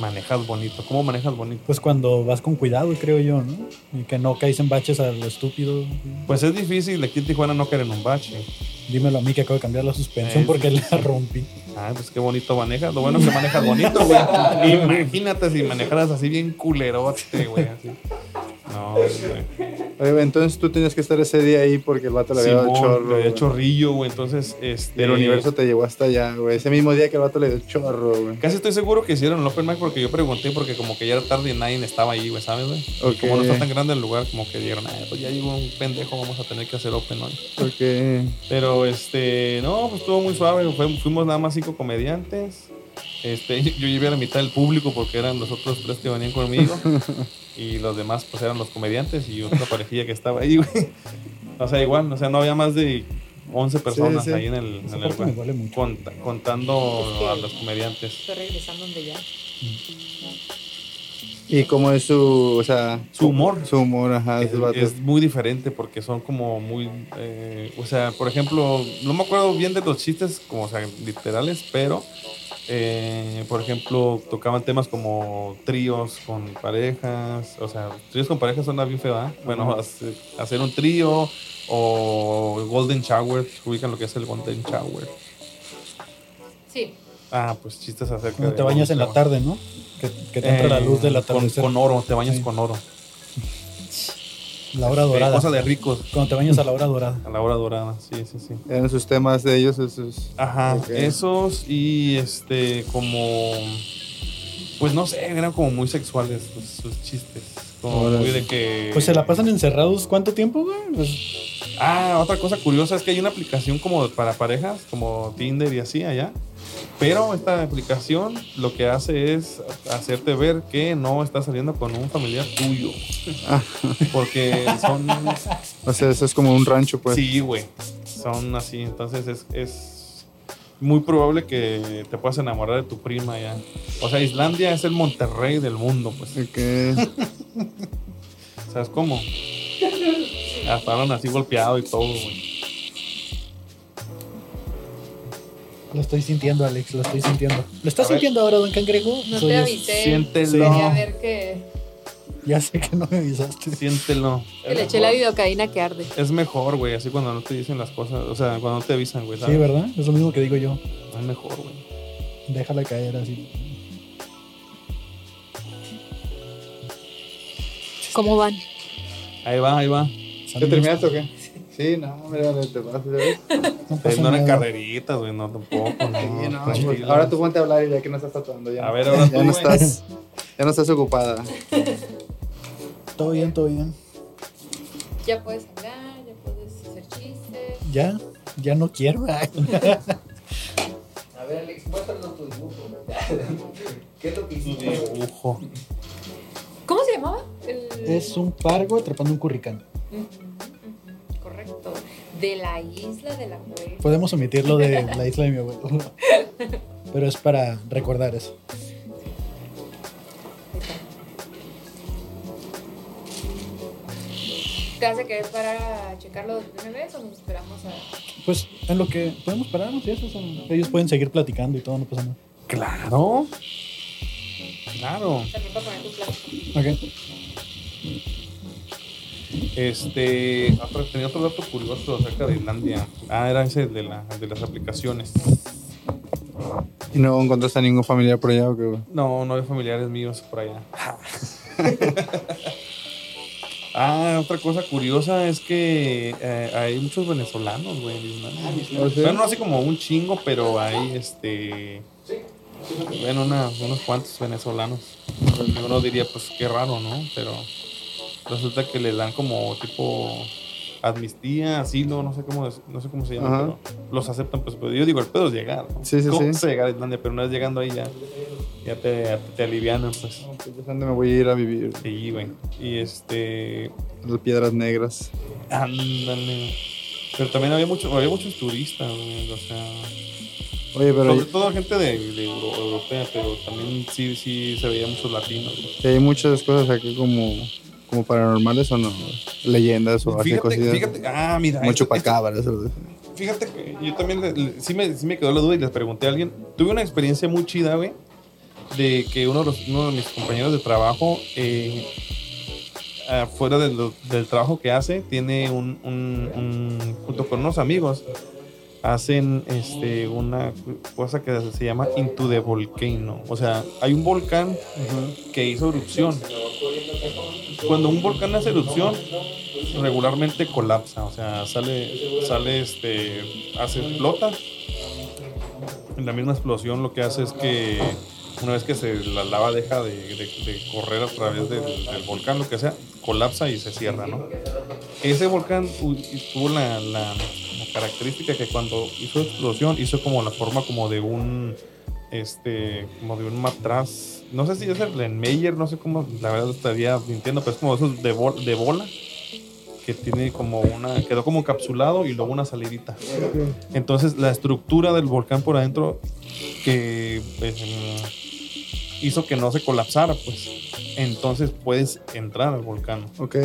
manejas bonito. ¿Cómo manejas bonito?
Pues cuando vas con cuidado, creo yo, ¿no? Y que no caes en baches a lo estúpido.
Pues es difícil aquí en Tijuana no caer en un bache.
Dímelo a mí que acabo de cambiar la suspensión
Eh,
porque la rompí.
Ah, pues qué bonito manejas. Lo bueno es que manejas bonito, güey. Imagínate si manejaras así bien culerote, güey. Así. No, güey.
Oye, güey, entonces tú tenías que estar ese día ahí porque el vato le había dado
Simón,
chorro.
le había
güey.
chorrillo, güey. Entonces, este.
Y el universo te llevó hasta allá, güey. Ese mismo día que el vato le dio chorro, güey.
Casi estoy seguro que hicieron el Open Mic porque yo pregunté, porque como que ya era tarde y nadie estaba ahí, güey, ¿sabes, güey? Y
Ok.
Como no está tan grande el lugar, como que dijeron, ah, pues ya llegó un pendejo, vamos a tener que hacer Open hoy.
Porque
Pero este, no, pues estuvo muy suave. fue- fuimos nada más cinco comediantes. Este, yo llevé a la mitad del público porque eran los otros tres que venían conmigo. y los demás, pues eran los comediantes y otra parejilla que estaba ahí, güey. O sea, igual, o sea, no había más de 11 personas
sí.
ahí en el, en
Esa
el
parte me
lugar.
duele mucho.
Cont- contando
Es que-
a los comediantes.
Estoy regresando donde ya.
Y cómo es su, o sea,
Su humor.
Su humor, ajá,
Es,
esos vatos.
es muy diferente porque son como muy. eh, o sea, por ejemplo, no me acuerdo bien de los chistes, como o sea, literales, pero. eh, por ejemplo, tocaban temas como tríos con parejas. O sea, tríos con parejas son bien feo, ¿verdad? Bueno,
Ajá.
hace- hacer un trío o Golden Shower. Ubican lo que es el Golden Shower.
Sí.
Ah, pues chistes acerca
Cuando
de
te bañas en la
golden shower.
tarde, ¿no? Que, que te entra la
Eh,
luz del
con,
atardecer.
con oro, te bañas
Sí.
con oro.
la hora
Eh,
dorada.
cosa de ricos.
Cuando te bañas a la hora dorada.
A la hora dorada, sí, sí, sí.
Eran sus temas de ellos, esos.
Ajá,
Ok.
esos y este como pues no sé, eran como muy sexuales sus, sus chistes, como
Ahora
muy
sí.
de que
Pues se la pasan encerrados cuánto tiempo, güey? Pues,
Ah, otra cosa curiosa es que hay una aplicación como para parejas, como Tinder y así allá. Pero esta aplicación lo que hace es hacerte ver que no estás saliendo con un familiar tuyo. Porque son
O sea, eso es como un rancho, pues.
Sí, güey. Son así. Entonces es, es muy probable que te puedas enamorar de tu prima ya. O sea, Islandia es el Monterrey del mundo, pues.
Ok.
¿Sabes cómo? Hasta ahora así golpeado y todo, güey.
lo estoy sintiendo, Alex, lo estoy sintiendo. ¿Lo estás
A ver.
sintiendo ahora, don Cangrejo?
No
Soy
te
yo.
avisé.
Siéntelo.
Y a ver que,
Ya sé que no me avisaste.
Siéntelo.
Que le
Es
eché la
mejor-
videocaína que arde.
Es mejor, güey, así cuando no te dicen las cosas, o sea, cuando no te avisan, güey.
Sí,
¿sabes?
¿verdad? Es lo mismo que digo yo.
Es mejor, güey.
Déjala caer así.
¿Cómo van?
Ahí va, ahí va.
¿Ya terminaste o qué? Sí, no, mira, te vas, ¿ves?
No pasa
Eh, no
nada.
eran carreritas, güey, no tampoco. no,
Sí, no,
tranquila.
pues, ahora tú ponte a hablar y ya que no estás tatuando ya.
A ver, ahora tú,
ya no
güey.
estás, ya no estás ocupada.
Todo bien, todo bien.
ya puedes hablar, ya puedes hacer chistes.
Ya, ya no quiero. Ay.
A ver, Alex, muéstranos tu dibujo. ¿Qué es lo que
Tu
hiciste?
dibujo.
¿Cómo se llamaba? El-
Es un pargo atrapando un curricán.
Ujú, ujú, Correcto. De la isla de la abuela.
Podemos omitirlo de la isla de mi abuelo. Pero es para recordar eso.
¿Te hace querer para checarlo de una vez o nos esperamos a.?
Pues en lo que podemos pararnos y eso. o sea, ellos pueden seguir platicando y todo, no pasa nada.
Claro. Claro.
También para poner tu plan.
Ok.
Este, otro- tenía otro dato curioso acerca de Islandia. Ah, era ese de, la, de las aplicaciones.
Y no encontraste a ningún familiar por allá, ¿o qué, güey?
No, no hay familiares míos por allá. ah, otra cosa curiosa es que eh, hay muchos venezolanos, güey. Ah, en Islandia.
¿O sí?
Bueno, no así como un chingo, pero hay este. Bueno, una- unos cuantos venezolanos. Que Uno diría, pues qué raro, ¿no? Pero resulta que les dan como tipo amnistía, asilo, no sé cómo, es- no sé cómo se llama,
Ajá.
pero los aceptan. Pues, pero yo digo, el pedo es llegar. ¿no?
Sí, sí,
¿Cómo
sí.
se llega a Islandia? Pero una vez llegando ahí ya, ya te, ya te alivianan, pues.
No, pues, ¿de ¿Dónde me voy a ir a vivir?
Sí, güey. Y este.
Las piedras negras.
Ándale. Pero también había, mucho, había muchos turistas, güey, o sea.
Oye, pero
Sobre todo gente de, de Euro- europea, pero también sí, sí se veía muchos latinos. güey.
¿y hay muchas cosas aquí como, como paranormales o no. Leyendas o así
Fíjate,
cosillas.
fíjate, ah, mira.
Mucho
esto-
pacabra, eso.
esto- Fíjate que yo también le- le- sí, me, sí me quedó la duda y les pregunté a alguien. Tuve una experiencia muy chida, güey, de que uno de, los- uno de mis compañeros de trabajo, eh, afuera de lo- del trabajo que hace, tiene un, un- un- junto con unos amigos, hacen este, una cosa que se llama Into the Volcano. O sea, hay un volcán que hizo erupción. Cuando un volcán hace erupción, regularmente colapsa, o sea, sale, sale, este, hace explota. En la misma explosión lo que hace es que una vez que se la lava deja de, de- de correr a través del, del volcán, lo que sea, colapsa y se cierra, ¿no? Ese volcán u- tuvo la, la- la característica que cuando hizo explosión hizo como la forma como de un este, como de un matraz. No sé si es el Renmeyer, no sé cómo, la verdad lo estaría mintiendo, pero es como esos de, bol- de bola que tiene como una, quedó como encapsulado y luego una salidita. Entonces la estructura del volcán por adentro que pues, mm, hizo que no se colapsara, pues. entonces puedes entrar al volcán.
Ok.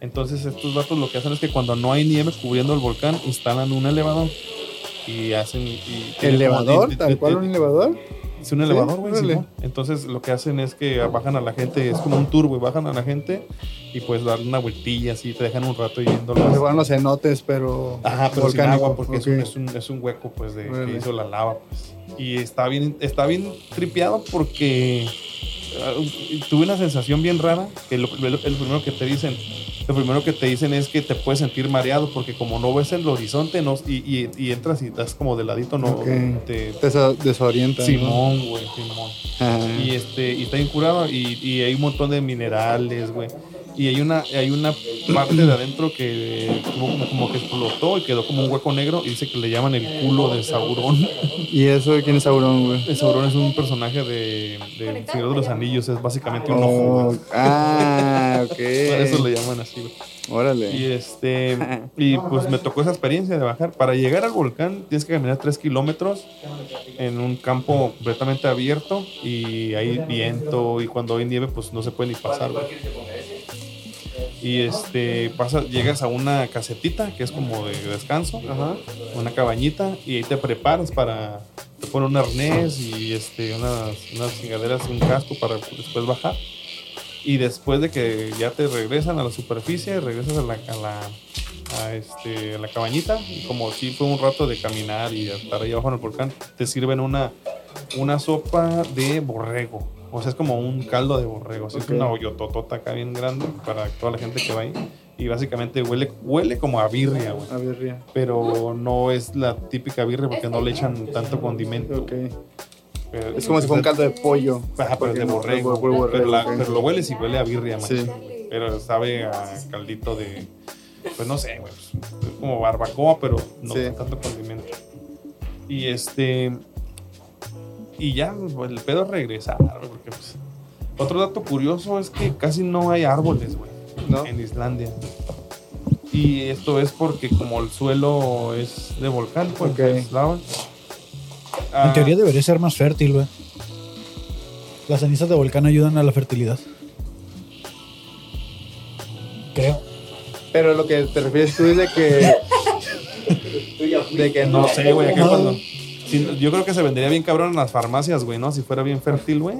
Entonces estos vatos lo que hacen es que cuando no hay nieve cubriendo el volcán, instalan un elevador. Y hacen... Y tienen como
¿Elevador?
di- di-
¿Tal
di-
cual
di-
un elevador?
Es un elevador, güey.
órale.
Simón. Entonces lo que hacen es que bajan a la gente, es como un tour, güey. Bajan a la gente y pues dan una vueltilla así, te dejan un rato yendo.
Pues igual no cenotes, pero.
Ajá, pero sin
volcánico,
agua, porque es, un,
ok.
es, un, es un hueco pues de
Órale.
que hizo la lava. Pues. Y está bien, está bien tripeado porque ah, tuve una sensación bien rara, que lo, lo- el primero que te dicen, lo primero que te dicen es que te puedes sentir mareado porque como no ves el horizonte no, y, y- y entras y estás como de ladito, no
Ok.
te...
Te desa- desorienta. ¿no?
Simón, güey, Simón.
Ajá.
Y este, y está bien curado y, y hay un montón de minerales, güey. Y hay una, hay una parte de adentro que tuvo como, como que explotó y quedó como un hueco negro y dice que le llaman el culo de Sauron.
¿Y eso quién es Sauron, güey?
El Sauron es un personaje de, de Señor de los Anillos, es básicamente un ojo.
Oh,
güey.
ah, ok.
Por eso le llaman así, güey.
Órale.
Y este, y pues me tocó esa experiencia de bajar. Para llegar al volcán tienes que caminar 3 kilómetros en un campo completamente abierto y hay viento y cuando hay nieve pues no se puede ni pasar. güey. Y este, pasa, llegas a una casetita que es como de descanso,
Ajá.
una cabañita y ahí te preparas para, te ponen un arnés y este, unas, unas chingaderas, un casco para después bajar. Y después de que ya te regresan a la superficie, regresas a la, a la, a este, a la cabañita. Y como si fue un rato de caminar y estar ahí abajo en el volcán, te sirven una, una sopa de borrego. O sea, es como un caldo de borrego. así
Ok.
Es una hoyototota acá bien grande para toda la gente que va ahí. Y básicamente huele, huele como a birria, güey.
A ver, ría.
Pero no es la típica birria porque no le echan tanto condimento.
Ok.
Pero-
Es como si fuera un caldo de pollo.
Ajá, pero es de
Porque no-
borrego.
de borrego,
pero, la-
ok.
pero lo hueles y huele a birria, man.
Sí.
Pero sabe a caldito de. Pues no sé, güey. Es como barbacoa, pero no
Sí.
con tanto condimento. Y este. Y ya, pues, el pedo es regresar, güey, porque pues. Otro dato curioso es que casi no hay árboles, güey.
¿No?
En Islandia. Y esto es porque, como el suelo es de volcán, pues
Ok.
es lava.
En
Ah,
teoría debería ser más fértil, güey. Las cenizas de volcán ayudan a la fertilidad. Creo.
Pero lo que te refieres tú es de que. de que no.
No sé, güey, acá
No.
cuando. Sí, yo creo que se vendería bien cabrón en las farmacias, güey, ¿no? Si fuera bien fértil, güey.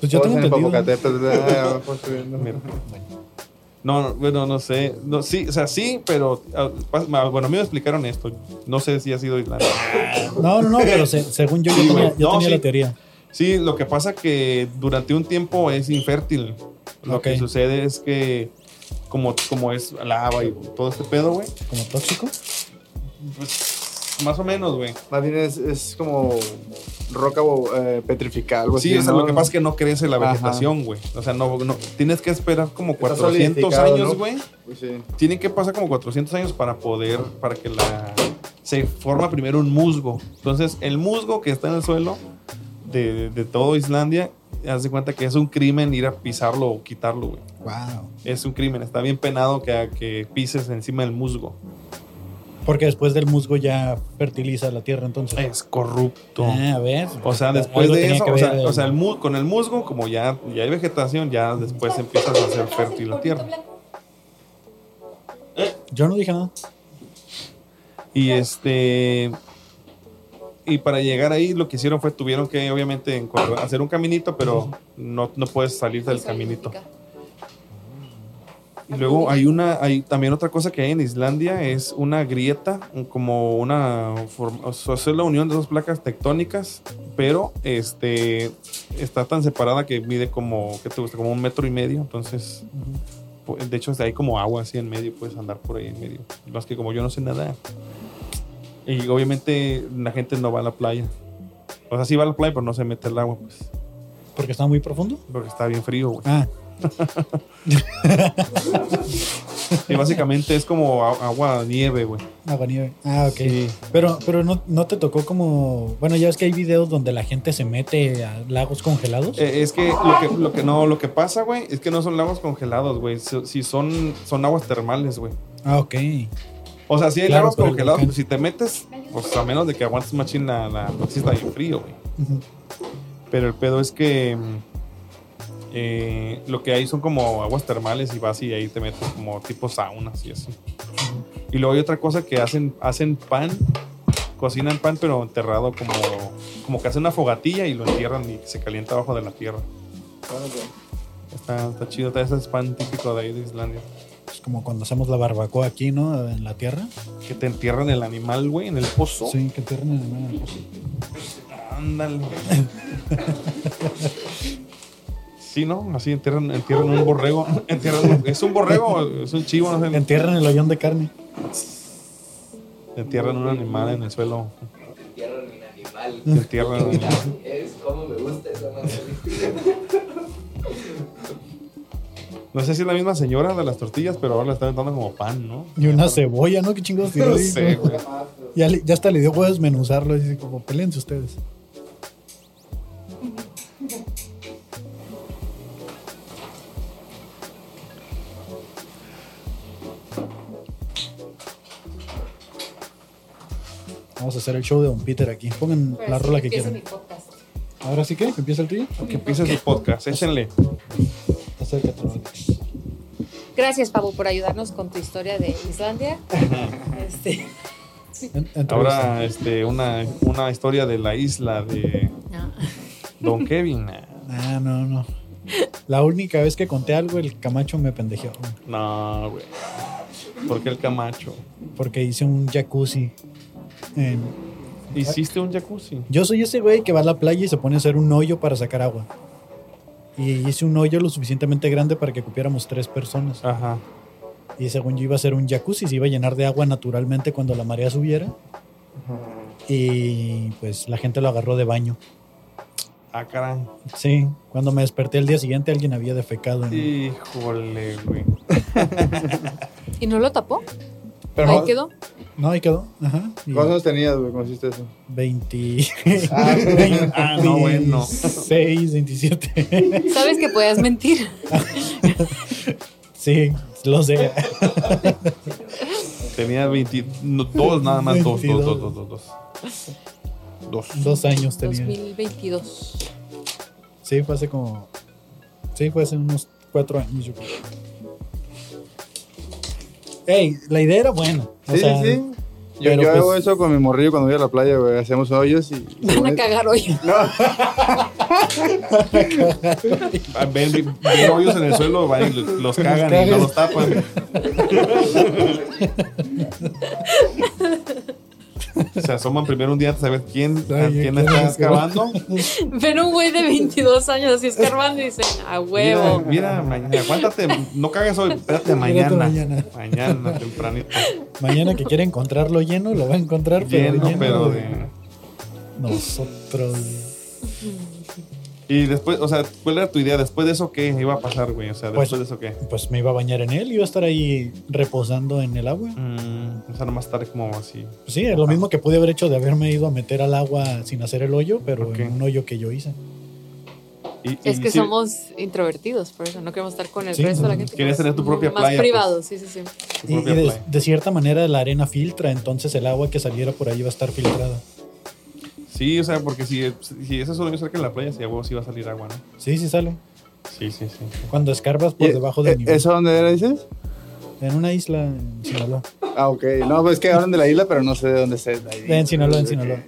Pues yo tengo
Todos en
entendido.
Popocatépetl, ah, abajo subiendo.
Mira. No, no, bueno, no sé. No, sí, o sea, sí, pero. ah, pas- ah, Bueno, a mí me explicaron esto. No sé si ha sido Islandia.
No, no, no, pero se- según yo, yo
Sí, güey.
tenía, yo
No,
tenía
sí.
la teoría.
Sí, lo que pasa que durante un tiempo es infértil. Lo
Ok.
que sucede es que, como, como es lava y todo este pedo, güey,
¿Como tóxico?
pues, más o menos, güey.
Más bien es, es como roca eh, petrificada, algo
Sí,
así.
o sea,
¿no?
lo que pasa es que no crece la
Ajá.
vegetación, güey. O sea, no, no- tienes que esperar como
Está
400
solidificado,
años,
¿no?
güey.
Pues sí.
Tienen que pasar como 400 años para poder, para que la... Se forma primero un musgo. Entonces, el musgo que está en el suelo de, de todo Islandia, haz de cuenta que es un crimen ir a pisarlo o quitarlo, güey.
Wow.
Es un crimen, está bien penado que, que pises encima del musgo.
Porque después del musgo ya fertiliza la tierra, entonces.
Es corrupto.
Ah, a ver.
O sea, después
Algo
de
tenía
eso,
que
o sea,
ver,
o sea, el mu- con el musgo, como ya, ya hay vegetación, ya después empiezas a hacer fértil la tierra.
Yo no dije nada.
Y este. Y para llegar ahí, lo que hicieron fue tuvieron que, obviamente, encontrar- hacer un caminito, pero no, no puedes salir del caminito. Y luego hay una, hay también otra cosa que hay en Islandia, es una grieta, un- como una, form- o sea, es la unión de dos placas tectónicas, pero este, está tan separada que mide como, ¿qué te gusta? Como un metro y medio, entonces, pues, de hecho, hay como agua así en medio, puedes andar por ahí en medio. Más que como yo no sé nada. Y obviamente la gente no va a la playa. O sea, sí va a la playa, pero no se mete al agua, pues,
Porque está muy profundo.
porque está bien frío, güey.
Ah,
Y básicamente es como a- agua, nieve, güey.
agua nieve. Ah, ok.
Sí.
Pero, pero no, no te tocó como. Bueno, ya ves que hay videos donde la gente se mete a lagos congelados.
Eh, es que lo que, lo que no, lo que pasa, güey, es que no son lagos congelados, güey. Si, si son, son aguas termales, güey.
Ah, ok.
O sea, si hay
Claro,
lagos
pero el
congelados,
volcán.
pues si te metes, pues a menos de que aguantes machín la, la, pues, sí está bien frío, güey.
Ujú.
Pero el pedo es que mm, eh, lo que hay son como aguas termales y vas y ahí te metes como tipo saunas y así. Y luego hay otra cosa que hacen, hacen pan, cocinan pan pero enterrado como, como que hacen una fogatilla y lo entierran y se calienta abajo de la tierra. Está, está chido, ese es pan típico de ahí de Islandia.
Es como cuando hacemos la barbacoa aquí, ¿no? En la tierra.
Que te entierran el animal, güey, en el pozo.
Sí, que tierra en el eh, medio del pozo.
Ándale. Sí, ¿no? Así entierran, entierran un borrego. Entierran- ¿Es un borrego o es un chivo? No sé.
Entierran el hoyón de carne.
Entierran un animal en el suelo.
Tierra ni animal.
Entierran un animal.
Es como me gusta esa madre.
No sé si es la misma señora de las tortillas, pero ahora la están entrando como pan, ¿no?
Y una cebolla, ¿no? Qué chingados tiró
No
ahí,
sé,
¿no?
güey.
Ya, le- ya hasta le dio huevos desmenuzarlo. Así como, peleense ustedes. Vamos a hacer el show de Don Peter aquí. Pongan
Pero
la
sí,
rola que
Pues, empieza
quieran.
mi podcast.
Ahora sí que, que empieza el río.
Que empiece su podcast, échenle.
Acércate, Alex.
Gracias, Pablo, por ayudarnos con tu historia de Islandia. Este,
En- entrevista.
Ahora, este, una, una historia de la isla de
no.
Don Kevin.
Ah, no, no. La única vez que conté algo, el Camacho me pendejeó. güey,
No, güey. ¿Por qué el Camacho?
Porque hice un jacuzzi. en-
¿Hiciste un jacuzzi?
yo soy ese güey que va a la playa y se pone a hacer un hoyo para sacar agua. Y hice un hoyo lo suficientemente grande para que cupiéramos tres personas.
Ajá.
Y según yo iba a hacer un jacuzzi, se iba a llenar de agua naturalmente cuando la marea subiera. Y pues la gente lo agarró de baño.
Ah, caray.
Sí, cuando me desperté el día siguiente alguien había defecado. En,
Híjole, güey.
¿Y no lo tapó?
Pero
Ahí
¿cuántos-
quedó.
No, ahí quedó. Ajá. Y-
¿Cuántos años tenías, güey, cuando hiciste eso?
20.
Ah,
ah, no, bueno.
6, 27.
Sabes que podías mentir.
Sí, lo sé.
Tenía 22, nada más. Dos, dos,
22.
dos, dos, dos, dos. Dos.
Dos años tenía.
2022.
Sí, fue hace como. Sí, fue hace unos cuatro años, yo creo. Ey, la idea era buena. O
Sí,
sea,
sí, sí. Yo,
pero
yo hago
pues-
eso con mi morrillo cuando voy a la playa, güey. Hacemos hoyos y. y
Van a
güey,
cagar hoy.
Ah, Ven, ven hoyos en el suelo, van y los los cagan y no los tapan. Se asoman primero un día antes a ver quién, a
Ay,
quién
qué
está
asco.
excavando.
Ven un güey de 22 años así escarbando y dicen,
Mira,
a huevo.
mira, mañana, aguántate, no cagues hoy, espérate mañana.
mañana.
Mañana, tempranito.
Mañana que quiera encontrarlo lleno, lo va a encontrar. Pero
Lleno, pero
de
de.
Nosotros.
Y después, o sea, ¿cuál era tu idea? Después de eso, ¿qué iba a pasar, güey? O sea, después
Pues-
de eso, ¿qué?
Pues me iba a bañar en él, iba a estar ahí reposando en el agua.
Mm, o sea, nomás estar como así.
Sí, es lo mismo que pude haber hecho de haberme ido a meter al agua sin hacer el hoyo, pero
Ok.
en un hoyo que yo hice.
Y, y
Es que
sí,
somos introvertidos, por eso no queremos estar con el
Sí,
resto de la gente.
quieres tener tu propia
Más
playa, pues.
privado, sí, sí, sí.
tu
Y, y
propia
de,
playa.
de cierta manera la arena filtra, entonces el agua que saliera por ahí va a estar filtrada.
Sí, o sea, porque si, si ese sueño cerca de la playa, sí, a huevo sí va a salir agua, ¿no?
Sí, sí sale.
Sí, sí, sí.
Cuando escarbas por
y-
debajo del
¿e-
nivel.
¿Eso dónde era, dices?
En una isla en Sinaloa.
Ah, ok. No, pues es que hablan de la isla, pero no sé de dónde estés. ahí.
En Sinaloa, en
Ok.
Sinaloa.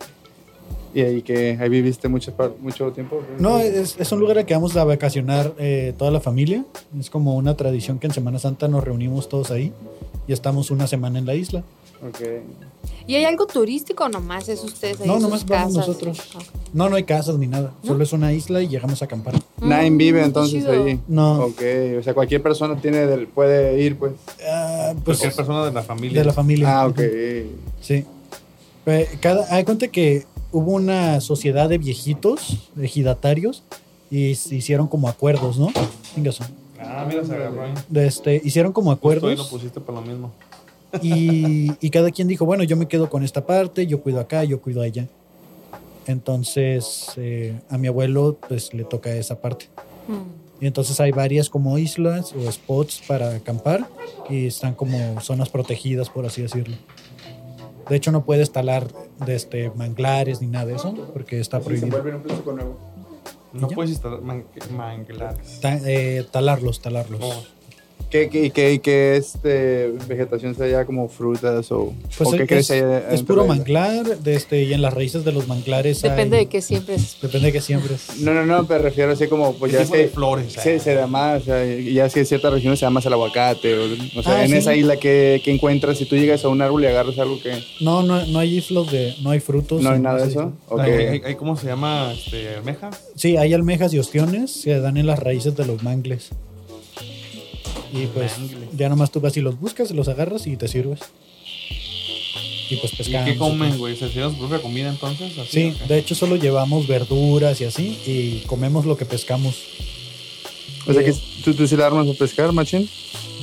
¿Y ahí que ahí viviste mucho, par- mucho tiempo?
No, eh, es, es un lugar al que vamos a vacacionar eh, toda la familia. Es como una tradición que en Semana Santa nos reunimos todos ahí y estamos una semana en la isla.
Ok.
¿Y hay algo turístico o nomás es ustedes ahí?
No,
en sus
nomás vamos
casas?
nosotros.
Ok.
No, no hay casas ni nada. Solo es una isla y llegamos a acampar.
Mm,
Nadie vive
qué
entonces
chido.
ahí.
No,
Ok, o sea, cualquier persona tiene del- puede ir, pues.
ah, pues
Cualquier persona de la familia.
de la familia.
Ah, ok.
Sí. Pe- Cada, hay cuenta que hubo una sociedad de viejitos, ejidatarios, y se hicieron como acuerdos, ¿no? Venga, son.
Ah, mira, se agarró ahí.
De este, hicieron como
Justo ahí lo
acuerdos
pusiste para lo mismo.
y, y cada quien dijo, bueno, yo me quedo con esta parte, yo cuido acá, yo cuido allá. Entonces eh, a mi abuelo pues le toca esa parte.
Mm.
Y entonces hay varias como islas o spots para acampar y están como zonas protegidas, por así decirlo. De hecho no puedes talar de este, manglares ni nada de eso porque está
Se
prohibido.
vuelve un plástico nuevo.
No
¿Y ya?
puedes instalar man- manglares.
Ta- eh, talarlos, talarlos.
Oh.
No.
¿Qué, qué, qué, qué, este, vegetación sea allá como frutas o,
Pues
o qué
es,
crece
es-
allá?
es
en tu
puro
isla?
manglar de este, y en las raíces de los manglares.
Depende
hay-
de qué siempre es.
Depende de que siempre. es-
No, no, no, pero refiero así como, pues
¿Qué
ya
tipo de
sé.
flores.
Se,
hay?
se da más, o sea, y ya es que en ciertas regiones se da más el aguacate. O, o sea,
Ah,
en
sí.
esa isla que, que encuentras, si tú llegas a un árbol y agarras algo que
No, no, no hay islas de. No hay frutos.
no hay
en
nada de
esas
eso,
islas.
ok.
Hay- hay- hay- ¿Cómo se llama? Este, ¿Almejas?
Sí, hay almejas y ostiones que dan en las raíces de los mangles. Y pues
Mangles.
ya nomás tú vas y los buscas, los agarras y te sirves. Y pues
¿Y
pescamos.
qué comen, güey? ¿Se sirven su propia comida entonces? Así,
Sí,
ok.
de hecho solo llevamos verduras y así y comemos lo que pescamos.
O sea, que tú, tú sí la armas a pescar, machín.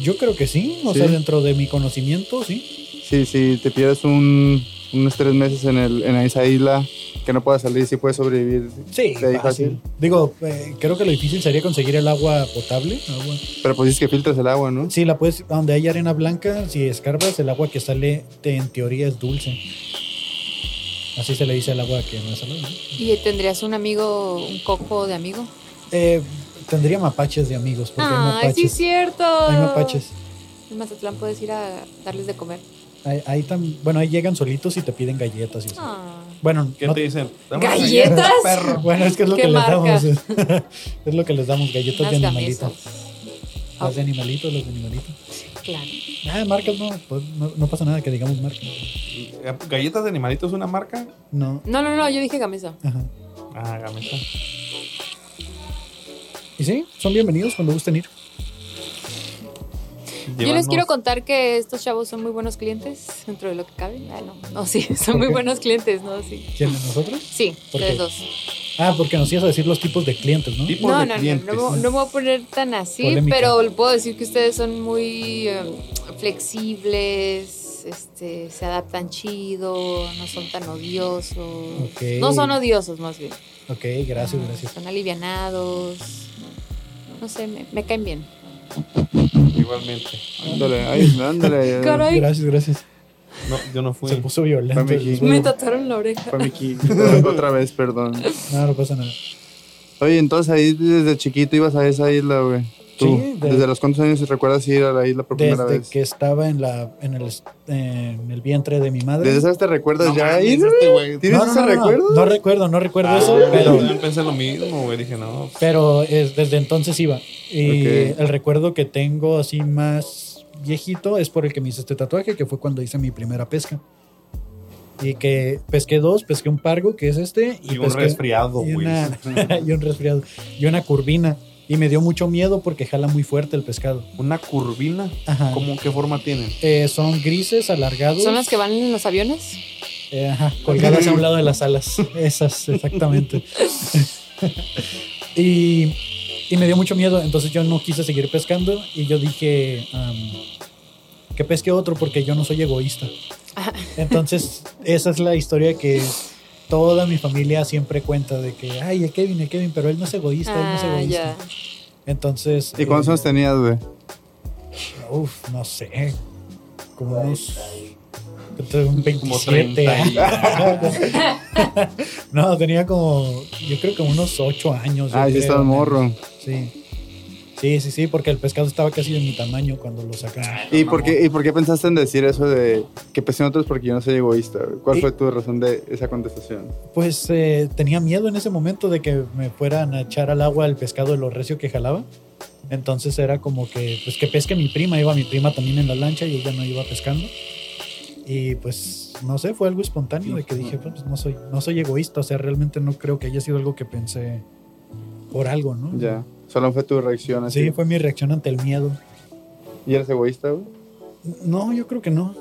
Yo creo que sí, o
Sí.
sea, dentro de mi conocimiento, sí.
Si si te pierdes un, unos tres meses en, el, en esa isla que no puedas salir, si puedes sobrevivir.
Sí,
Sí, fácil.
fácil. Digo, eh, creo que lo difícil sería conseguir el agua potable. agua-
Pero pues es que filtras el agua, ¿no?
Sí, la puedes, donde hay arena blanca, si escarbas, el agua que sale te- en teoría es dulce. Así se le dice al agua que no es salada. ¿no?
¿Y tendrías un amigo, un coco de amigo?
Eh, tendría mapaches de amigos, porque hay
Ay, Ah, sí,
mapaches.
es cierto.
Hay mapaches.
En Mazatlán puedes ir a darles de comer.
Ahí- ahí tam- bueno, ahí llegan solitos y te piden galletas. Y eso.
Ah.
Bueno,
¿Qué
no-
te dicen? Dame una galleta,
¿Galletas?
perro.
bueno, es que es lo
¿Qué
que
marca?
les damos. es lo que les damos, galletas
Unas
de animalito.
gamesas.
Las de animalito, las de animalito.
Claro.
Ah, marcas no, pues, no, no pasa nada que digamos marcas.
¿Galletas de animalitos una marca?
No,
No, no, no, yo dije gamesa.
ajá.
Ah, gameta.
Y sí, son bienvenidos cuando gusten ir.
Yo les quiero contar que estos chavos son muy buenos clientes, dentro de lo que cabe. Ah, no, no, sí, son
¿Por
muy
qué?
buenos clientes, ¿no? Sí,
¿Quieren nosotros?
sí,
¿Por
ustedes
qué?
dos.
Ah, porque nos ibas a decir los tipos de clientes, ¿no?
Tipos
No,
de
no, no, no,
clientes.
me- no me voy a poner tan así,
Polémica.
pero puedo decir que ustedes son muy eh, flexibles, este, se adaptan chido, no son tan odiosos.
Ok.
No son odiosos, más bien.
Ok, gracias,
Ah,
gracias.
Son alivianados. No sé, me, me caen bien.
Igualmente.
Ándale, ay, ándale.
Caray.
Gracias, gracias.
No, yo no fui.
Se puso violento.
Fue Miki.
Me tatuaron la oreja.
Fue mi ki- otra- Otra vez, perdón.
No, no pasa nada.
Oye, entonces ahí desde chiquito ibas a esa isla, güey. Tú,
Sí, de-
¿Desde los cuántos años recuerdas ir a la isla por primera
Desde
vez?
que estaba en la en el, en el vientre de mi madre.
¿Desde esas te recuerdas
No
ya
mames,
ahí?
este güey.
¿Tienes ese recuerdo?
No, recuerdo, no recuerdo
Ah,
eso,
yo
pero,
también pensé lo mismo, güey. Dije, no. pues,
pero es- desde entonces iba. Y
Ok.
el recuerdo que tengo así más viejito es por el que me hice este tatuaje, que fue cuando hice mi primera pesca. Y que pesqué dos, pesqué un pargo, que es este, y,
Y un
pesqué-
resfriado,
y,
güey.
una, y un resfriado, y una curvina. Y me dio mucho miedo porque jala muy fuerte el pescado.
Una curvina.
Ajá.
¿Cómo qué forma tienen?
Eh, son grises, alargados.
¿Son las que van en los aviones?
Eh, ajá, colgadas a un lado de las alas. Esas, exactamente. y, y me dio mucho miedo, entonces yo no quise seguir pescando y yo dije am, que pesque otro porque yo no soy egoísta. Entonces, esa es la historia que toda mi familia siempre cuenta de que, ay, el Kevin, el Kevin, pero él no es egoísta, él no es
Ah,
egoísta.
ya.
Entonces...
¿Y cuántos años
eh,
tenías, güey?
Uf, no sé. Como unos...
Como
27
30
años.
y-
No, tenía como, yo creo que unos 8 años. yo
Ah, sí,
creo,
estaba
men.
morro.
Sí. Sí, sí, sí, porque el pescado estaba casi de mi tamaño cuando lo sacaron.
¿Y por, qué, ¿Y por qué pensaste en decir eso de que pese a otros porque yo no soy egoísta? güey? ¿Cuál
Y-
fue tu razón de esa contestación?
Pues eh, tenía miedo en ese momento de que me fueran a echar al agua el pescado de lo recio que jalaba. Entonces era como que, pues que pesque mi prima, iba mi prima también en la lancha y ella no iba pescando. Y pues, no sé, fue algo espontáneo de que dije, pues no soy, no soy egoísta, o sea, realmente no creo que haya sido algo que pensé por algo, ¿no?
Ya. Solo fue tu reacción así.
Sí, fue mi reacción ante el miedo.
¿Y eres egoísta, güey?
No, yo creo que no.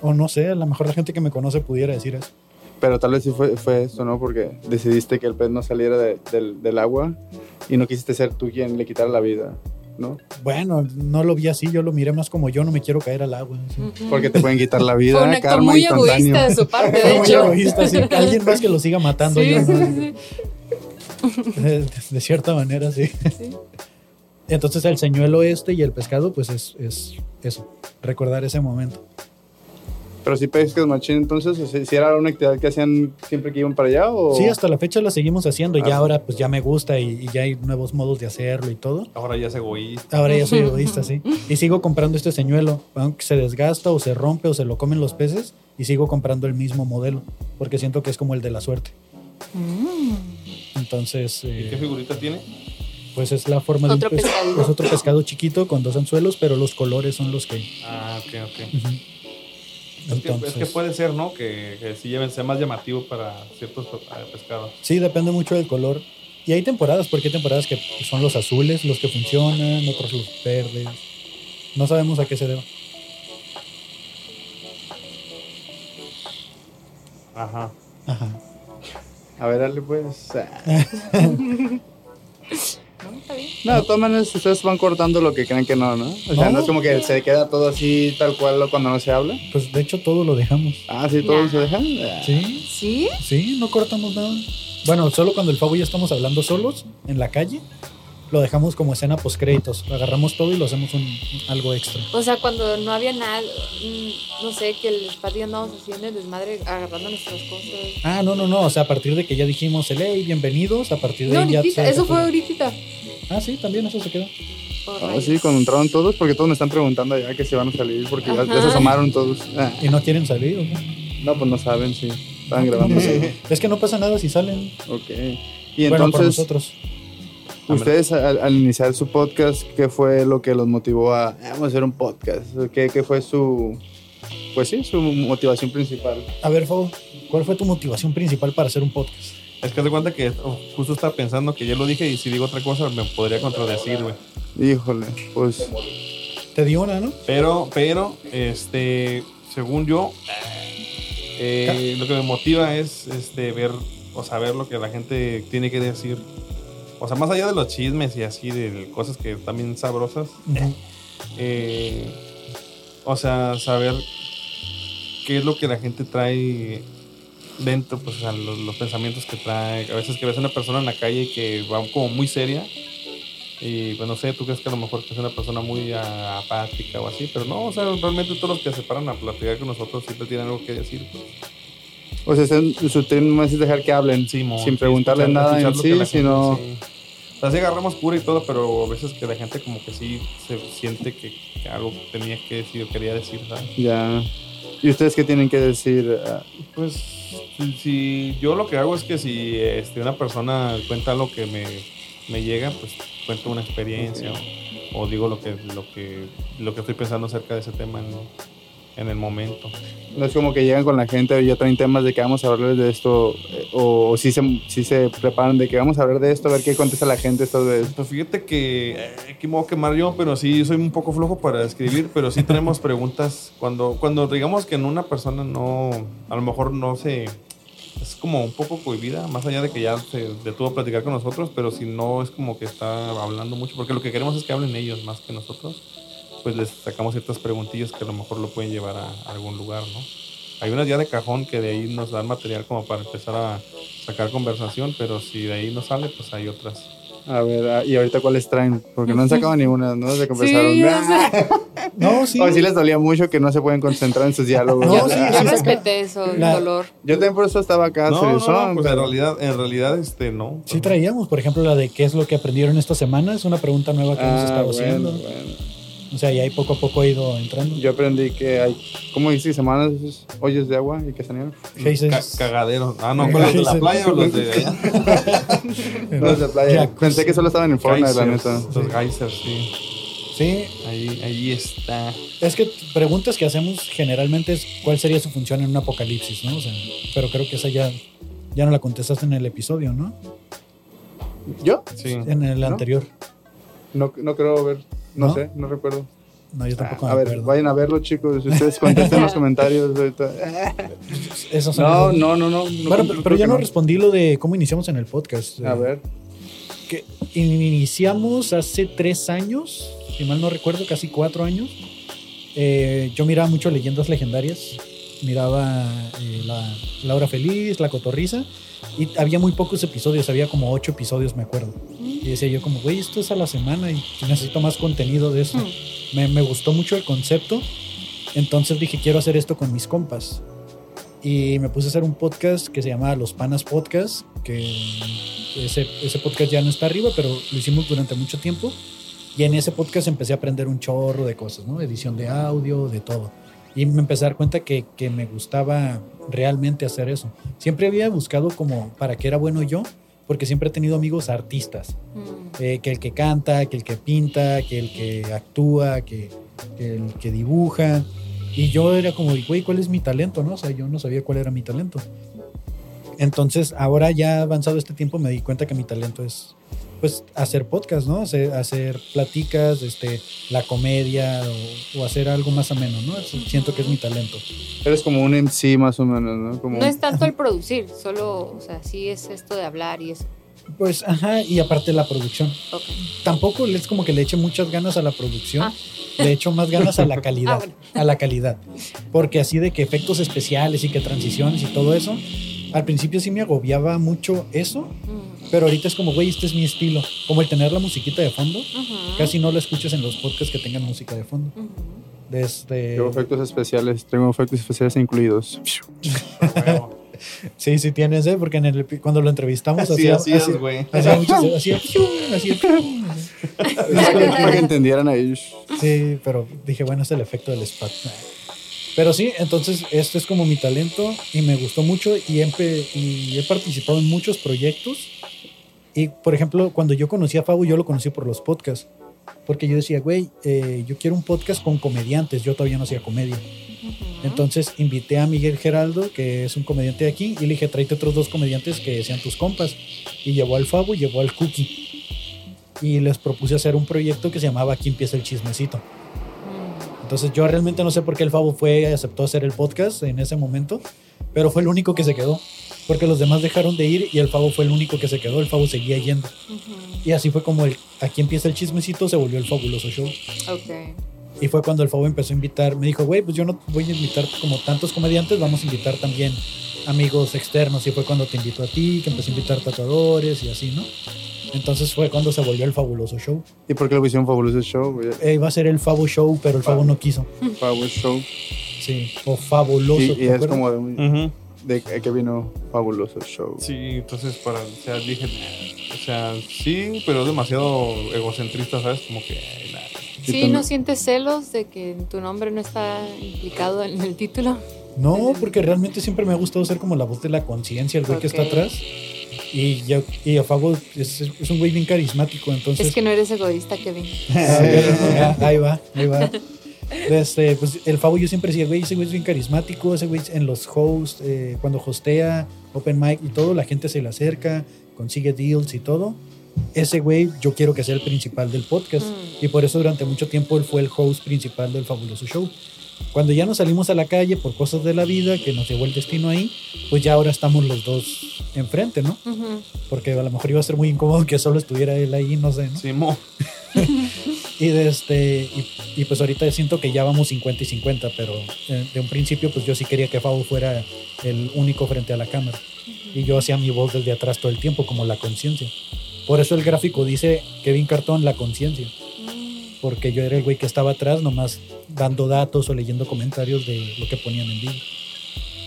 O no sé, a lo mejor la gente que me conoce pudiera decir eso.
Pero tal vez sí fue, fue eso, ¿no? Porque decidiste que el pez no saliera de- del, del agua y no quisiste ser tú quien le quitara la vida, ¿no?
Bueno, no lo vi así, yo lo miré más como yo no me quiero caer al agua. sí.
Ujú.
Porque te pueden quitar la vida,
Fue un acto
karma
muy
instantáneo.
egoísta de su parte, de
Fue muy
hecho.
egoísta, sí, que alguien más que lo siga matando.
Sí,
yo no.
sí,
De, de cierta manera, sí.
sí, sí.
Entonces el señuelo este y el pescado, pues es, es eso, recordar ese momento.
Pero si pescas machín, entonces, o sea, si era una actividad que hacían siempre que iban para allá o...
Oh.
Sí, hasta la fecha la seguimos haciendo.
Ah, sí.
Ya ahora, pues ya me gusta y, y ya hay nuevos modos de hacerlo y todo.
Ahora ya es egoísta.
Ahora ya soy egoísta, sí. Y sigo comprando este señuelo, aunque se desgasta o se rompe o se lo comen los peces, y sigo comprando el mismo modelo, porque siento que es como el de la suerte.
Mm.
Entonces,
¿Y
eh,
qué figurita tiene?
pues es la forma de un
Otro
pes-
pescadito.
es otro pescado chiquito con dos anzuelos, pero los colores son los que...
Ah, ok, ok.
Ujú.
Es que, es que
Entonces,
puede ser, ¿no? Que, que sí lleven, sea más llamativo para ciertos eh, pescados.
sí, depende mucho del color. Y hay temporadas, porque hay temporadas que son los azules los que funcionan, otros los verdes. No sabemos a qué se deba.
Ajá.
Ajá.
A ver, dale pues. Ah.
No, está bien.
No, de todas maneras, ustedes van cortando lo que creen que no, ¿no? O sea,
No.
no, es como que se queda todo así tal cual cuando no se habla.
Pues de hecho todo lo dejamos.
Ah, sí, todo
Nah.
se deja. Ah.
Sí.
¿Sí?
Sí, no cortamos nada. Bueno, solo cuando el Fabo y yo estamos hablando solos en la calle, lo dejamos como escena post créditos. Agarramos todo y lo hacemos un, algo extra.
O sea, cuando no había nada, mm, no sé, que el patio andábamos haciendo el desmadre, agarrando nuestras cosas.
Ah, no, no, no. O sea, a partir de que ya dijimos el hey, bienvenidos, a partir de
No,
ahí ya.
ahorita,
se-
eso fue ahorita.
Ah, sí, también eso se quedó.
Oh,
Ah,
rayos.
sí, cuando entraron todos, porque todos me están preguntando ya que se van a salir, porque ya, ya se
Ajá.
asomaron todos. Ah,
¿Y no quieren salir o qué?
no, pues no saben, sí. Estaban
No,
grabando.
no sé. es que no pasa nada si salen.
Ok. Y
bueno, por
entonces,
nosotros.
ustedes al, al iniciar su podcast, ¿qué fue lo que los motivó a "Ah, vamos a hacer un podcast? ¿Qué, qué fue su, pues sí, su motivación principal?
A ver, Fabo, ¿cuál fue tu motivación principal para hacer un podcast?
Es que te cuenta que oh, justo estaba pensando que ya lo dije y si digo otra cosa me podría contradecir, güey.
Híjole, pues
Te dio una, ¿no?
Pero, pero, este, según yo, eh, lo que me motiva es este, ver o saber lo que la gente tiene que decir. O sea, más allá de los chismes y así, de cosas que también sabrosas,
Ujú.
eh, o sea, saber qué es lo que la gente trae dentro, pues, o sea, los, los pensamientos que trae. A veces que ves a una persona en la calle que va como muy seria y, pues, no sé, tú crees que a lo mejor que es una persona muy ah, apática o así, pero no, o sea, realmente todos los que se paran a platicar con nosotros siempre tienen algo que decir. pues.
O sea, están- su tema es dejar que hablen,
Simón,
sin
sí,
preguntarles
escuchar-
nada en
escuchar lo que
sí,
la gente-
sino...
sí. O sea, sí agarramos cura y todo, pero a veces que la gente como que sí se siente que, que algo tenía que decir o quería decir, ¿sabes?
Ya. ¿Y ustedes qué tienen que decir? Ah,
Pues si, si- yo lo que hago es que si este, una persona cuenta lo que me, me llega, pues cuento una experiencia o, o digo lo que, lo, que, lo que estoy pensando acerca de ese tema en, en el momento.
No es como que llegan con la gente y ya traen temas de que vamos a hablarles de esto, eh, o, si, se, sí se preparan de que vamos a hablar de esto, a ver qué contesta la gente esta vez.
Pues fíjate que eh, aquí me voy a quemar yo, pero sí soy un poco flojo para escribir, pero sí tenemos preguntas. Cuando, cuando digamos que en una persona no, a lo mejor no se, es como un poco cohibida, más allá de que ya se detuvo a platicar con nosotros, pero si no es como que está hablando mucho, porque lo que queremos es que hablen ellos más que nosotros, pues les sacamos ciertas preguntillas que a lo mejor lo pueden llevar a, a algún lugar, ¿no? Hay unas ya de cajón que de ahí nos dan material como para empezar a sacar conversación, pero si de ahí no sale, pues hay otras.
A ver, ah, ¿y ahorita cuáles traen? Porque no han sacado ni una, ¿no? Desde que empezaron. "Ah,
Sí, ya sé.
No, sí.
O Oh, sí les dolía mucho que no se pueden concentrar en sus diálogos.
No, sí,
Ya
sí,
respeté eso, el
La-
dolor.
Yo también por eso estaba acá,
No, no,
seriosón,
no, pues en
pero-
realidad, en realidad, este, no.
Sí traíamos, por ejemplo, la de qué es lo que aprendieron esta semana. Es una pregunta
pues,
nueva que hemos
Ah,
estado
bueno,
haciendo.
bueno.
O sea, y ahí poco a poco ha ido entrando.
Yo aprendí que hay, ¿cómo dice? Semanas, hoyos de agua y que salieron.
Ca-
Cases.
cagaderos. Ah, no, ¿cuáles de la playa o los de
Eh,
No, de playa.
Jacuzzi.
Pensé que solo estaban en forma, la
geysers?
neta.
Los geysers, sí.
Sí,
Ahí, ahí está.
es que preguntas que hacemos generalmente es cuál sería su función en un apocalipsis, ¿no? O sea, pero creo que esa ya, ya no la contestaste en el episodio, ¿no?
¿Yo?
Sí.
En el
Mm. ¿No?
anterior.
No, no creo ver, no,
¿No?
sé, no recuerdo.
No, yo tampoco
Ah,
me
a ver,
acuerdo.
vayan a verlo, chicos. Ustedes contesten los comentarios ahorita.
Esos son
No,
esos.
no, no, no.
Bueno,
creo
pero
que
ya no eh.
no.
respondí lo de cómo iniciamos en el podcast.
A ver,
que iniciamos hace tres años, si mal no recuerdo, casi cuatro años. Eh, yo miraba mucho leyendas legendarias, miraba eh, la La Hora Feliz, La Cotorriza, y había muy pocos episodios, había como ocho episodios, me acuerdo. Y decía yo como, güey, esto es a la semana y necesito más contenido de esto. Me, me gustó mucho el concepto Entonces dije, quiero hacer esto con mis compas. Y me puse a hacer un podcast que se llamaba Los Panas Podcast, que ese, ese podcast ya no está arriba, pero lo hicimos durante mucho tiempo. Y en ese podcast empecé a aprender un chorro de cosas, ¿no? Edición de audio, de todo. Y me empecé a dar cuenta que, que me gustaba realmente hacer eso. Siempre había buscado como para qué era bueno yo, porque siempre he tenido amigos artistas
Mm.
eh, que el que canta, que el que pinta, que el que actúa, que, que el que dibuja. Y yo era como, güey, ¿cuál es mi talento? No? O sea, yo no sabía cuál era mi talento. Entonces, ahora ya avanzado este tiempo, me di cuenta que mi talento es, pues, hacer podcast, ¿no? Hacer, hacer platicas, este, la comedia o, o hacer algo más ameno, ¿no? Eso siento que es mi talento.
Eres como un MC más o menos, ¿no? Como
No es tanto el producir, solo, o sea, sí es esto de hablar y eso.
Pues, ajá, y aparte la producción.
Ok.
Tampoco es como que le eche muchas ganas a la producción.
Ah.
Le echo más ganas a la calidad.
Ah, bueno.
a la calidad. Porque así de que efectos especiales y que transiciones y todo eso, al principio sí me agobiaba mucho eso,
Mm.
pero ahorita es como, güey, este es mi estilo. Como el tener la musiquita de fondo,
Ujú.
casi no la escuchas en los podcasts que tengan música de fondo.
Ujú.
Desde...
Tengo efectos especiales, tengo efectos especiales incluidos.
Sí, sí tienes, ¿eh? Porque en el, epi- cuando lo entrevistamos
Así
hacía-
hacías,
hacía-
güey.
hacía muchos- hacía- hacía-
Para que entendieran ahí.
Sí, pero dije, bueno, es el efecto del spat. Pero sí, entonces esto es como mi talento y me gustó mucho y, empe- y he participado en muchos proyectos. Y por ejemplo, cuando yo conocí a Fabo, yo lo conocí por los podcasts. Porque yo decía, güey, eh, yo quiero un podcast con comediantes. Yo todavía no hacía comedia. Entonces invité a Miguel Geraldo, que es un comediante de aquí, y le dije, tráete otros dos comediantes que sean tus compas. Y llevó al Fabo y llevó al Cookie. Y les propuse hacer un proyecto que se llamaba Aquí empieza el chismecito.
Mm.
Entonces yo realmente no sé por qué el Fabo fue y aceptó hacer el podcast en ese momento, pero fue el único que se quedó, porque los demás dejaron de ir y el Fabo fue el único que se quedó, el Fabo seguía yendo.
Ujú.
Y así fue como el, aquí empieza el chismecito, se volvió el fabuloso show.
Ok.
Y fue cuando el Fabo empezó a invitar, me dijo, güey, pues yo no voy a invitar como tantos comediantes, vamos a invitar también amigos externos. Y fue cuando te invitó a ti, que empezó a invitar tatuadores y así, ¿no? Entonces fue cuando se volvió el fabuloso show.
¿Y por qué lo hicieron Fabuloso Show? güey?
Eh, iba a ser el Fabo Show, pero el Fabo no quiso.
Fabuloso Show.
Sí, o fabuloso.
Y,
¿te
y es
acuerdas?
como de, un-
Ujú.
de que vino Fabuloso Show.
Sí, entonces para, o sea, dije, nah, o sea, sí, pero es demasiado egocentrista, ¿sabes? Como que, ay, nah.
Y
Sí,
también-
¿no sientes celos de que tu nombre no está implicado en el título?
No, porque realmente siempre me ha gustado ser como la voz de la conciencia, el güey que está
Ok.
atrás. Y, yo, y a Fabo es, es un güey bien carismático, entonces.
Es que no eres egoísta, Kevin.
Ah, ok, ah, ahí va, ahí va. Este, pues el Fabo yo siempre decía, güey, ese güey es bien carismático, ese güey en los hosts, eh, cuando hostea, open mic y todo, la gente se le acerca, consigue deals y todo. Ese güey yo quiero que sea el principal del podcast.
Mm.
Y por eso durante mucho tiempo él fue el host principal del fabuloso show. Cuando ya nos salimos a la calle por cosas de la vida que nos llevó el destino ahí, pues ya ahora estamos los dos enfrente, ¿no?
Ujú.
Porque a lo mejor iba a ser muy incómodo que solo estuviera él ahí, no sé, ¿no?
Sí, mo.
Y, de este, y, y pues ahorita siento que ya vamos 50 y 50, pero eh, de un principio pues yo sí quería que Fabo fuera el único frente a la cámara. Y yo hacía mi voz desde atrás todo el tiempo, como la conciencia. Por eso el gráfico dice Kevin Cartón, la conciencia.
Mm.
Porque yo era el güey que estaba atrás, nomás dando datos o leyendo comentarios de lo que ponían en vivo.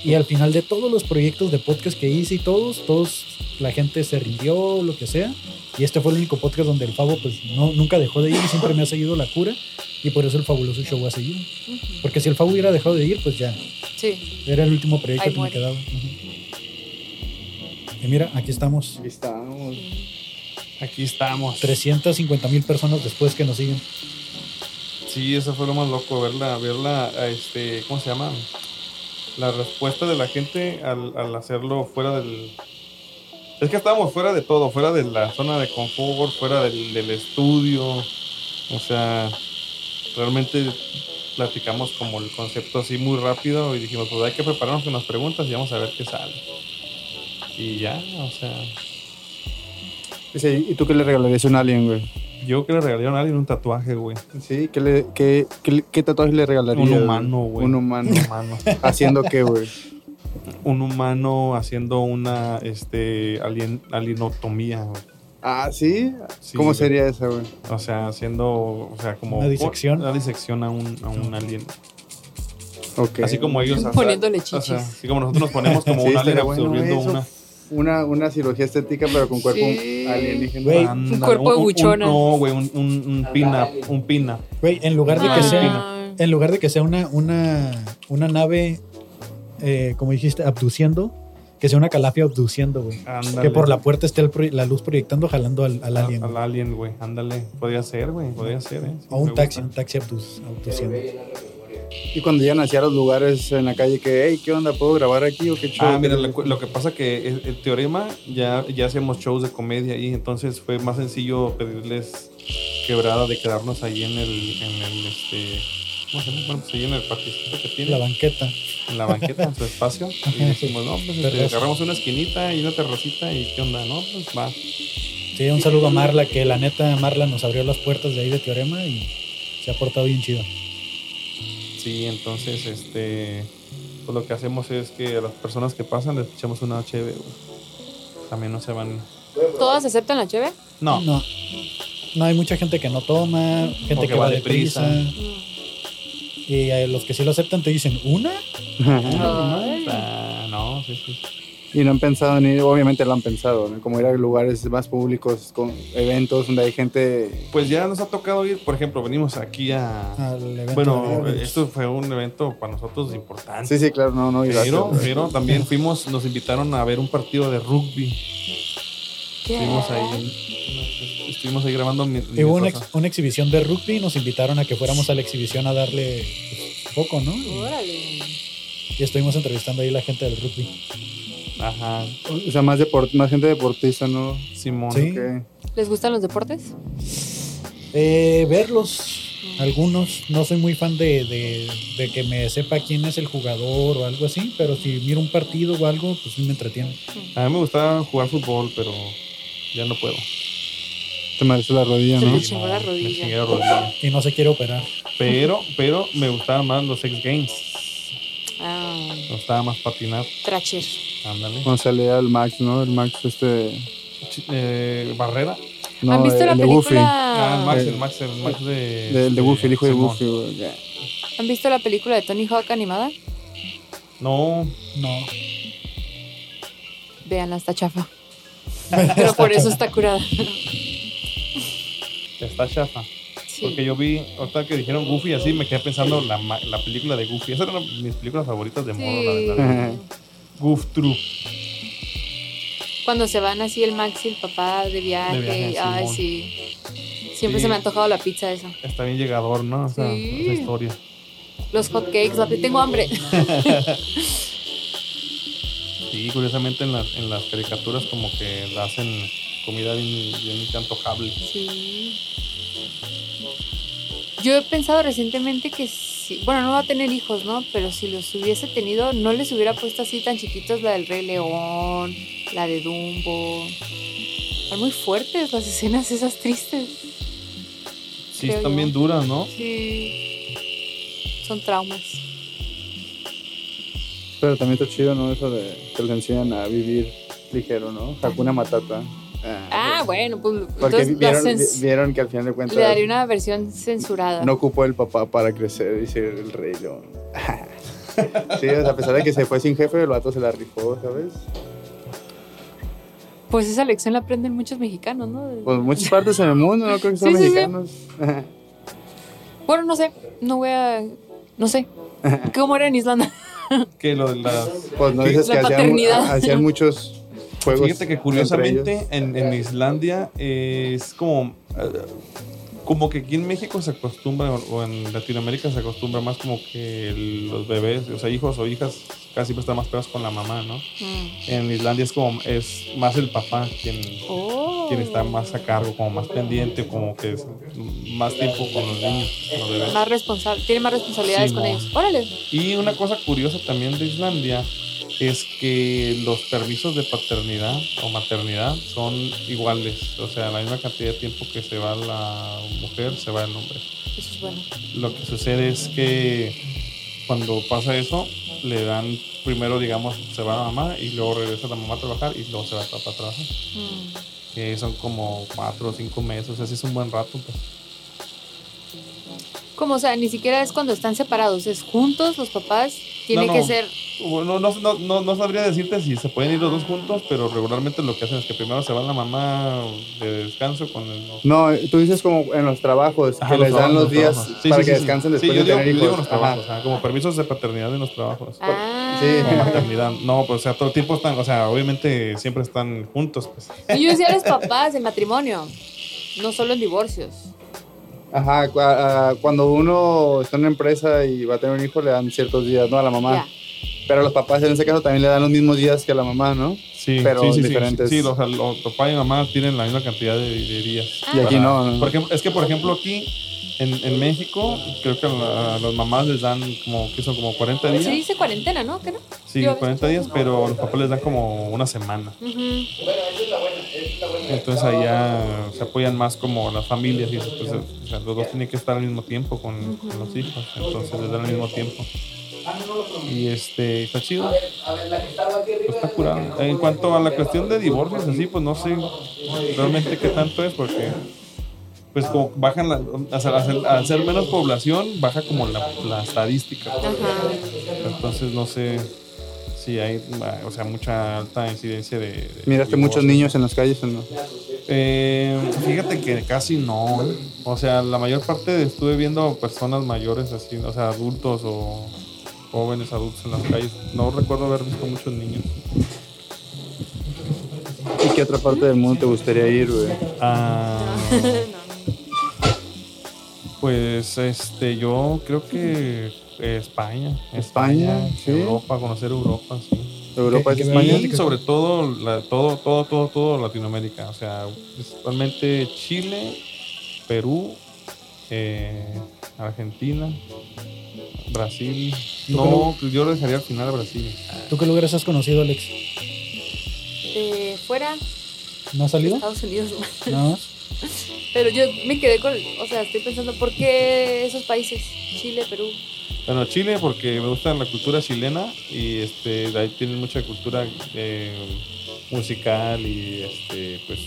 Y al final de todos los proyectos de podcast que hice y todos, todos, la gente se rindió, lo que sea. Y este fue el único podcast donde el Fabo pues no, nunca dejó de ir y siempre me ha seguido la cura. Y por eso el fabuloso show ha seguido.
Ujú.
Porque si el Fabo hubiera dejado de ir, pues ya,
Sí.
era el último proyecto
Ahí
que
muere.
me quedaba. Ujú. Y mira, aquí estamos.
Aquí estamos.
Aquí estamos.
350 mil personas después que nos siguen.
Sí, eso fue lo más loco, verla, verla, a este, ¿cómo se llama? La respuesta de la gente al, al hacerlo fuera del... Es que estábamos fuera de todo, fuera de la zona de confort, fuera del, del estudio, o sea, realmente platicamos como el concepto así muy rápido y dijimos, pues hay que prepararnos con las preguntas y vamos a ver qué sale. Y ya, o sea,
Dice, ¿y tú qué le regalarías a un alien, güey?
yo creo que le regalaron a alguien un tatuaje, güey.
Sí, ¿qué, le, qué, qué, le- qué tatuaje le regalarías?
Un humano, güey.
Un humano.
Humano.
¿Haciendo qué, güey?
un humano haciendo una este alien, alienotomía. güey.
Ah, ¿sí?
Sí,
¿Cómo
güey.
sería esa, güey?
O sea, haciendo, o sea, como
Una disección.
una disección a un, a un alien.
Ok.
Así como ellos. hasta-
Poniéndole
o sea,
chichis.
así como nosotros nos ponemos como
Sí,
un alien
estaría bueno
absorbiendo
eso.
una.
Una, una cirugía estética, pero con cuerpo
Sí.
alienígena.
Güey.
Ah,
Ándale,
cuerpo de buchona.
No, güey, un, un, un pin-up. Un pin-up.
Güey, en lugar de
Ah.
que sea, en lugar de que sea una, una, una nave, eh, como dijiste, abduciendo, que sea una calafia abduciendo, güey.
Ándale. Ah,
Que por la puerta esté el pro- la luz proyectando, jalando al, al
Al
alien.
Al alien, güey. Ándale. Podría ser, güey. Podría ser, ¿eh? Sí,
o un
me
taxi, un
gusta.
taxi abdu-
Pero
abduciendo.
voy a llenar la memoria.
Y cuando llegan hacia los lugares en la calle, que, hey, ¿qué onda? ¿Puedo grabar aquí o qué show?
Ah, mira, lo, cu- lo que pasa que eh, el, el teorema ya, ya hacíamos shows de comedia y entonces fue más sencillo pedirles quebrada de quedarnos ahí en el, en el este, ¿cómo se llama? Bueno, pues ahí en el parquecito que tiene,
La banqueta.
en la banqueta, en su espacio. Y decimos, no, pues este,
Terraza.
agarramos una esquinita y una terracita y qué onda, ¿no? Pues va.
Sí, un saludo a Marla, que la neta Marla nos abrió las puertas de ahí de Teorema y se ha portado bien chido.
Sí, entonces, este, pues lo que hacemos es que a las personas que pasan les echamos una HB, güey. También no se van.
¿Todas aceptan la cheve?
No,
No. No, hay mucha gente que no toma, gente
Porque
que va
va
deprisa.
deprisa.
Y eh, los que sí lo aceptan te dicen, ¿una?
Ah, no, sí, sí.
Y no han pensado en ir, obviamente lo han pensado, ¿no? como ir a lugares más públicos, con eventos donde hay gente.
Pues ya nos ha tocado ir, por ejemplo, venimos aquí a...
Ah,
Al evento
bueno,
de-
esto fue un evento para nosotros importante.
Sí, sí, claro, no, no. y gracias.
Pero, pero también fuimos, nos invitaron a ver un partido de rugby. Estuvimos ahí, estuvimos ahí grabando mi, mi
Y hubo una,
cosa.
ex- una exhibición de rugby, nos invitaron a que fuéramos a la exhibición a darle pues, foco, ¿no? Y,
Órale.
y estuvimos entrevistando ahí la gente del rugby.
Ajá,
O sea, más, deport, más gente deportista, ¿no?
Simón.
Sí.
Ok.
¿Les gustan los deportes?
Eh, verlos, algunos, no soy muy fan de, de- de que me sepa quién es el jugador o algo así, pero si miro un partido o algo, pues sí me entretiene.
A mí me gustaba jugar fútbol, pero ya no puedo.
Te merece la rodilla,
Se
¿no?
me chingó la
Me
rodilla.
chingué la rodilla.
Y no se quiere operar.
Pero, pero me gustaban más los X Games.
Ah,
Me gustaba más patinar.
Tracher.
Ándale.
Cuando salía el Max, ¿no? El Max, este.
Ch- eh, barrera.
No,
¿Han visto
el
la
de Goofy.
Ah, el
película?
Max, el Max, el Max de.
Eh, De- el de Goofy, el hijo de
Simón.
Goofy, güey. Ya.
¿Han visto la película de Tony Hawk animada?
No,
No.
Vean está chafa. Pero por eso está curada.
está chafa. Porque
Sí.
yo vi, ahorita que dijeron Goofy así, me quedé pensando la, ma- la película de Goofy. Esas eran mis películas favoritas de morro, la
Sí.
verdad. Goof True.
Cuando se van así el Max y el papá de
De
viaje.
viaje,
ay,
Simón.
sí. Siempre
Sí.
se me ha antojado la pizza esa.
Está bien llegador, ¿no? O sea,
Sí.
esa historia.
Los hot cakes, la pi- tengo hambre.
Sí, curiosamente en las, en las caricaturas como que la hacen comida bien, bien antojable.
Sí. Yo he pensado recientemente que sí, bueno, no va a tener hijos, ¿no? Pero si los hubiese tenido, no les hubiera puesto así tan chiquitos la del Rey León, la de Dumbo. Están muy fuertes las escenas esas tristes.
Sí,
Creo
están
yo.
bien duras, ¿no?
Sí. Son traumas.
Pero también está chido, ¿no? Eso de que les enseñan a vivir ligero, ¿no? Hakuna Matata.
Ah, bueno, pues
Porque
entonces
vi-
la
vieron, vi-
cens-
vieron que al final de cuentas
le daría una versión censurada.
no ocupó el papá para crecer y ser el rey león. sí, o sea, a pesar de que se fue sin jefe, el vato se la rifó, ¿sabes?
Pues esa lección la aprenden muchos mexicanos, ¿no?
Pues en muchas partes en el mundo, no creo que son
Sí, sí, sí.
mexicanos.
Bueno, no sé, no voy a... No sé. ¿Cómo era en Islanda?
Que lo de las...
Pues no dices
La
que hacían,
paternidad.
hacían muchos juegos.
Fíjate que
entre
curiosamente
ellos.
en, en Islandia eh, es como eh, como que aquí en México se acostumbra o- o en Latinoamérica se acostumbra más como que el- los bebés, o sea, hijos o hijas casi siempre están más pegados con la mamá, ¿no?
Mm.
En Islandia es como es más el papá quien,
Oh.
quien está más a cargo, como más pendiente, como que es más tiempo con los niños, con los bebés.
más responsable, tiene más responsabilidades
Sí,
con
mo.
ellos. Órale.
Y una cosa curiosa también de Islandia es que los permisos de paternidad o maternidad son iguales. O sea, la misma cantidad de tiempo que se va la mujer, se va el hombre.
Eso es bueno.
Lo que sucede es que cuando pasa eso, le dan primero, digamos, se va la mamá y luego regresa la mamá a trabajar y luego se va el papá a trabajar.
Mm.
Que son como cuatro o cinco meses, o sea, sí es un buen rato. pues.
Como, o sea, ni siquiera es cuando están separados, es juntos los papás. Tiene
No,
que
no.
ser.
No, no, no, no, no sabría decirte si se pueden ir los dos juntos, pero regularmente lo que hacen es que primero se va la mamá de descanso con el...
No, tú dices como en los trabajos,
Ajá,
que les
los
dan
trabajos,
los días
trabajos. Sí,
para
sí,
que
sí, sí.
descansen
Sí,
después
yo
de
digo,
tener
yo digo en
hijos.
los
Ajá.
trabajos, ajá, como permisos de paternidad en los trabajos.
Ah.
Sí.
O maternidad. No, pues o sea, todo el tiempo están, o sea, obviamente siempre están juntos, pues.
Y yo decía los papás en matrimonio, no solo en divorcios.
Ajá, cu- a- a- cuando uno está en una empresa y va a tener un hijo, le dan ciertos días, ¿no? A la mamá.
Ya.
Pero los papás en ese caso también le dan los mismos días que a la mamá, ¿no?
Sí,
Pero
sí, sí, sí,
diferentes.
Sí, o sea, los papá y mamá tienen la misma cantidad de, de días.
Y
aquí no, no.
por ejemplo, es que, por ejemplo, aquí en, en México, creo que a, la- a las mamás les dan como, que son como 40 días.
Se dice cuarentena, ¿no? ¿Qué no?
Sí,
Yo-
40 días, pero a los papás les dan como una semana.
Ujú.
Bueno, esa es la buena, esa es la buena.
Entonces allá se apoyan más como las familias y eso, pues, o sea, los dos tienen que estar al mismo tiempo con, con los hijos, entonces les dan al mismo tiempo. Y este, está chido,
A ver, la que estaba aquí arriba.
pues, está curado. En cuanto a la cuestión de divorcios, así, pues no sé realmente qué tanto es, porque pues como bajan, la, al, ser- al ser- al ser menos población, baja como la, la estadística.
Ajá.
Entonces no sé si hay, o sea, mucha alta incidencia de... de
Miraste este muchos
divorcios.
niños en las calles, ¿o ¿no?
Eh, fíjate que casi no. O sea, la mayor parte de- estuve viendo personas mayores así, o sea, adultos o jóvenes adultos en las calles. No recuerdo haber visto muchos niños.
¿Y qué otra parte del mundo te gustaría ir, güey?
Ah,
No.
pues este, yo creo que eh, España,
España, sí.
Europa, conocer Europa, sí.
Europa es
¿Qué- qué
España.
Y sobre todo, la- todo, todo, todo, todo Latinoamérica. O sea, principalmente Chile, Perú, eh, Argentina, Brasil. No, pues, yo lo dejaría al final a Brasil.
¿Tú qué lugares has conocido, Alex?
De Eh, fuera,
¿No has salido?
Estados Unidos. ¿no?
No.
Pero yo me quedé con. O sea, estoy pensando, ¿por qué esos países? Chile, Perú.
Bueno, Chile, porque me gusta la cultura chilena y este, de ahí tienen mucha cultura eh, musical y este, pues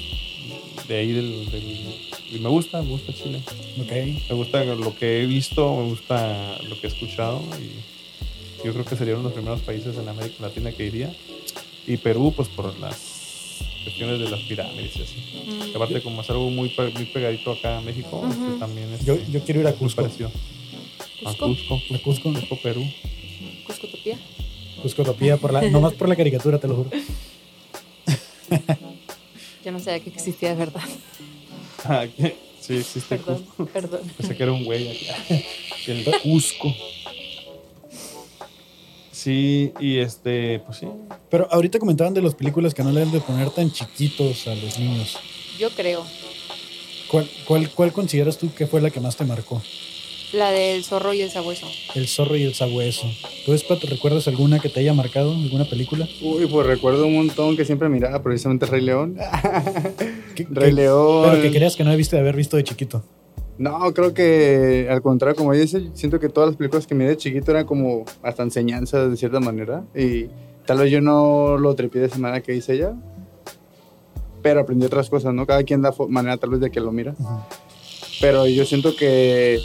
de ahí del, del- y me gusta, me gusta Chile.
Ok.
Me gusta lo que he visto, me gusta lo que he escuchado y yo creo que sería uno de los primeros países en América Latina que iría. Y Perú, pues por las cuestiones de las pirámides y así.
Mm.
Aparte, como es algo muy, pe- muy pegadito acá a México,
Ujú.
este, también es
Yo, yo quiero ir a Cusco.
parecido. A
Cusco,
Cusco,
A Cusco.
Cusco, Perú.
Cuscotopía.
Cuscotopía, por la, nomás por la caricatura, te lo juro.
Yo no sabía que existía de verdad.
Ah, ¿qué? sí, existe
Perdón,
Cusco.
perdón.
Pensé que era un güey aquí. El Cusco. Sí, y este, pues sí.
Pero ahorita comentaban de las películas que no le deben de poner tan chiquitos a los niños.
Yo creo.
¿Cuál, cuál, cuál consideras tú que fue la que más te marcó?
La del zorro y el sabueso.
El zorro y el sabueso. ¿Tú, Espat, recuerdas alguna que te haya marcado? ¿Alguna película?
Uy, pues recuerdo un montón que siempre miraba precisamente Rey León.
¿Qué-
Rey
Ah, qué-
León.
Pero que creas que no debiste de haber visto de chiquito.
No, creo que al contrario, como dice, siento que todas las películas que miré de chiquito eran como hasta enseñanzas de cierta manera. Y tal vez yo no lo trepide de esa manera que hice ella, pero aprendí otras cosas, ¿no? Cada quien da fo- manera tal vez de que lo mira. Pero yo siento que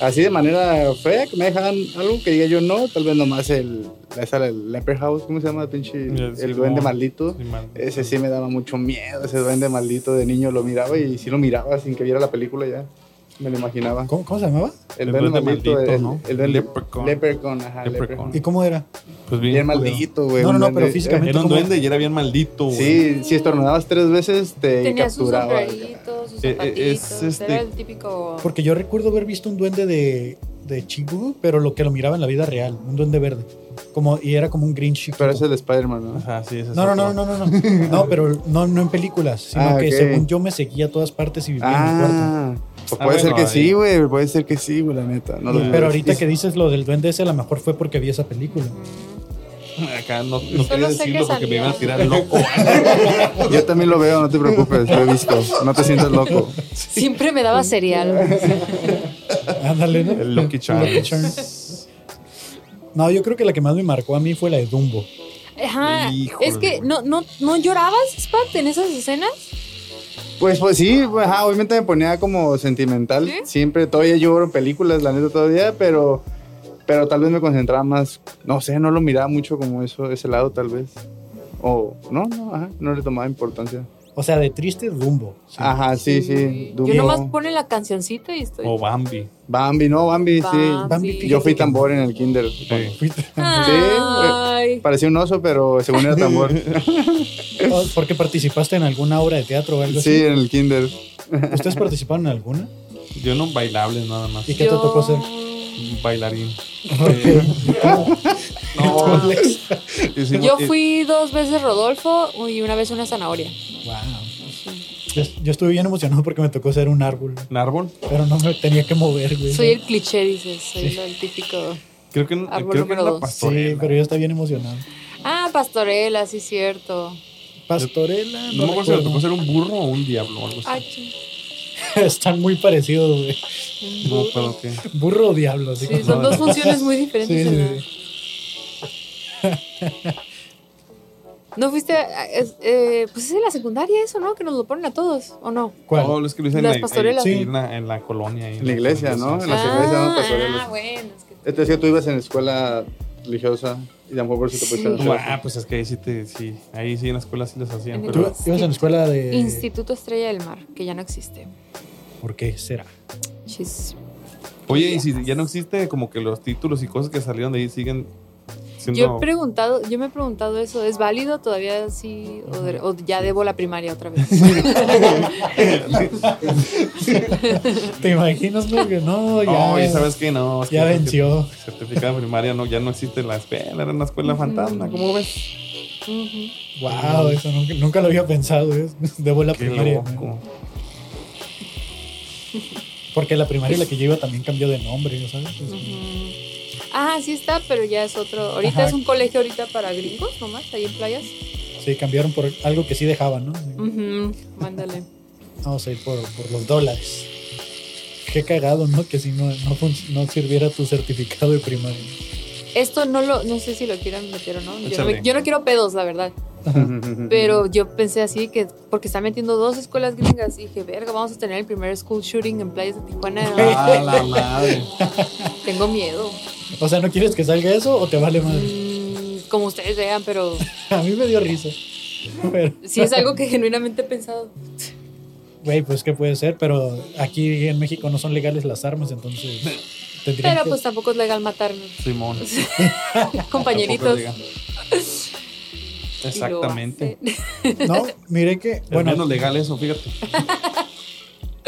así de manera fea, que me dejan algo que diga yo no, tal vez nomás el, esa, el Leperhouse, ¿cómo se llama? Pinche, el,
Simón.
duende maldito.
Sí, mal-
Ese sí me daba mucho miedo, ese duende maldito de niño lo miraba y sí lo miraba sin que viera la película ya. Me lo imaginaba.
¿Cómo, cómo se llamaba?
El,
El
duende
duende
maldito,
maldito,
el,
¿no?
el duende
Leprechaun.
Leprechaun, ajá,
Leprechaun.
Leprechaun.
¿Y cómo era?
Pues culero.
Bien, maldito, güey.
No, no,
un
no,
duende- eh,
pero físicamente.
Era un
¿cómo?
duende y era bien maldito, güey.
Sí, si estornudabas tres veces te
Tenía sus
capturaba.
sombreritos, sus
Eh, eh,
zapatitos.
es, este-
Era el típico.
Porque yo recuerdo haber visto un duende de, de Chibu, pero lo que lo miraba en la vida real, un duende verde. Como, y era como un green chiquito.
pero ese es el Spider-Man, ¿no?
Ajá, sí, ese es
No, no, no,
otro.
no, no, no. No, pero no, no en películas, sino
Ah,
que
ok.
según yo me seguía a todas partes y vivía en mi cuarto.
Ah, pues
Ah,
puede ser
bueno,
que
ahí.
sí, güey. Puede ser que sí, güey, la neta. No lo
Pero
dudes.
Pero ahorita
Y-
que dices lo del duende ese, a lo mejor fue porque vi esa película.
Acá no, no quería
Solo sé que
decirlo porque me iban a
salía.
tirar loco.
Yo también lo veo, no te preocupes, lo he visto. No te sientas loco.
Siempre me daba cereal.
Ándale, ¿no?
El Lucky Charms.
Lucky Charms. No, yo creo que la que más me marcó a mí fue la de Dumbo.
Ajá.
Híjole,
es que
güey.
no, no, no llorabas, Spat, en esas escenas.
Pues, pues sí, pues, ajá, obviamente me ponía como sentimental.
¿Sí?
Siempre, todavía lloro en películas, la neta, todavía, pero, pero tal vez me concentraba más. No sé, no lo miraba mucho como eso, ese lado, tal vez. O, no, no, ajá, no le tomaba importancia.
O sea, de triste rumbo. sí.
Ajá, sí, sí.
Yo
Dumbo,
nomás pone la cancioncita y estoy.
O Bambi.
Bambi, no, Bambi, sí.
Bambi,
sí.
Yo fui tambor en el kinder.
Sí.
Fuiste-
Ay.
Parecía un oso, pero según era tambor.
Oh, ¿Por qué participaste en alguna obra de teatro o algo
Sí,
así?
en el kinder.
¿Ustedes participaron en alguna?
Yo no bailables nada más.
¿Y qué te
Yo-
tocó hacer?
Bailarín. Eh,
No, Alex.
Hicimos-
Yo
eh,
fui dos veces Rodolfo y una vez una zanahoria.
Wow. Yo, yo estuve bien emocionado porque me tocó ser un árbol,
¿Un árbol?
pero no me tenía que mover, güey.
Soy el cliché, dices. Soy lo- el típico.
Creo que, eh, creo
Árbol
que
número
era
dos.
pastorela.
Sí, pero yo estaba bien emocionado.
Ah, pastorela, sí, cierto.
Pastorela,
No me acuerdo si me tocó
recuerdo.
ser un burro o un diablo o algo así.
Ay, ching.
Están muy parecidos, güey.
no me acuerdo qué.
Burro o diablo, así
Sí,
como-
son dos funciones muy
Sí,
diferentes.
sí,
¿verdad?
sí.
¿No fuiste? a- a- es- eh, pues es en la secundaria eso, ¿no? Que nos lo ponen a todos, ¿o no?
¿Cuál?
No, Oh, es que lo hice en
Las
la, ahí-
pastorelas.
ahí
Sí.
en, la, en la colonia. ahí
En la iglesia, ¿no? En la iglesia,
ah,
¿no? Pastorelas.
ah, bueno. es que-
Este es que tú ibas en escuela religiosa y tampoco por eso te pusiste en
No,
la
Ah, pues es que ahí sí, te, sí, ahí sí en la escuela sí los hacían,
En el
¿Tú
pero
ibas en la escuela de...?
Instituto Estrella del Mar, que ya no existe.
¿Por qué será?
Chis.
oye, y si ya no existe como que los títulos y cosas que salieron de ahí siguen siendo
Yo he preguntado, yo me he preguntado eso, ¿es válido todavía sí? O, de- o ya debo la primaria otra vez.
¿Te imaginas, güey? Que No, ya,
No, ya sabes que no, es que
ya venció.
certificado de primaria no, ya no existe la escuela, era una escuela fantasma, ¿cómo ves?
Ujú.
Wow, eso nunca, nunca lo había pensado, güey. Debo la
Qué
primaria. güey.
loco.
Porque la primaria a la que yo iba también cambió de nombre, ¿no ¿sabes? Es-
Ujú. Ajá, Ah, sí está, pero ya es otro. Ahorita
Ajá.
es un colegio ahorita para gringos nomás, ahí en playas.
Sí, cambiaron por algo que sí dejaban, ¿no?
Ujú, Mándale.
Vamos a ir por, por los dólares. Qué cagado, ¿no? Que si no, no, fun- no sirviera tu certificado de primaria.
Esto no lo, no sé si lo quieran meter o no. Yo no,
Échale.
me- yo no quiero pedos, la verdad.
escuela.
Pero yo pensé así que, porque están metiendo dos escuelas gringas, y dije, verga, vamos a tener el primer school shooting en playas de Tijuana.
Ah, la madre.
Tengo miedo.
O sea, ¿no quieres que salga eso o te vale madre?
Mm, como ustedes vean, pero
A mí me dio risa. Pero,
sí es algo que genuinamente he pensado.
güey, pues qué puede ser, pero aquí en México no son legales las armas, entonces tendrían
Pero
que-
pues tampoco es legal matarme,
Simón.
compañeritos.
Tampoco diga.
Y lo
Exactamente.
hacen.
No, miré que...
Bueno,
Bueno,
menos legal eso, fíjate.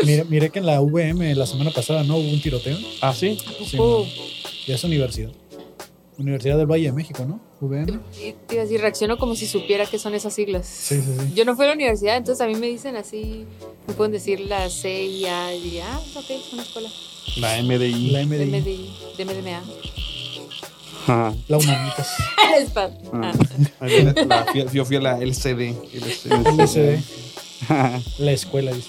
miré, miré que en la VM la semana pasada no hubo un tiroteo.
Ah, sí.
Sí,
Uh,
Ya es universidad. Universidad del Valle de México, ¿no? VM.
y te iba a decir, reacciono como si supiera qué son esas siglas.
Sí, sí, sí.
Yo no fui a la universidad, entonces a mí me dicen así, me pueden decir la C y A, y diría, ah, ok, es una escuela
La MDI.
La
de,
MDI.
MDI, de ah, MDMA.
Ajá.
La Humanitas.
Es pa- ah.
La- fui- yo fui a la LCD.
LCD. La escuela, dice.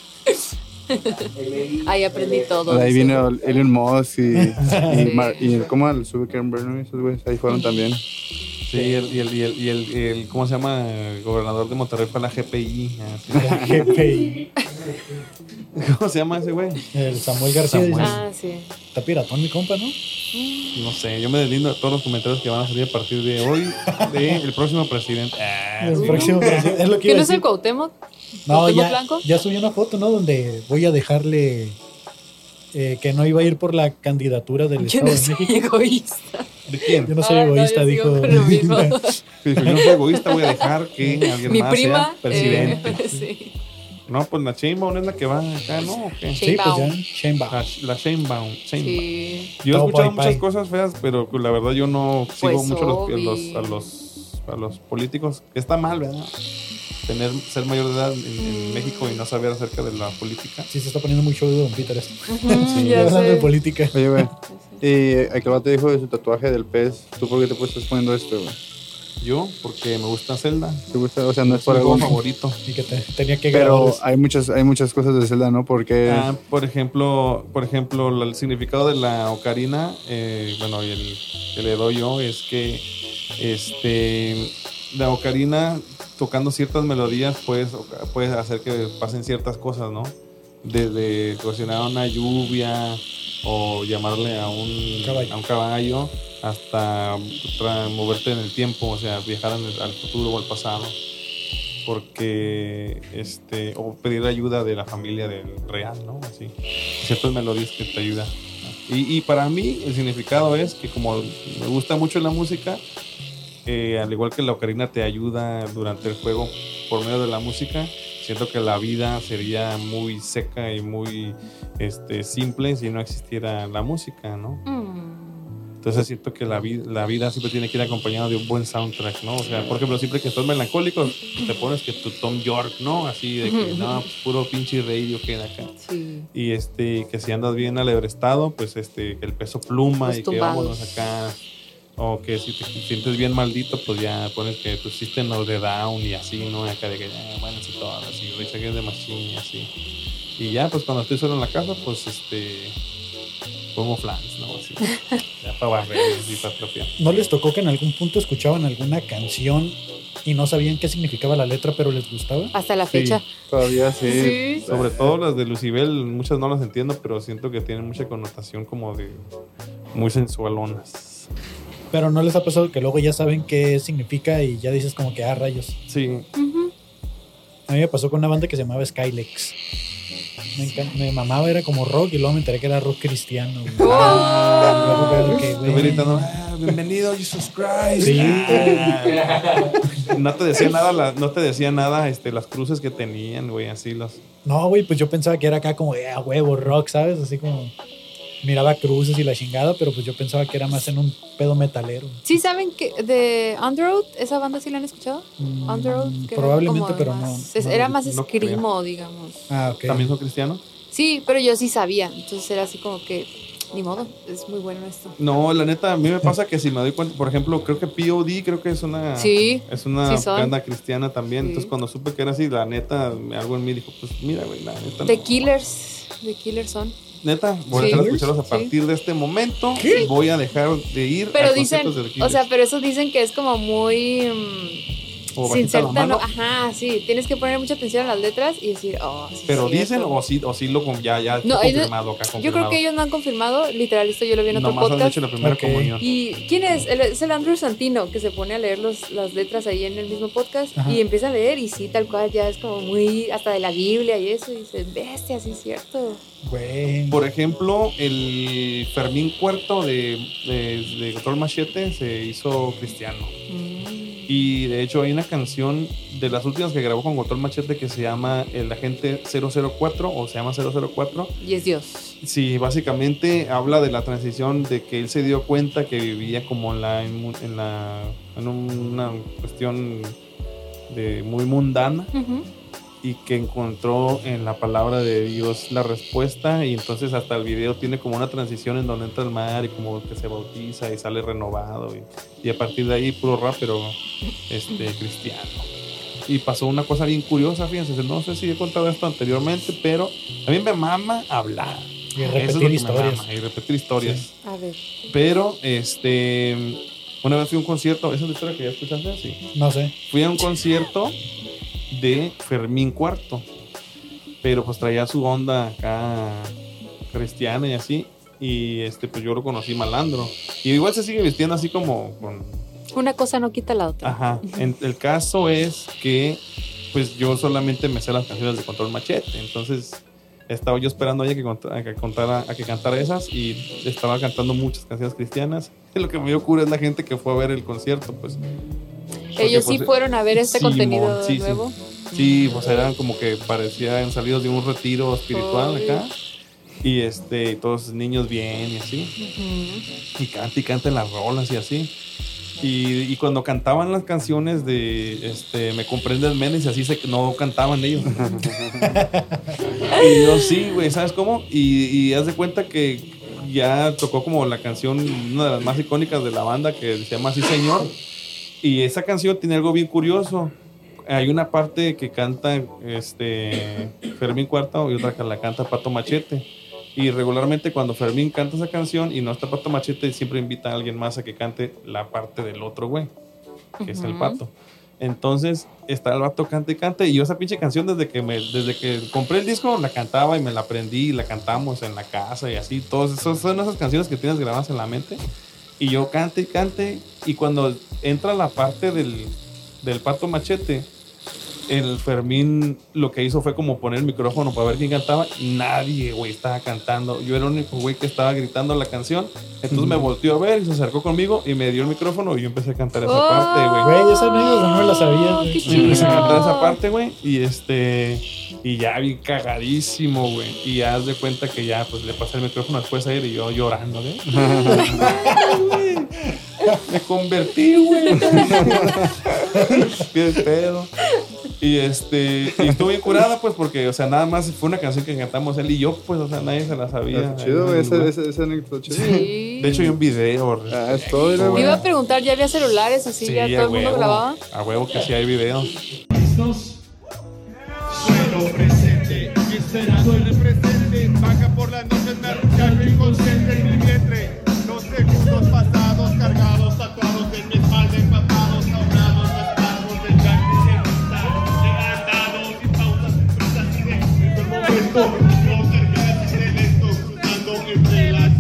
Ahí aprendí todo.
De ahí
dice.
vino Elon Musk y, y,
Sí.
Mar- y ¿cómo al Zuckerberg? ¿no? Esos güeyes ahí fueron también.
Sí, y el, y el, y el, y el, y el- ¿cómo se llama? El gobernador de Monterrey fue a la GPI. ah, sí.
La GPI.
¿Cómo se llama ese güey?
El Samuel García
Samuel.
dice,
Ah, sí.
está piratón mi compa, ¿no?
No sé, yo me deslindo de todos los comentarios que van a salir a partir de hoy de el próximo presidente. Ah,
El
sí.
próximo presidente. Es lo que
¿Que
iba
no
a
es el
decir.
Cuauhtémoc?
No,
Cuauhtémoc
ya,
Blanco?
ya subí una foto, ¿no? Donde voy a dejarle eh, que no iba a ir por la candidatura del
Yo
Estado
no
de
soy
México.
egoísta.
¿De quién?
Yo no soy
Ay, no,
egoísta,
yo sigo
dijo.
con lo mismo.
Sí, dijo, yo no soy egoísta, voy a dejar que alguien
Mi
más
prima.
sea
eh,
presidente.
sí.
No, pues la Sheinbaum es la que va acá, ¿no? ¿O qué?
sí, pues ya.
Sheinbaum.
Shane
La, la Sheinbaum. Sheinbaum.
Sí.
Yo he
Todo
escuchado
bye,
muchas
bye.
cosas feas, pero la verdad yo no sigo
Pues,
mucho a los,
obvio.
a, los, a, los, a los políticos. Está mal, ¿verdad? Tener, ser mayor de edad en, en México y no saber acerca de la política.
Sí, se está poniendo muy show de Don Peter esto.
Ujú,
Sí,
Ah, ya
hablando
sé.
de política.
Oye, güey. Y el que te dijo de su tatuaje del pez, ¿tú por qué te pues, estás poniendo esto, güey?
Yo, porque me gusta Zelda.
¿Te gusta? O sea, no es
Es mi
por algo.
juego favorito.
Y que te- tenía que grabar.
Pero
eso.
hay muchas, hay muchas cosas de Zelda, ¿no? Porque.
Ah, por ejemplo, por ejemplo, la- el significado de la ocarina, eh, bueno, y el que le doy yo es que este la ocarina tocando ciertas melodías puedes, puedes hacer que pasen ciertas cosas, ¿no? Desde ocasionar una lluvia o llamarle a un
Caballo.
a un caballo hasta tra- moverte en el tiempo, o sea, viajar en el- al futuro o al pasado. Porque, este, o pedir ayuda de la familia del real, ¿no? Así, ciertas melodías que te ayudan. Y, y para mí el significado es que como me gusta mucho la música, eh, al igual que la ocarina te ayuda durante el juego por medio de la música, siento que la vida sería muy seca y muy este, simple si no existiera la música, ¿no?
Mm.
Entonces siento que la, vid- la vida siempre tiene que ir acompañada de un buen soundtrack, ¿no? O sea, por ejemplo, siempre que estás melancólico, te pones que tu Tom York, ¿no? Así de que, no, pues, puro pinche radio queda acá
Sí.
y este que si andas bien alebrestado, pues este el peso pluma
Los
y que
tumbados.
vámonos acá o que si te sientes bien maldito, pues ya pones que tu system of the down y así, ¿no? Acá de que ya, bueno, así todo, así, Rage Against the Machine y así. Y ya, pues cuando estoy solo en la casa, pues este, pongo flans, ¿no? Así, ya para barrer, así para atrofiar.
¿No les tocó que en algún punto escuchaban alguna canción y no sabían qué significaba la letra, pero les gustaba?
Hasta la
Sí,
fecha.
todavía sí.
Sí.
Sobre todo las de Lucibel, muchas no las entiendo, pero siento que tienen mucha connotación como de muy sensualonas.
Pero no les ha pasado que luego ya saben qué significa y ya dices como que, ah, rayos.
Sí,
Ujú.
A mí me pasó con una banda que se llamaba Skylex. Me, encan- me mamaba, era como rock y luego me enteré que era rock cristiano. güey.
Oh.
Luego veo que, güey,
Yo gritando, "Ah, bienvenido Jesus Christ.
Sí.
Ah. No te decía nada, la- no te decía nada este, las cruces que tenían, güey, así los.
No, güey, pues yo pensaba que era acá como, eh, a huevo, rock, ¿sabes? Así como miraba cruces y la chingada, pero pues yo pensaba que era más en un pedo metalero.
¿Sí saben que de Underworld, esa banda sí la han escuchado?
Mm,
Underworld. que era
probablemente,
como
pero no.
más- es-
no.
Era más
no creo.
escrimo, digamos.
Ah, ok.
También son cristianos.
Sí, pero yo sí sabía. Entonces era así como que, ni modo, es muy bueno esto.
No, la neta, a mí me pasa que si me doy cuenta, por ejemplo, creo que POD, creo que es una.
Sí.
Es una
Sí son.
banda cristiana también.
Sí.
Entonces, cuando supe que era así, la neta, algo en mí dijo: Pues mira, güey, la neta.
The
no.
Killers. The Killers son.
Neta, voy a dejar de escucharlos a
Sí.
partir de este momento. Voy a dejar de ir a
Pero dicen,
conciertos del
o sea,
Killers.
pero eso dicen que es como muy. mm,
O
sin
bajita
ser
la
tan- Ah,
mano.
Ajá, sí. Tienes que poner mucha atención a las letras y decir, oh, sí. es
Pero
cierto.
dicen o sí, o sí lo con- ya, ya
No,
está
ellos-
confirmado acá.
Yo creo
confirmado.
que ellos no han confirmado. Literal, esto yo lo vi en otro
Nomás han
podcast.
hecho la primera
Ok.
comunión.
¿Y quién es? El- es el Andrew Santino que se pone a leer los, las letras ahí en el mismo podcast
Ajá.
y empieza a leer y sí, tal cual, ya es como muy hasta de la Biblia y eso. Y dice, bestia, sí es cierto.
Güey.
Por ejemplo, el Fermín Cuarto de, de, de Control Machete se hizo cristiano.
Mm,
Y de hecho hay una canción de las últimas que grabó con Control Machete que se llama El Agente 004 o se llama 004.
Y es Dios.
Sí, básicamente habla de la transición de que él se dio cuenta que vivía como en la, en, mu- en la, en una cuestión de, muy mundana
Ujú.
y que encontró en la palabra de Dios la respuesta y entonces hasta el video tiene como una transición en donde entra el mar y como que se bautiza y sale renovado y, y a partir de ahí puro rap pero este cristiano y pasó una cosa bien curiosa fíjense no sé si he contado esto anteriormente pero a mí me mama hablar
Y
Eso es
repetir
lo que me
historias.
mama, y repetir historias
A ver.
pero este una vez fui a un concierto esa es la historia que ya escuchaste sí
No sé.
fui a un concierto de Fermín Cuarto, pero pues traía su onda acá cristiana y así, y este pues yo lo conocí malandro. Y igual se sigue vistiendo así como con...
Una cosa no quita la otra.
Ajá, En- el caso es que pues yo solamente me sé las canciones de Control Machete, entonces estaba yo esperando a ella que, cont- a que, contara, a que cantara esas y estaba cantando muchas canciones cristianas. Lo que me dio cura es la gente que fue a ver el concierto, pues porque,
Ellos sí
pues,
fueron a ver este
Simón,
contenido
sí, sí.
nuevo.
Sí, pues eran como que parecían salidos de un retiro espiritual
Ay.
acá. Y este, y todos niños bien y así.
Ujú.
Y canta y canta las rolas y así. Y, y cuando cantaban las canciones de este, Me comprendes menes y así se, no cantaban ellos. y yo sí, güey, ¿sabes cómo? Y, y haz de cuenta que ya tocó como la canción, una de las más icónicas de la banda que se llama Así Señor. Y esa canción tiene algo bien curioso. Hay una parte que canta este Fermín Cuarto y otra que la canta Pato Machete. Y regularmente cuando Fermín canta esa canción y no está Pato Machete, siempre invita a alguien más a que cante la parte del otro güey, que es el
Ujú.
pato. Entonces está el vato cante y cante. Y yo esa pinche canción desde que me, desde que compré el disco la cantaba y me la aprendí y la cantamos en la casa y así. Todos esos son esas canciones que tienes grabadas en la mente. Y yo cante y cante. Y cuando entra la parte del, del pato machete, el Fermín lo que hizo fue como poner el micrófono para ver quién cantaba. Nadie, güey, estaba cantando. Yo era el único güey que estaba gritando la canción. Entonces me volteó a ver y se acercó conmigo y me dio el micrófono y yo empecé a cantar esa parte, güey.
Güey, esa anécdota no me la sabía, güey.
Oh, Qué
Y me empecé a cantar
chido.
esa parte, güey. Y este. Y ya bien cagadísimo, güey. Y ya haz de cuenta que ya, pues le pasé el micrófono después a él y yo llorando, güey. Me convertí, güey. Qué pedo. Y este. Y estuve bien curada, pues, porque, o sea, nada más fue una canción que cantamos él y yo, pues, o sea, nadie se la sabía.
chido, güey,
Ahí,
ese,
güey.
ese, ese anécdota chido.
Sí.
De hecho, hay un video.
Ah, es todo, mira,
Te
güey.
iba a preguntar, ¿ya había celulares así? ¿Ya
a
todo el mundo
huevo.
grababa?
A huevo que sí hay video.
¿Listos? Suelo presente, esperando el presente. Vaga por las noches, me arrucharon inconsciente en mi vientre. Los segundos pasados, cargados, tatuados en mi espalda, empapados, ahogados, gastados, del cáncer enquistados, levantados, sin pausas, sin prisas, sin éxito. El momento, no cargas el esto, cruzando entre las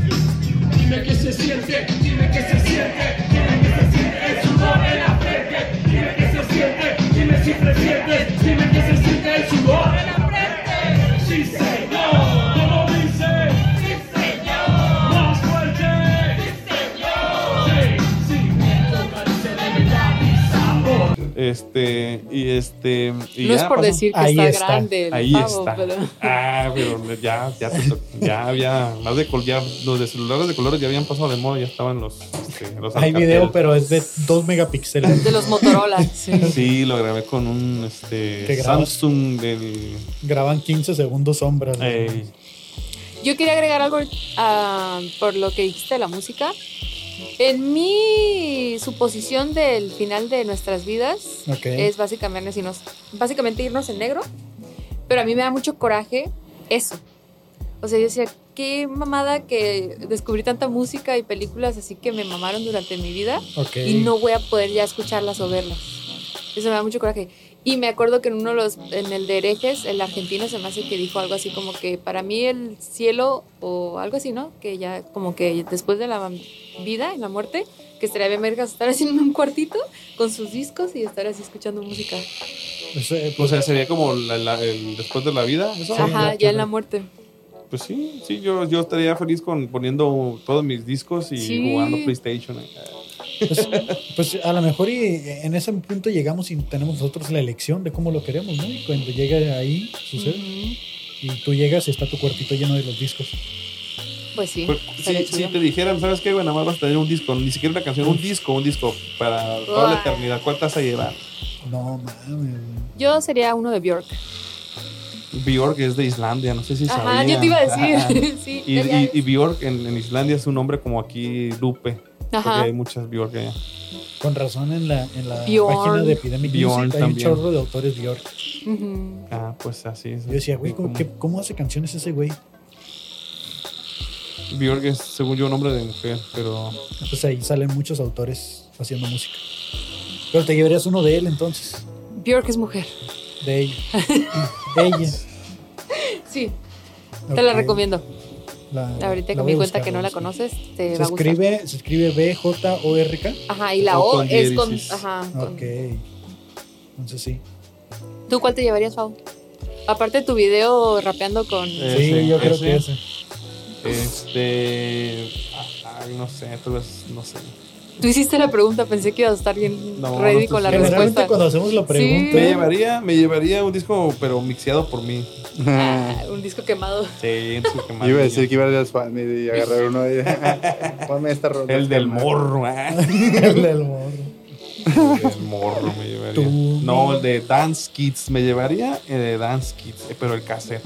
Dime que se siente, dime que se siente, dime que se siente, el sudor en la frente, dime que se siente, dime si presientes, dime que se siente el sudor en la frente. Sí, señor, ¿cómo dice? Sí, señor, más fuerte. Sí, señor, sí, sí, parece de verdad y sabor.
Este, y este. Y
No
ya
es por
pasó.
decir que
Ahí
está,
está,
grande el
Ahí
pavo,
está.
pero...
Ah, pero ya, ya, ya había más de col, ya los de celulares de colores ya habían pasado de moda, ya estaban los, este, los
Hay
Alcatel.
video, pero es de 2 megapíxeles.
De los Motorola, sí.
Sí, lo grabé con un
¿Qué
este
grabas?
Samsung del
Graban 15 segundos sombras.
eh,
Yo quería agregar algo ah, por lo que dijiste de la música. En mi suposición del final de nuestras vidas
Ok.
es básicamente irnos, básicamente irnos en negro, pero a mí me da mucho coraje eso. O sea, yo decía, qué mamada que descubrí tanta música y películas así que me mamaron durante mi vida
ok.
y no voy a poder ya escucharlas o verlas. Eso me da mucho coraje. Y me acuerdo que en uno de los, en el de herejes, el argentino se me hace que dijo algo así como que para mí el cielo o algo así, ¿no? Que ya como que después de la vida, en la muerte, que estaría bien vergas estar así en un cuartito con sus discos y estar así escuchando música.
Pues, eh,
o sea, sería como la- la- el después de la vida, eso.
Sí,
Pues, Ajá,
ya,
ya en
claro.
la muerte.
Pues sí, sí, yo, yo estaría feliz con poniendo todos mis discos y
Sí.
jugando PlayStation. eh.
pues, pues, a lo mejor y en ese punto llegamos y tenemos nosotros la elección de cómo lo queremos, ¿no? Y cuando llega ahí, sucede.
Ujú.
Y tú llegas y está tu cuartito lleno de los discos.
Pues sí.
Pues,
estaría
si, si
chido.
te dijeran, ¿sabes qué? Bueno, nada más vas a tener un disco, ni siquiera una canción, un disco, un disco para toda la
Uah.
eternidad. ¿Cuál te vas a llevar?
No mames, güey.
Yo sería uno de Bjork.
Bjork es de Islandia, no sé si
Ajá,
sabían.
yo te iba a decir.
Ajá.
sí,
Y,
sería-
y, y Bjork en, en Islandia es un nombre como aquí Lupe, porque
Ajá.
hay muchas Bjork allá.
Con razón en la, en la
Bjorn.
página de Epidemic
Bjorn
Music hay un
también.
chorro de autores Bjork.
Ujú.
Ah, pues así es.
Yo decía, güey, ¿cómo,
Como-
qué- cómo hace canciones ese güey?
Bjork es, según yo, nombre de mujer, pero
Pues ahí salen muchos autores haciendo música. Pero te llevarías uno de él entonces,
Bjork es mujer.
de ella. ella.
Sí, te la
Ok,
recomiendo.
la-
Ahorita
la
con
voy
mi
a
cuenta
buscar,
que
voy
no
a
la
buscar.
conoces, te
Se
va a gustar.
escribe, se escribe B-J-O-R-K.
Ajá, y la
O
O,
con
es con,
diéresis.
ajá, con-
Ok. Entonces sí.
¿Tú cuál te llevarías, Pau? Aparte de tu video rapeando con...
Eh. Ese,
sí, yo creo
ese.
que ese.
este. ah, Ay, no sé, tal vez, no sé.
Tú hiciste la pregunta, pensé que ibas a estar bien
No,
ready
no,
con la
pues,
Generalmente
respuesta.
cuando hacemos la pregunta,
Me llevaría, me llevaría un disco, pero mixeado por mí.
Ah, un disco quemado.
Sí, un disco que más
Iba a
niño.
decir que iba a ir a Family y agarrar uno ahí. Ponme esta rola.
El del morro, ah.
el del morro.
El morro me llevaría.
Tú.
No, el de Dance Kids. Me llevaría el de Dance Kids, eh, pero el cassette.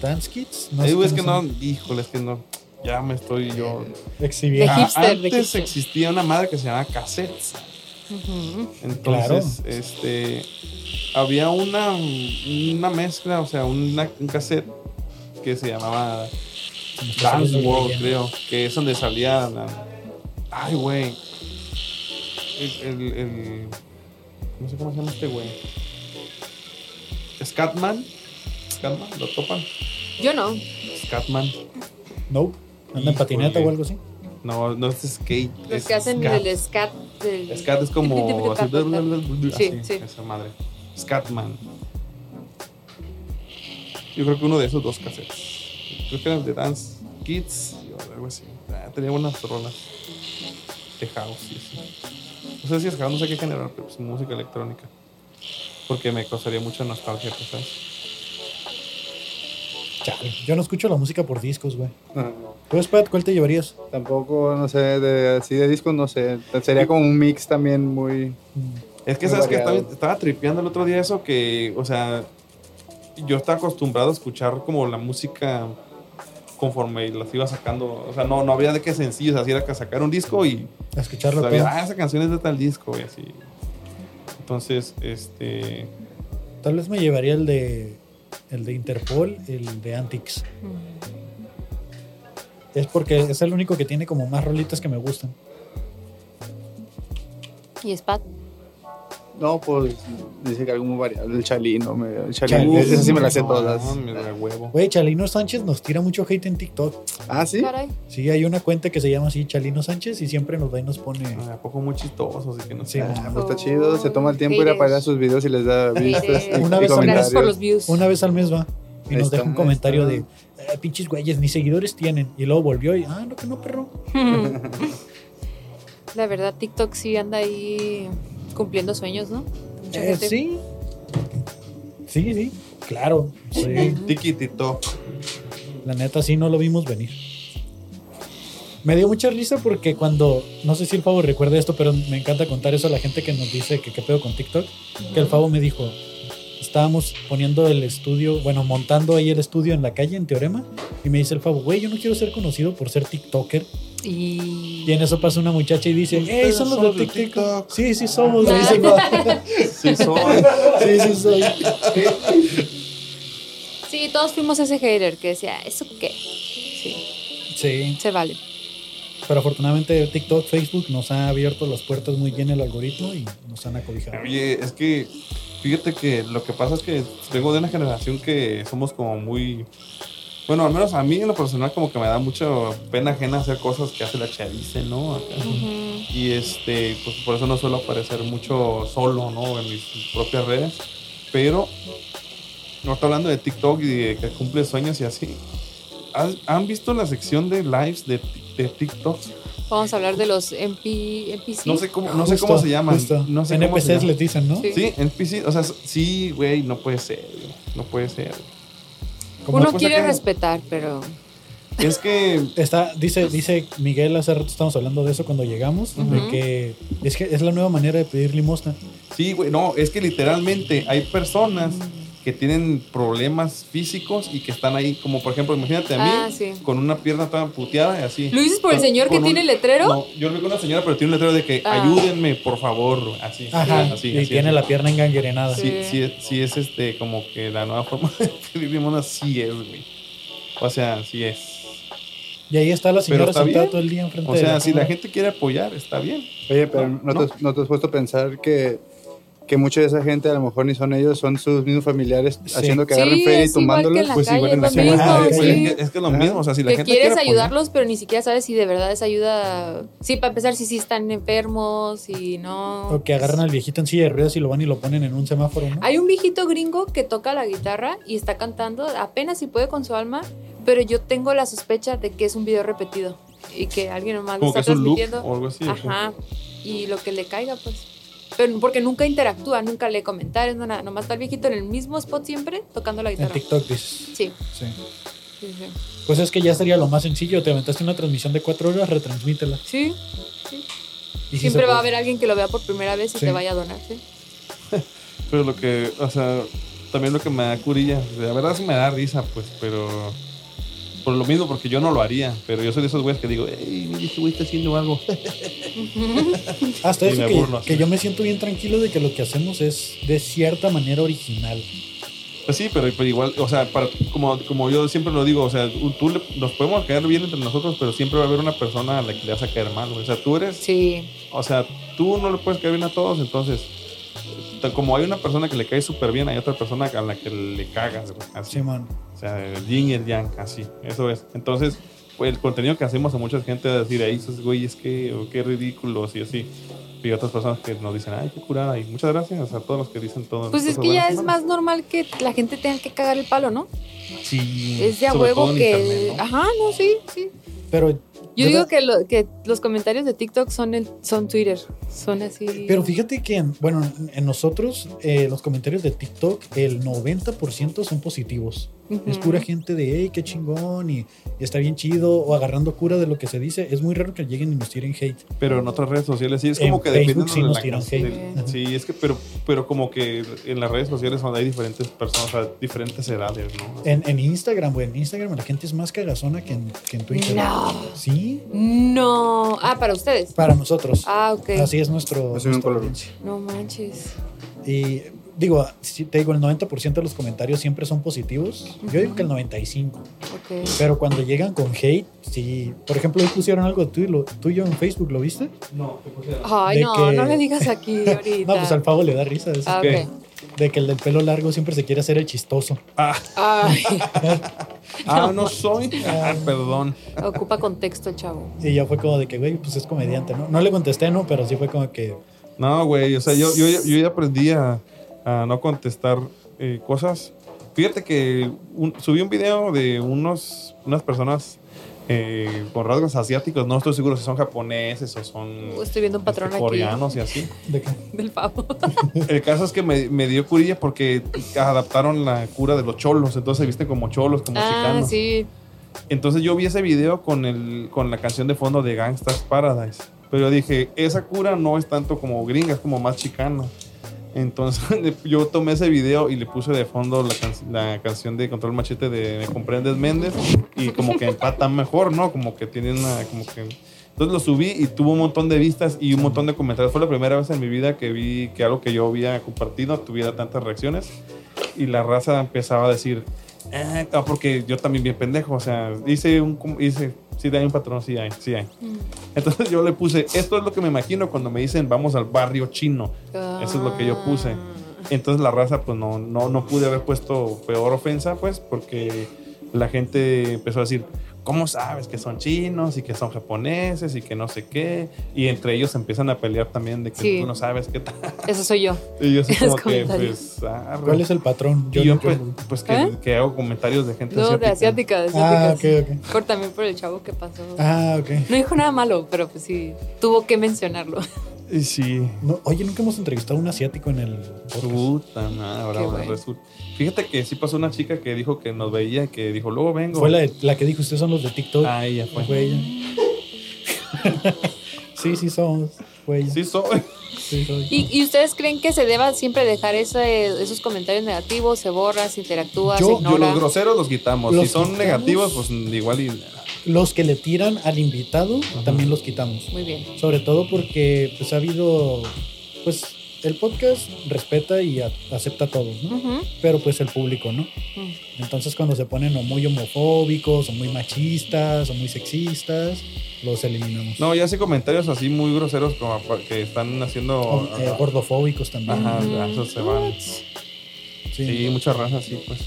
Dance Kids.
Eh,
sé
güey, es que
cómo
no, híjole, es que no. Ya me estoy yo.
se- Exhibir.
Ah, hipster, de
antes
hipster.
existía una madre que se llamaba cassettes.
Ujú.
Entonces, este. Había una, una mezcla, o sea, una- un cassette que se llamaba
se me está
Dance
saliendo
World,
bien.
creo. Que es donde salía la. Ay, güey. El, el, el- No sé cómo se llama este güey. Scatman. Scatman, lo topan.
Yo no.
Scatman.
Ah, Nope. Anda en
Híjole.
patineta o algo así.
No, no es skate.
Los
es
que hacen
scat.
el scat del...
Scat es como. así,
Sí,
así,
sí.
Esa madre. Scatman. Yo creo que uno de esos dos cassettes. Creo que eran de Dance Kids o algo así. Ah, tenía buenas rolas. De house y así. No sé si es house, no sé qué generar, pero pues música electrónica. Porque me causaría mucha nostalgia, pues, ¿sabes?
Chale. Yo no escucho la música por discos, güey.
Ah,
Tú, Spat, ¿cuál te llevarías?
Tampoco, no sé, de, así de discos, no sé. Sería como un mix también muy.
Es que,
Muy
¿sabes que
variado.
estaba, estaba tripeando el otro día eso que, o sea, yo estaba acostumbrado a escuchar como la música conforme las iba sacando. O sea, no, no había de qué sencillo, o sea, así era que sacar un disco y
A escucharlo.
sabía,
pero
ah, esa canción es de tal disco y así. Entonces, este.
Tal vez me llevaría el de el de Interpol, el de Antics.
Mm.
Es porque es el único que tiene como más rolitas que me gustan.
Y Spat.
No, pues dice que algo muy variable. El Chalino, me, el Chalino.
Chalino.
Esa sí me la sé
No,
todas.
me da huevo.
Güey, Chalino Sánchez nos tira mucho hate en TikTok.
Ah, sí.
Caray.
Sí, hay una cuenta que se llama así Chalino Sánchez y siempre nos va y nos pone.
Ah, ¿A poco muy chistoso? Así que no
Sí,
sé.
Ah, pues está chido. Se toma el tiempo de ir a
Haters.
parar sus videos y les da
este
vistas.
Haters.
y
Una vez al mes.
comentarios.
Eh, Gracias por los views.
Una vez al mes va y
Ahí
nos
está,
deja un
ahí
comentario de
está.
"Eh, pinches güeyes, ni seguidores tienen. Y luego volvió y, ah, no, que no, perro.
La verdad, TikTok sí anda ahí cumpliendo sueños, ¿no? Mucha
Eh,
gente.
sí. Sí, sí. Claro. Sí.
Tiquitito.
La neta, sí, no lo vimos venir. Me dio mucha risa porque cuando, no sé si el Favo recuerda esto, pero me encanta contar eso a la gente que nos dice que qué pedo con TikTok, que el Favo me dijo, estábamos poniendo el estudio, bueno, montando ahí el estudio en la calle, en Teorema, y me dice el Favo, güey, yo no quiero ser conocido por ser TikToker.
Y...
Y en eso pasa una muchacha y dice, hey,
Ustedes
son
son
los de
de
TikTok.
TikTok.
Sí, sí somos.
Ah.
le dice el Favo.
Sí, soy.
sí, sí soy.
Sí, todos fuimos ese hater que decía, ¿eso qué? Sí,
Sí.
se vale.
Pero afortunadamente TikTok, Facebook nos ha abierto las puertas muy bien el algoritmo y nos han acobijado.
Oye, es que fíjate que lo que pasa es que vengo de una generación que somos como muy. Bueno, al menos a mí en lo personal, como que me da mucha pena ajena hacer cosas que hace la chavice, ¿no? Acá.
Ujú.
Y este, pues por eso no suelo aparecer mucho solo, ¿no? En mis propias redes. Pero, no está hablando de TikTok y de que cumple sueños y así. ¿Has- ¿Han visto la sección de lives de, de TikTok?
Vamos a hablar de los MP, NPC.
No sé cómo, no sé cómo se llaman.
Ah, Justo.
No sé cómo se
NPCs
llaman.
les dicen, ¿no?
Sí.
Sí, en PC, o sea, sí, güey, no puede ser, güey, no puede ser.
Como
Uno
cosa
quiere
que-
respetar, pero...
Es que
Está, dice, dice Miguel, hace rato estamos hablando de eso cuando llegamos, de
Ujú.
que es que es la nueva manera de pedir limosna.
Sí, güey, no, es que literalmente hay personas que tienen problemas físicos y que están ahí, como por ejemplo, imagínate a mí
Ah, sí.
con una pierna toda puteada y así.
¿Lo dices por el
Con-
señor que
con un-
tiene el letrero?
No, yo lo vi con una señora, pero tiene un letrero de que
Ah.
ayúdenme, por favor, así.
Ajá.
así,
y
así,
tiene
así.
la pierna engangrenada.
Sí, sí, es- sí es este, como que la nueva forma de pedir limosna, sí es, güey. O sea, sí es.
Y ahí está la señora
está
sentada
bien.
todo el día enfrente
O
de
sea, si la
cámara.
gente quiere apoyar, está bien.
Oye, pero
No,
no, Te, no te has puesto a pensar que, que mucha de esa gente, a lo mejor ni son ellos, son sus mismos familiares
Sí.
haciendo que
Sí,
agarren feria y
es igual que en
tumbándolos.
la
Pues
calle,
igual en la
es
lo mismo,
Ah,
sí.
güey, es, que, es que es lo
Ajá.
mismo. O sea, si la
que
gente
quieres
quiere apoyar-
ayudarlos, pero ni siquiera sabes si de verdad es ayuda... Sí, para empezar, si sí están enfermos, si no...
O que agarran al viejito en silla de ruedas y lo van y lo ponen en un semáforo, ¿no?
Hay un viejito gringo que toca la guitarra y está cantando apenas si puede con su alma, pero yo tengo la sospecha de que es un video repetido y que alguien nomás lo
como que
está
es un look
transmitiendo.
o algo así. o sea.
Ajá. Y lo que le caiga, pues. Pero porque nunca interactúa, nunca lee comentarios, no nada. Nomás está el viejito en el mismo spot siempre tocando la
En
guitarra.
TikTok dices.
Sí,
Sí.
sí, sí.
Pues es que ya sería lo más sencillo. Te aventaste una transmisión de cuatro horas, retransmítela. "Pues,
Sí,
Y si
siempre
se
va
puede.
a haber alguien que lo vea por primera vez y
Sí.
te vaya a donar, sí.
Pero lo que, o sea, también lo que me da curilla, la verdad sí me da risa, pues, pero por lo mismo, porque yo no lo haría, pero yo soy de esos güeyes que digo, hey, mira, este güey está haciendo algo.
Hasta
Y
eso
me
que,
burlo,
que
sí.
yo me siento bien tranquilo de que lo que hacemos es de cierta manera original.
Pues sí, pero, pero igual, o sea, para- como, como yo siempre lo digo, o sea, tú le- nos podemos caer bien entre nosotros, pero siempre va a haber una persona a la que le vas a caer mal, güey. o sea, tú eres,
Sí.
o sea, tú no le puedes caer bien a todos, entonces t- como hay una persona que le cae súper bien, hay otra persona a la que le cagas, güey, así.
Simón.
O sea, el yin y el yang, así, eso es. Entonces, pues, el contenido que hacemos a mucha gente es decir, ahí esos güeyes, qué, o qué ridículos y así. Y otras personas que nos dicen, ay, qué curada. Y muchas gracias a todos los que dicen todo.
Pues es
cosas
que ya
buenas
es
y
más
malas.
normal que la gente tenga que cagar el palo, ¿no?
Mm.
Sí,
Es de a
sobre
huevo
todo en
que...
internet, ¿no?
Ajá, no, sí, sí.
Pero,
Yo
¿verdad?
digo que, lo- que los comentarios de TikTok son, el, son Twitter. Son así.
pero fíjate que, bueno, en nosotros, eh, los comentarios de TikTok, el 90% son positivos.
Ujú.
Es pura gente de, hey, qué chingón, y, y está bien chido, o agarrando cura de lo que se dice. Es muy raro que lleguen y nos tiren hate.
Pero en otras redes sociales sí es
En
como que
Facebook
dependen
sí
de
nos
la
tiran
clase
hate.
del- Sí, es que, pero, pero como que en las redes sociales donde hay diferentes personas, o sea, diferentes edades, ¿no?
En, en Instagram, güey, en Instagram la gente es más cagazona que en, que en Twitter.
No.
Sí,
No. Ah, para ustedes.
para nosotros.
Ah, ok.
Así es nuestro.
Así me
nuestra
acuerdo.
audiencia.
No manches.
Y digo, si te digo, el 90% de los comentarios siempre son positivos. Yo digo que el 95%.
Ok.
Pero cuando llegan con hate, sí. Por ejemplo, hoy pusieron algo tuyo, tuyo en Facebook, ¿lo viste?
No, te pusieron.
Ay,
De
no,
que-
no le digas aquí ahorita.
No, pues al pavo le da risa. eso.
Ah, ok.
¿Qué?
De que el del pelo largo siempre se quiere hacer el chistoso.
Ay,
Ah, no soy. Ah, perdón.
ocupa contexto el chavo.
Y ya fue como de que, güey, pues es comediante, ¿no? No le contesté, no, pero sí fue como que.
No, güey, o sea, yo, yo, yo ya aprendí a, a no contestar eh, cosas. Fíjate que un- subí un video de unos, unas personas eh, con rasgos asiáticos. No estoy seguro si son japoneses o son
Estoy viendo un patrón
este,
aquí
coreanos y así.
De que
del pavo.
El caso es que me, me dio curilla porque adaptaron la cura de los cholos. Entonces se visten como cholos, como
Ah,
chicanos.
sí.
Entonces yo vi ese video con, el, con la canción de fondo de Gangsta's Paradise. Pero yo dije, esa cura no es tanto como gringa, es como más chicana. Entonces le- yo tomé ese video y le puse de fondo la, can- la canción de Control Machete de Me Comprendes Méndez y como que empatan mejor, ¿no? Como que tienen una, como que... Entonces lo subí y tuvo un montón de vistas y un montón de comentarios. Fue la primera vez en mi vida que vi que algo que yo había compartido tuviera tantas reacciones y la raza empezaba a decir, "Ah, ah", porque yo también bien pendejo, o sea, hice un, com- hice, sí hay un patrón, sí hay, sí hay. Entonces yo le puse, esto es lo que me imagino cuando me dicen vamos al barrio chino.
Ah.
Eso es lo que yo puse. Entonces la raza, pues no, no, no pude haber puesto peor ofensa, pues, porque la gente empezó a decir, ¿cómo sabes que son chinos y que son japoneses y que no sé qué? Y entre ellos empiezan a pelear también de que
Sí.
tú no sabes qué tal.
Eso soy yo.
Y yo así
Los
como que,
comentarios.
pues, ah,
¿Cuál es el patrón?
y yo, pues,
no-
pues que,
¿Eh?
que hago comentarios de gente
No, de
asiática.
asiática, de
Ah, ok,
asiáticas.
ok.
Por también por el chavo que pasó.
Ah, ok.
No dijo nada malo, pero pues sí, tuvo que mencionarlo.
Y Sí.
No, oye, nunca hemos entrevistado a un asiático en el podcast.
Puta madre, ahora
Qué
ahora
bueno.
resulta. Fíjate que sí pasó una chica que dijo que nos veía y que dijo, luego vengo.
Fue la, de- la que dijo, ustedes son los de TikTok.
Ah, ella fue.
Fue ella. sí, sí somos. Fue ella.
Sí soy.
Sí, soy.
¿Y, y ustedes creen que se deba siempre dejar ese- esos comentarios negativos? ¿Se borra, se interactúa,
Yo-
se
yo
Yo
ignora?
los groseros los quitamos.
Los
si son
quitamos.
negativos, pues igual y...
Los que le tiran al invitado también los quitamos.
Muy bien.
Sobre todo porque pues ha habido, pues el podcast respeta y a- acepta a todos, ¿no?
Ujú.
Pero pues el público, ¿no?
Mm.
Entonces cuando se ponen o muy homofóbicos, o muy machistas, o muy sexistas, los eliminamos.
No, ya sé comentarios así muy groseros como pa- que están haciendo...
O, eh, gordofóbicos también.
Ajá, ya, esos se van.
Sí.
Sí, muchas razas, sí, pues.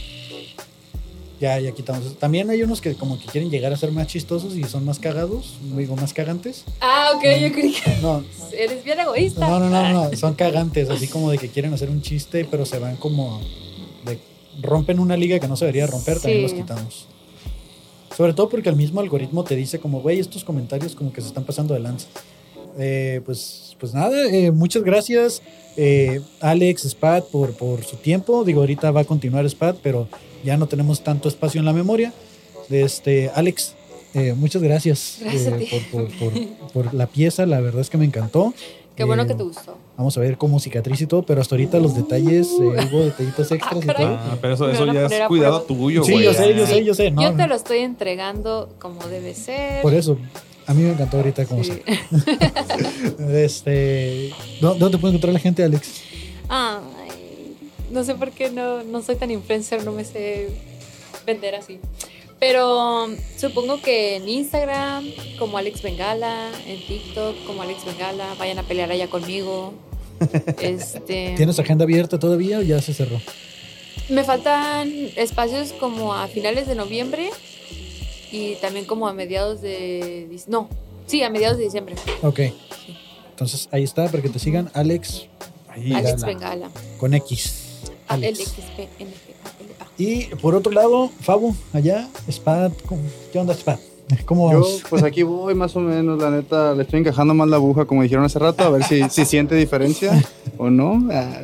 Ya, ya quitamos. eso. También hay unos que como que quieren llegar a ser más chistosos y son más cagados, digo, más cagantes.
Ah, ok, yo creí que
No,
eres bien egoísta.
no, no, no, no, son cagantes, así como de que quieren hacer un chiste, pero se van como de rompen una liga que no se debería romper, también los
Sí.
quitamos. Sobre todo porque el mismo algoritmo te dice como, güey, estos comentarios como que se están pasando de lanza. Eh, pues, pues nada, eh, muchas gracias eh, Alex, Spat, por, por su tiempo. Digo, ahorita va a continuar Spat, pero ya no tenemos tanto espacio en la memoria. Este, Alex, eh, muchas gracias,
Gracias a
eh,
ti.
por, por- por- por la pieza. La verdad es que me encantó.
Qué bueno
Eh,
que te gustó.
Vamos a ver cómo cicatriz y todo, pero hasta ahorita los detalles, eh, hubo detallitos extras y
caray.
todo.
Ah, pero eso,
Me
eso
van a
ya
poner
es
a
cuidado
prueba.
tuyo,
Sí,
güey.
yo sé, yo
Ah.
sé, yo sé. No,
yo te
no,
lo estoy entregando como debe ser.
Por eso, a mí me encantó ahorita cómo
Sí.
se. Este, ¿dó- ¿Dónde te puede encontrar la gente, Alex?
Ay, no sé por qué no, no soy tan influencer, no me sé vender así. Pero um, supongo que en Instagram, como Alex Bengala, en TikTok, como Alex Bengala, vayan a pelear allá conmigo. Este,
¿Tienes agenda abierta todavía o ya se cerró?
Me faltan espacios como a finales de noviembre y también como a mediados de... dic- No, sí, a mediados de diciembre.
Ok. Entonces ahí está para que te sigan Alex
Ahí,
Alex
la-
Bengala.
con X. Alex.
A-L-X-P-N-G-A-L-A.
Y por otro lado, Fabo, allá, Spad, ¿cómo- ¿qué onda Spad? ¿Cómo
Yo,
vamos?
pues aquí voy más o menos, la neta, le estoy encajando más la aguja, como dijeron hace rato, a ver si, si siente diferencia o no. Ah,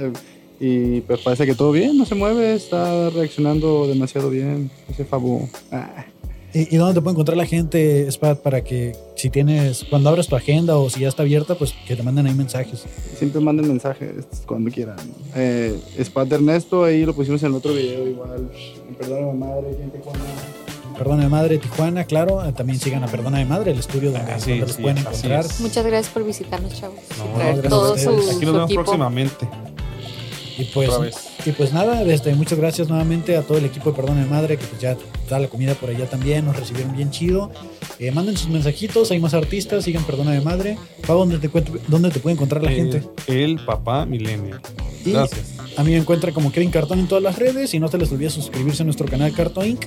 Y pues parece que todo bien, no se mueve, está reaccionando demasiado bien ese Fabu. Ah,
¿Y, y dónde te puede encontrar la gente, Spad, para que si tienes, cuando abras tu agenda o si ya está abierta, pues que te manden ahí mensajes?
siempre manden mensajes cuando quieran. Eh, Spat Ernesto, ahí lo pusimos en el otro video igual. Perdón a madre, gente con...
Perdona de Madre Tijuana, claro. eh, También sigan a Perdona de Madre, el estudio donde,
Ah, sí,
donde los
sí,
pueden
así
encontrar.
es.
Muchas gracias por visitarnos, chavos.
No,
y
gracias
traer
a
todo
ustedes.
Aquí
su,
nos
su
vemos
equipo.
próximamente.
Y pues,
Otra vez.
y pues nada, este, muchas gracias nuevamente a todo el equipo de Perdona de Madre, que pues ya da la comida por allá también, nos recibieron bien chido. Eh, manden sus mensajitos, hay más artistas, sigan Perdona de Madre. Pavo, ¿dónde te, encuent- dónde te puede encontrar
Eh,
la gente?
El, el papá millennial.
Y-
Gracias.
A mí me encuentra como Kevin Cartón en todas las redes y no te les olvides suscribirse a nuestro canal Cartón Inc.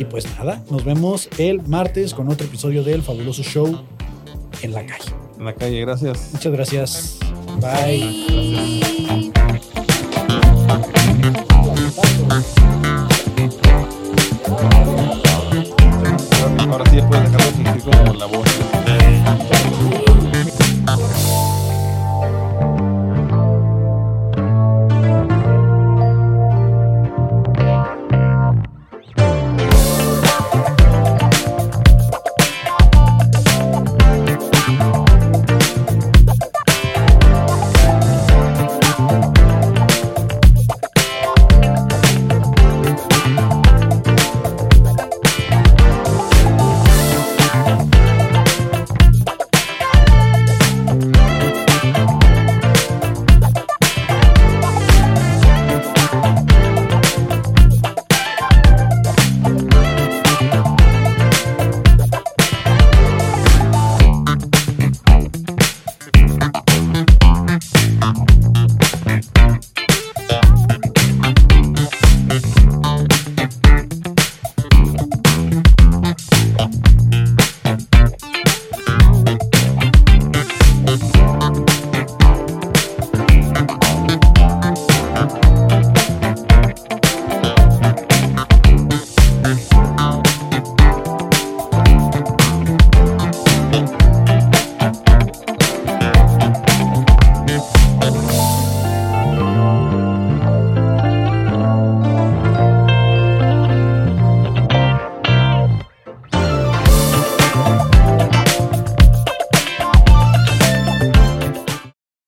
Y pues nada, nos vemos el martes con otro episodio del fabuloso show en la calle.
En la calle, gracias.
Muchas gracias. Bye.
Gracias.
Bye.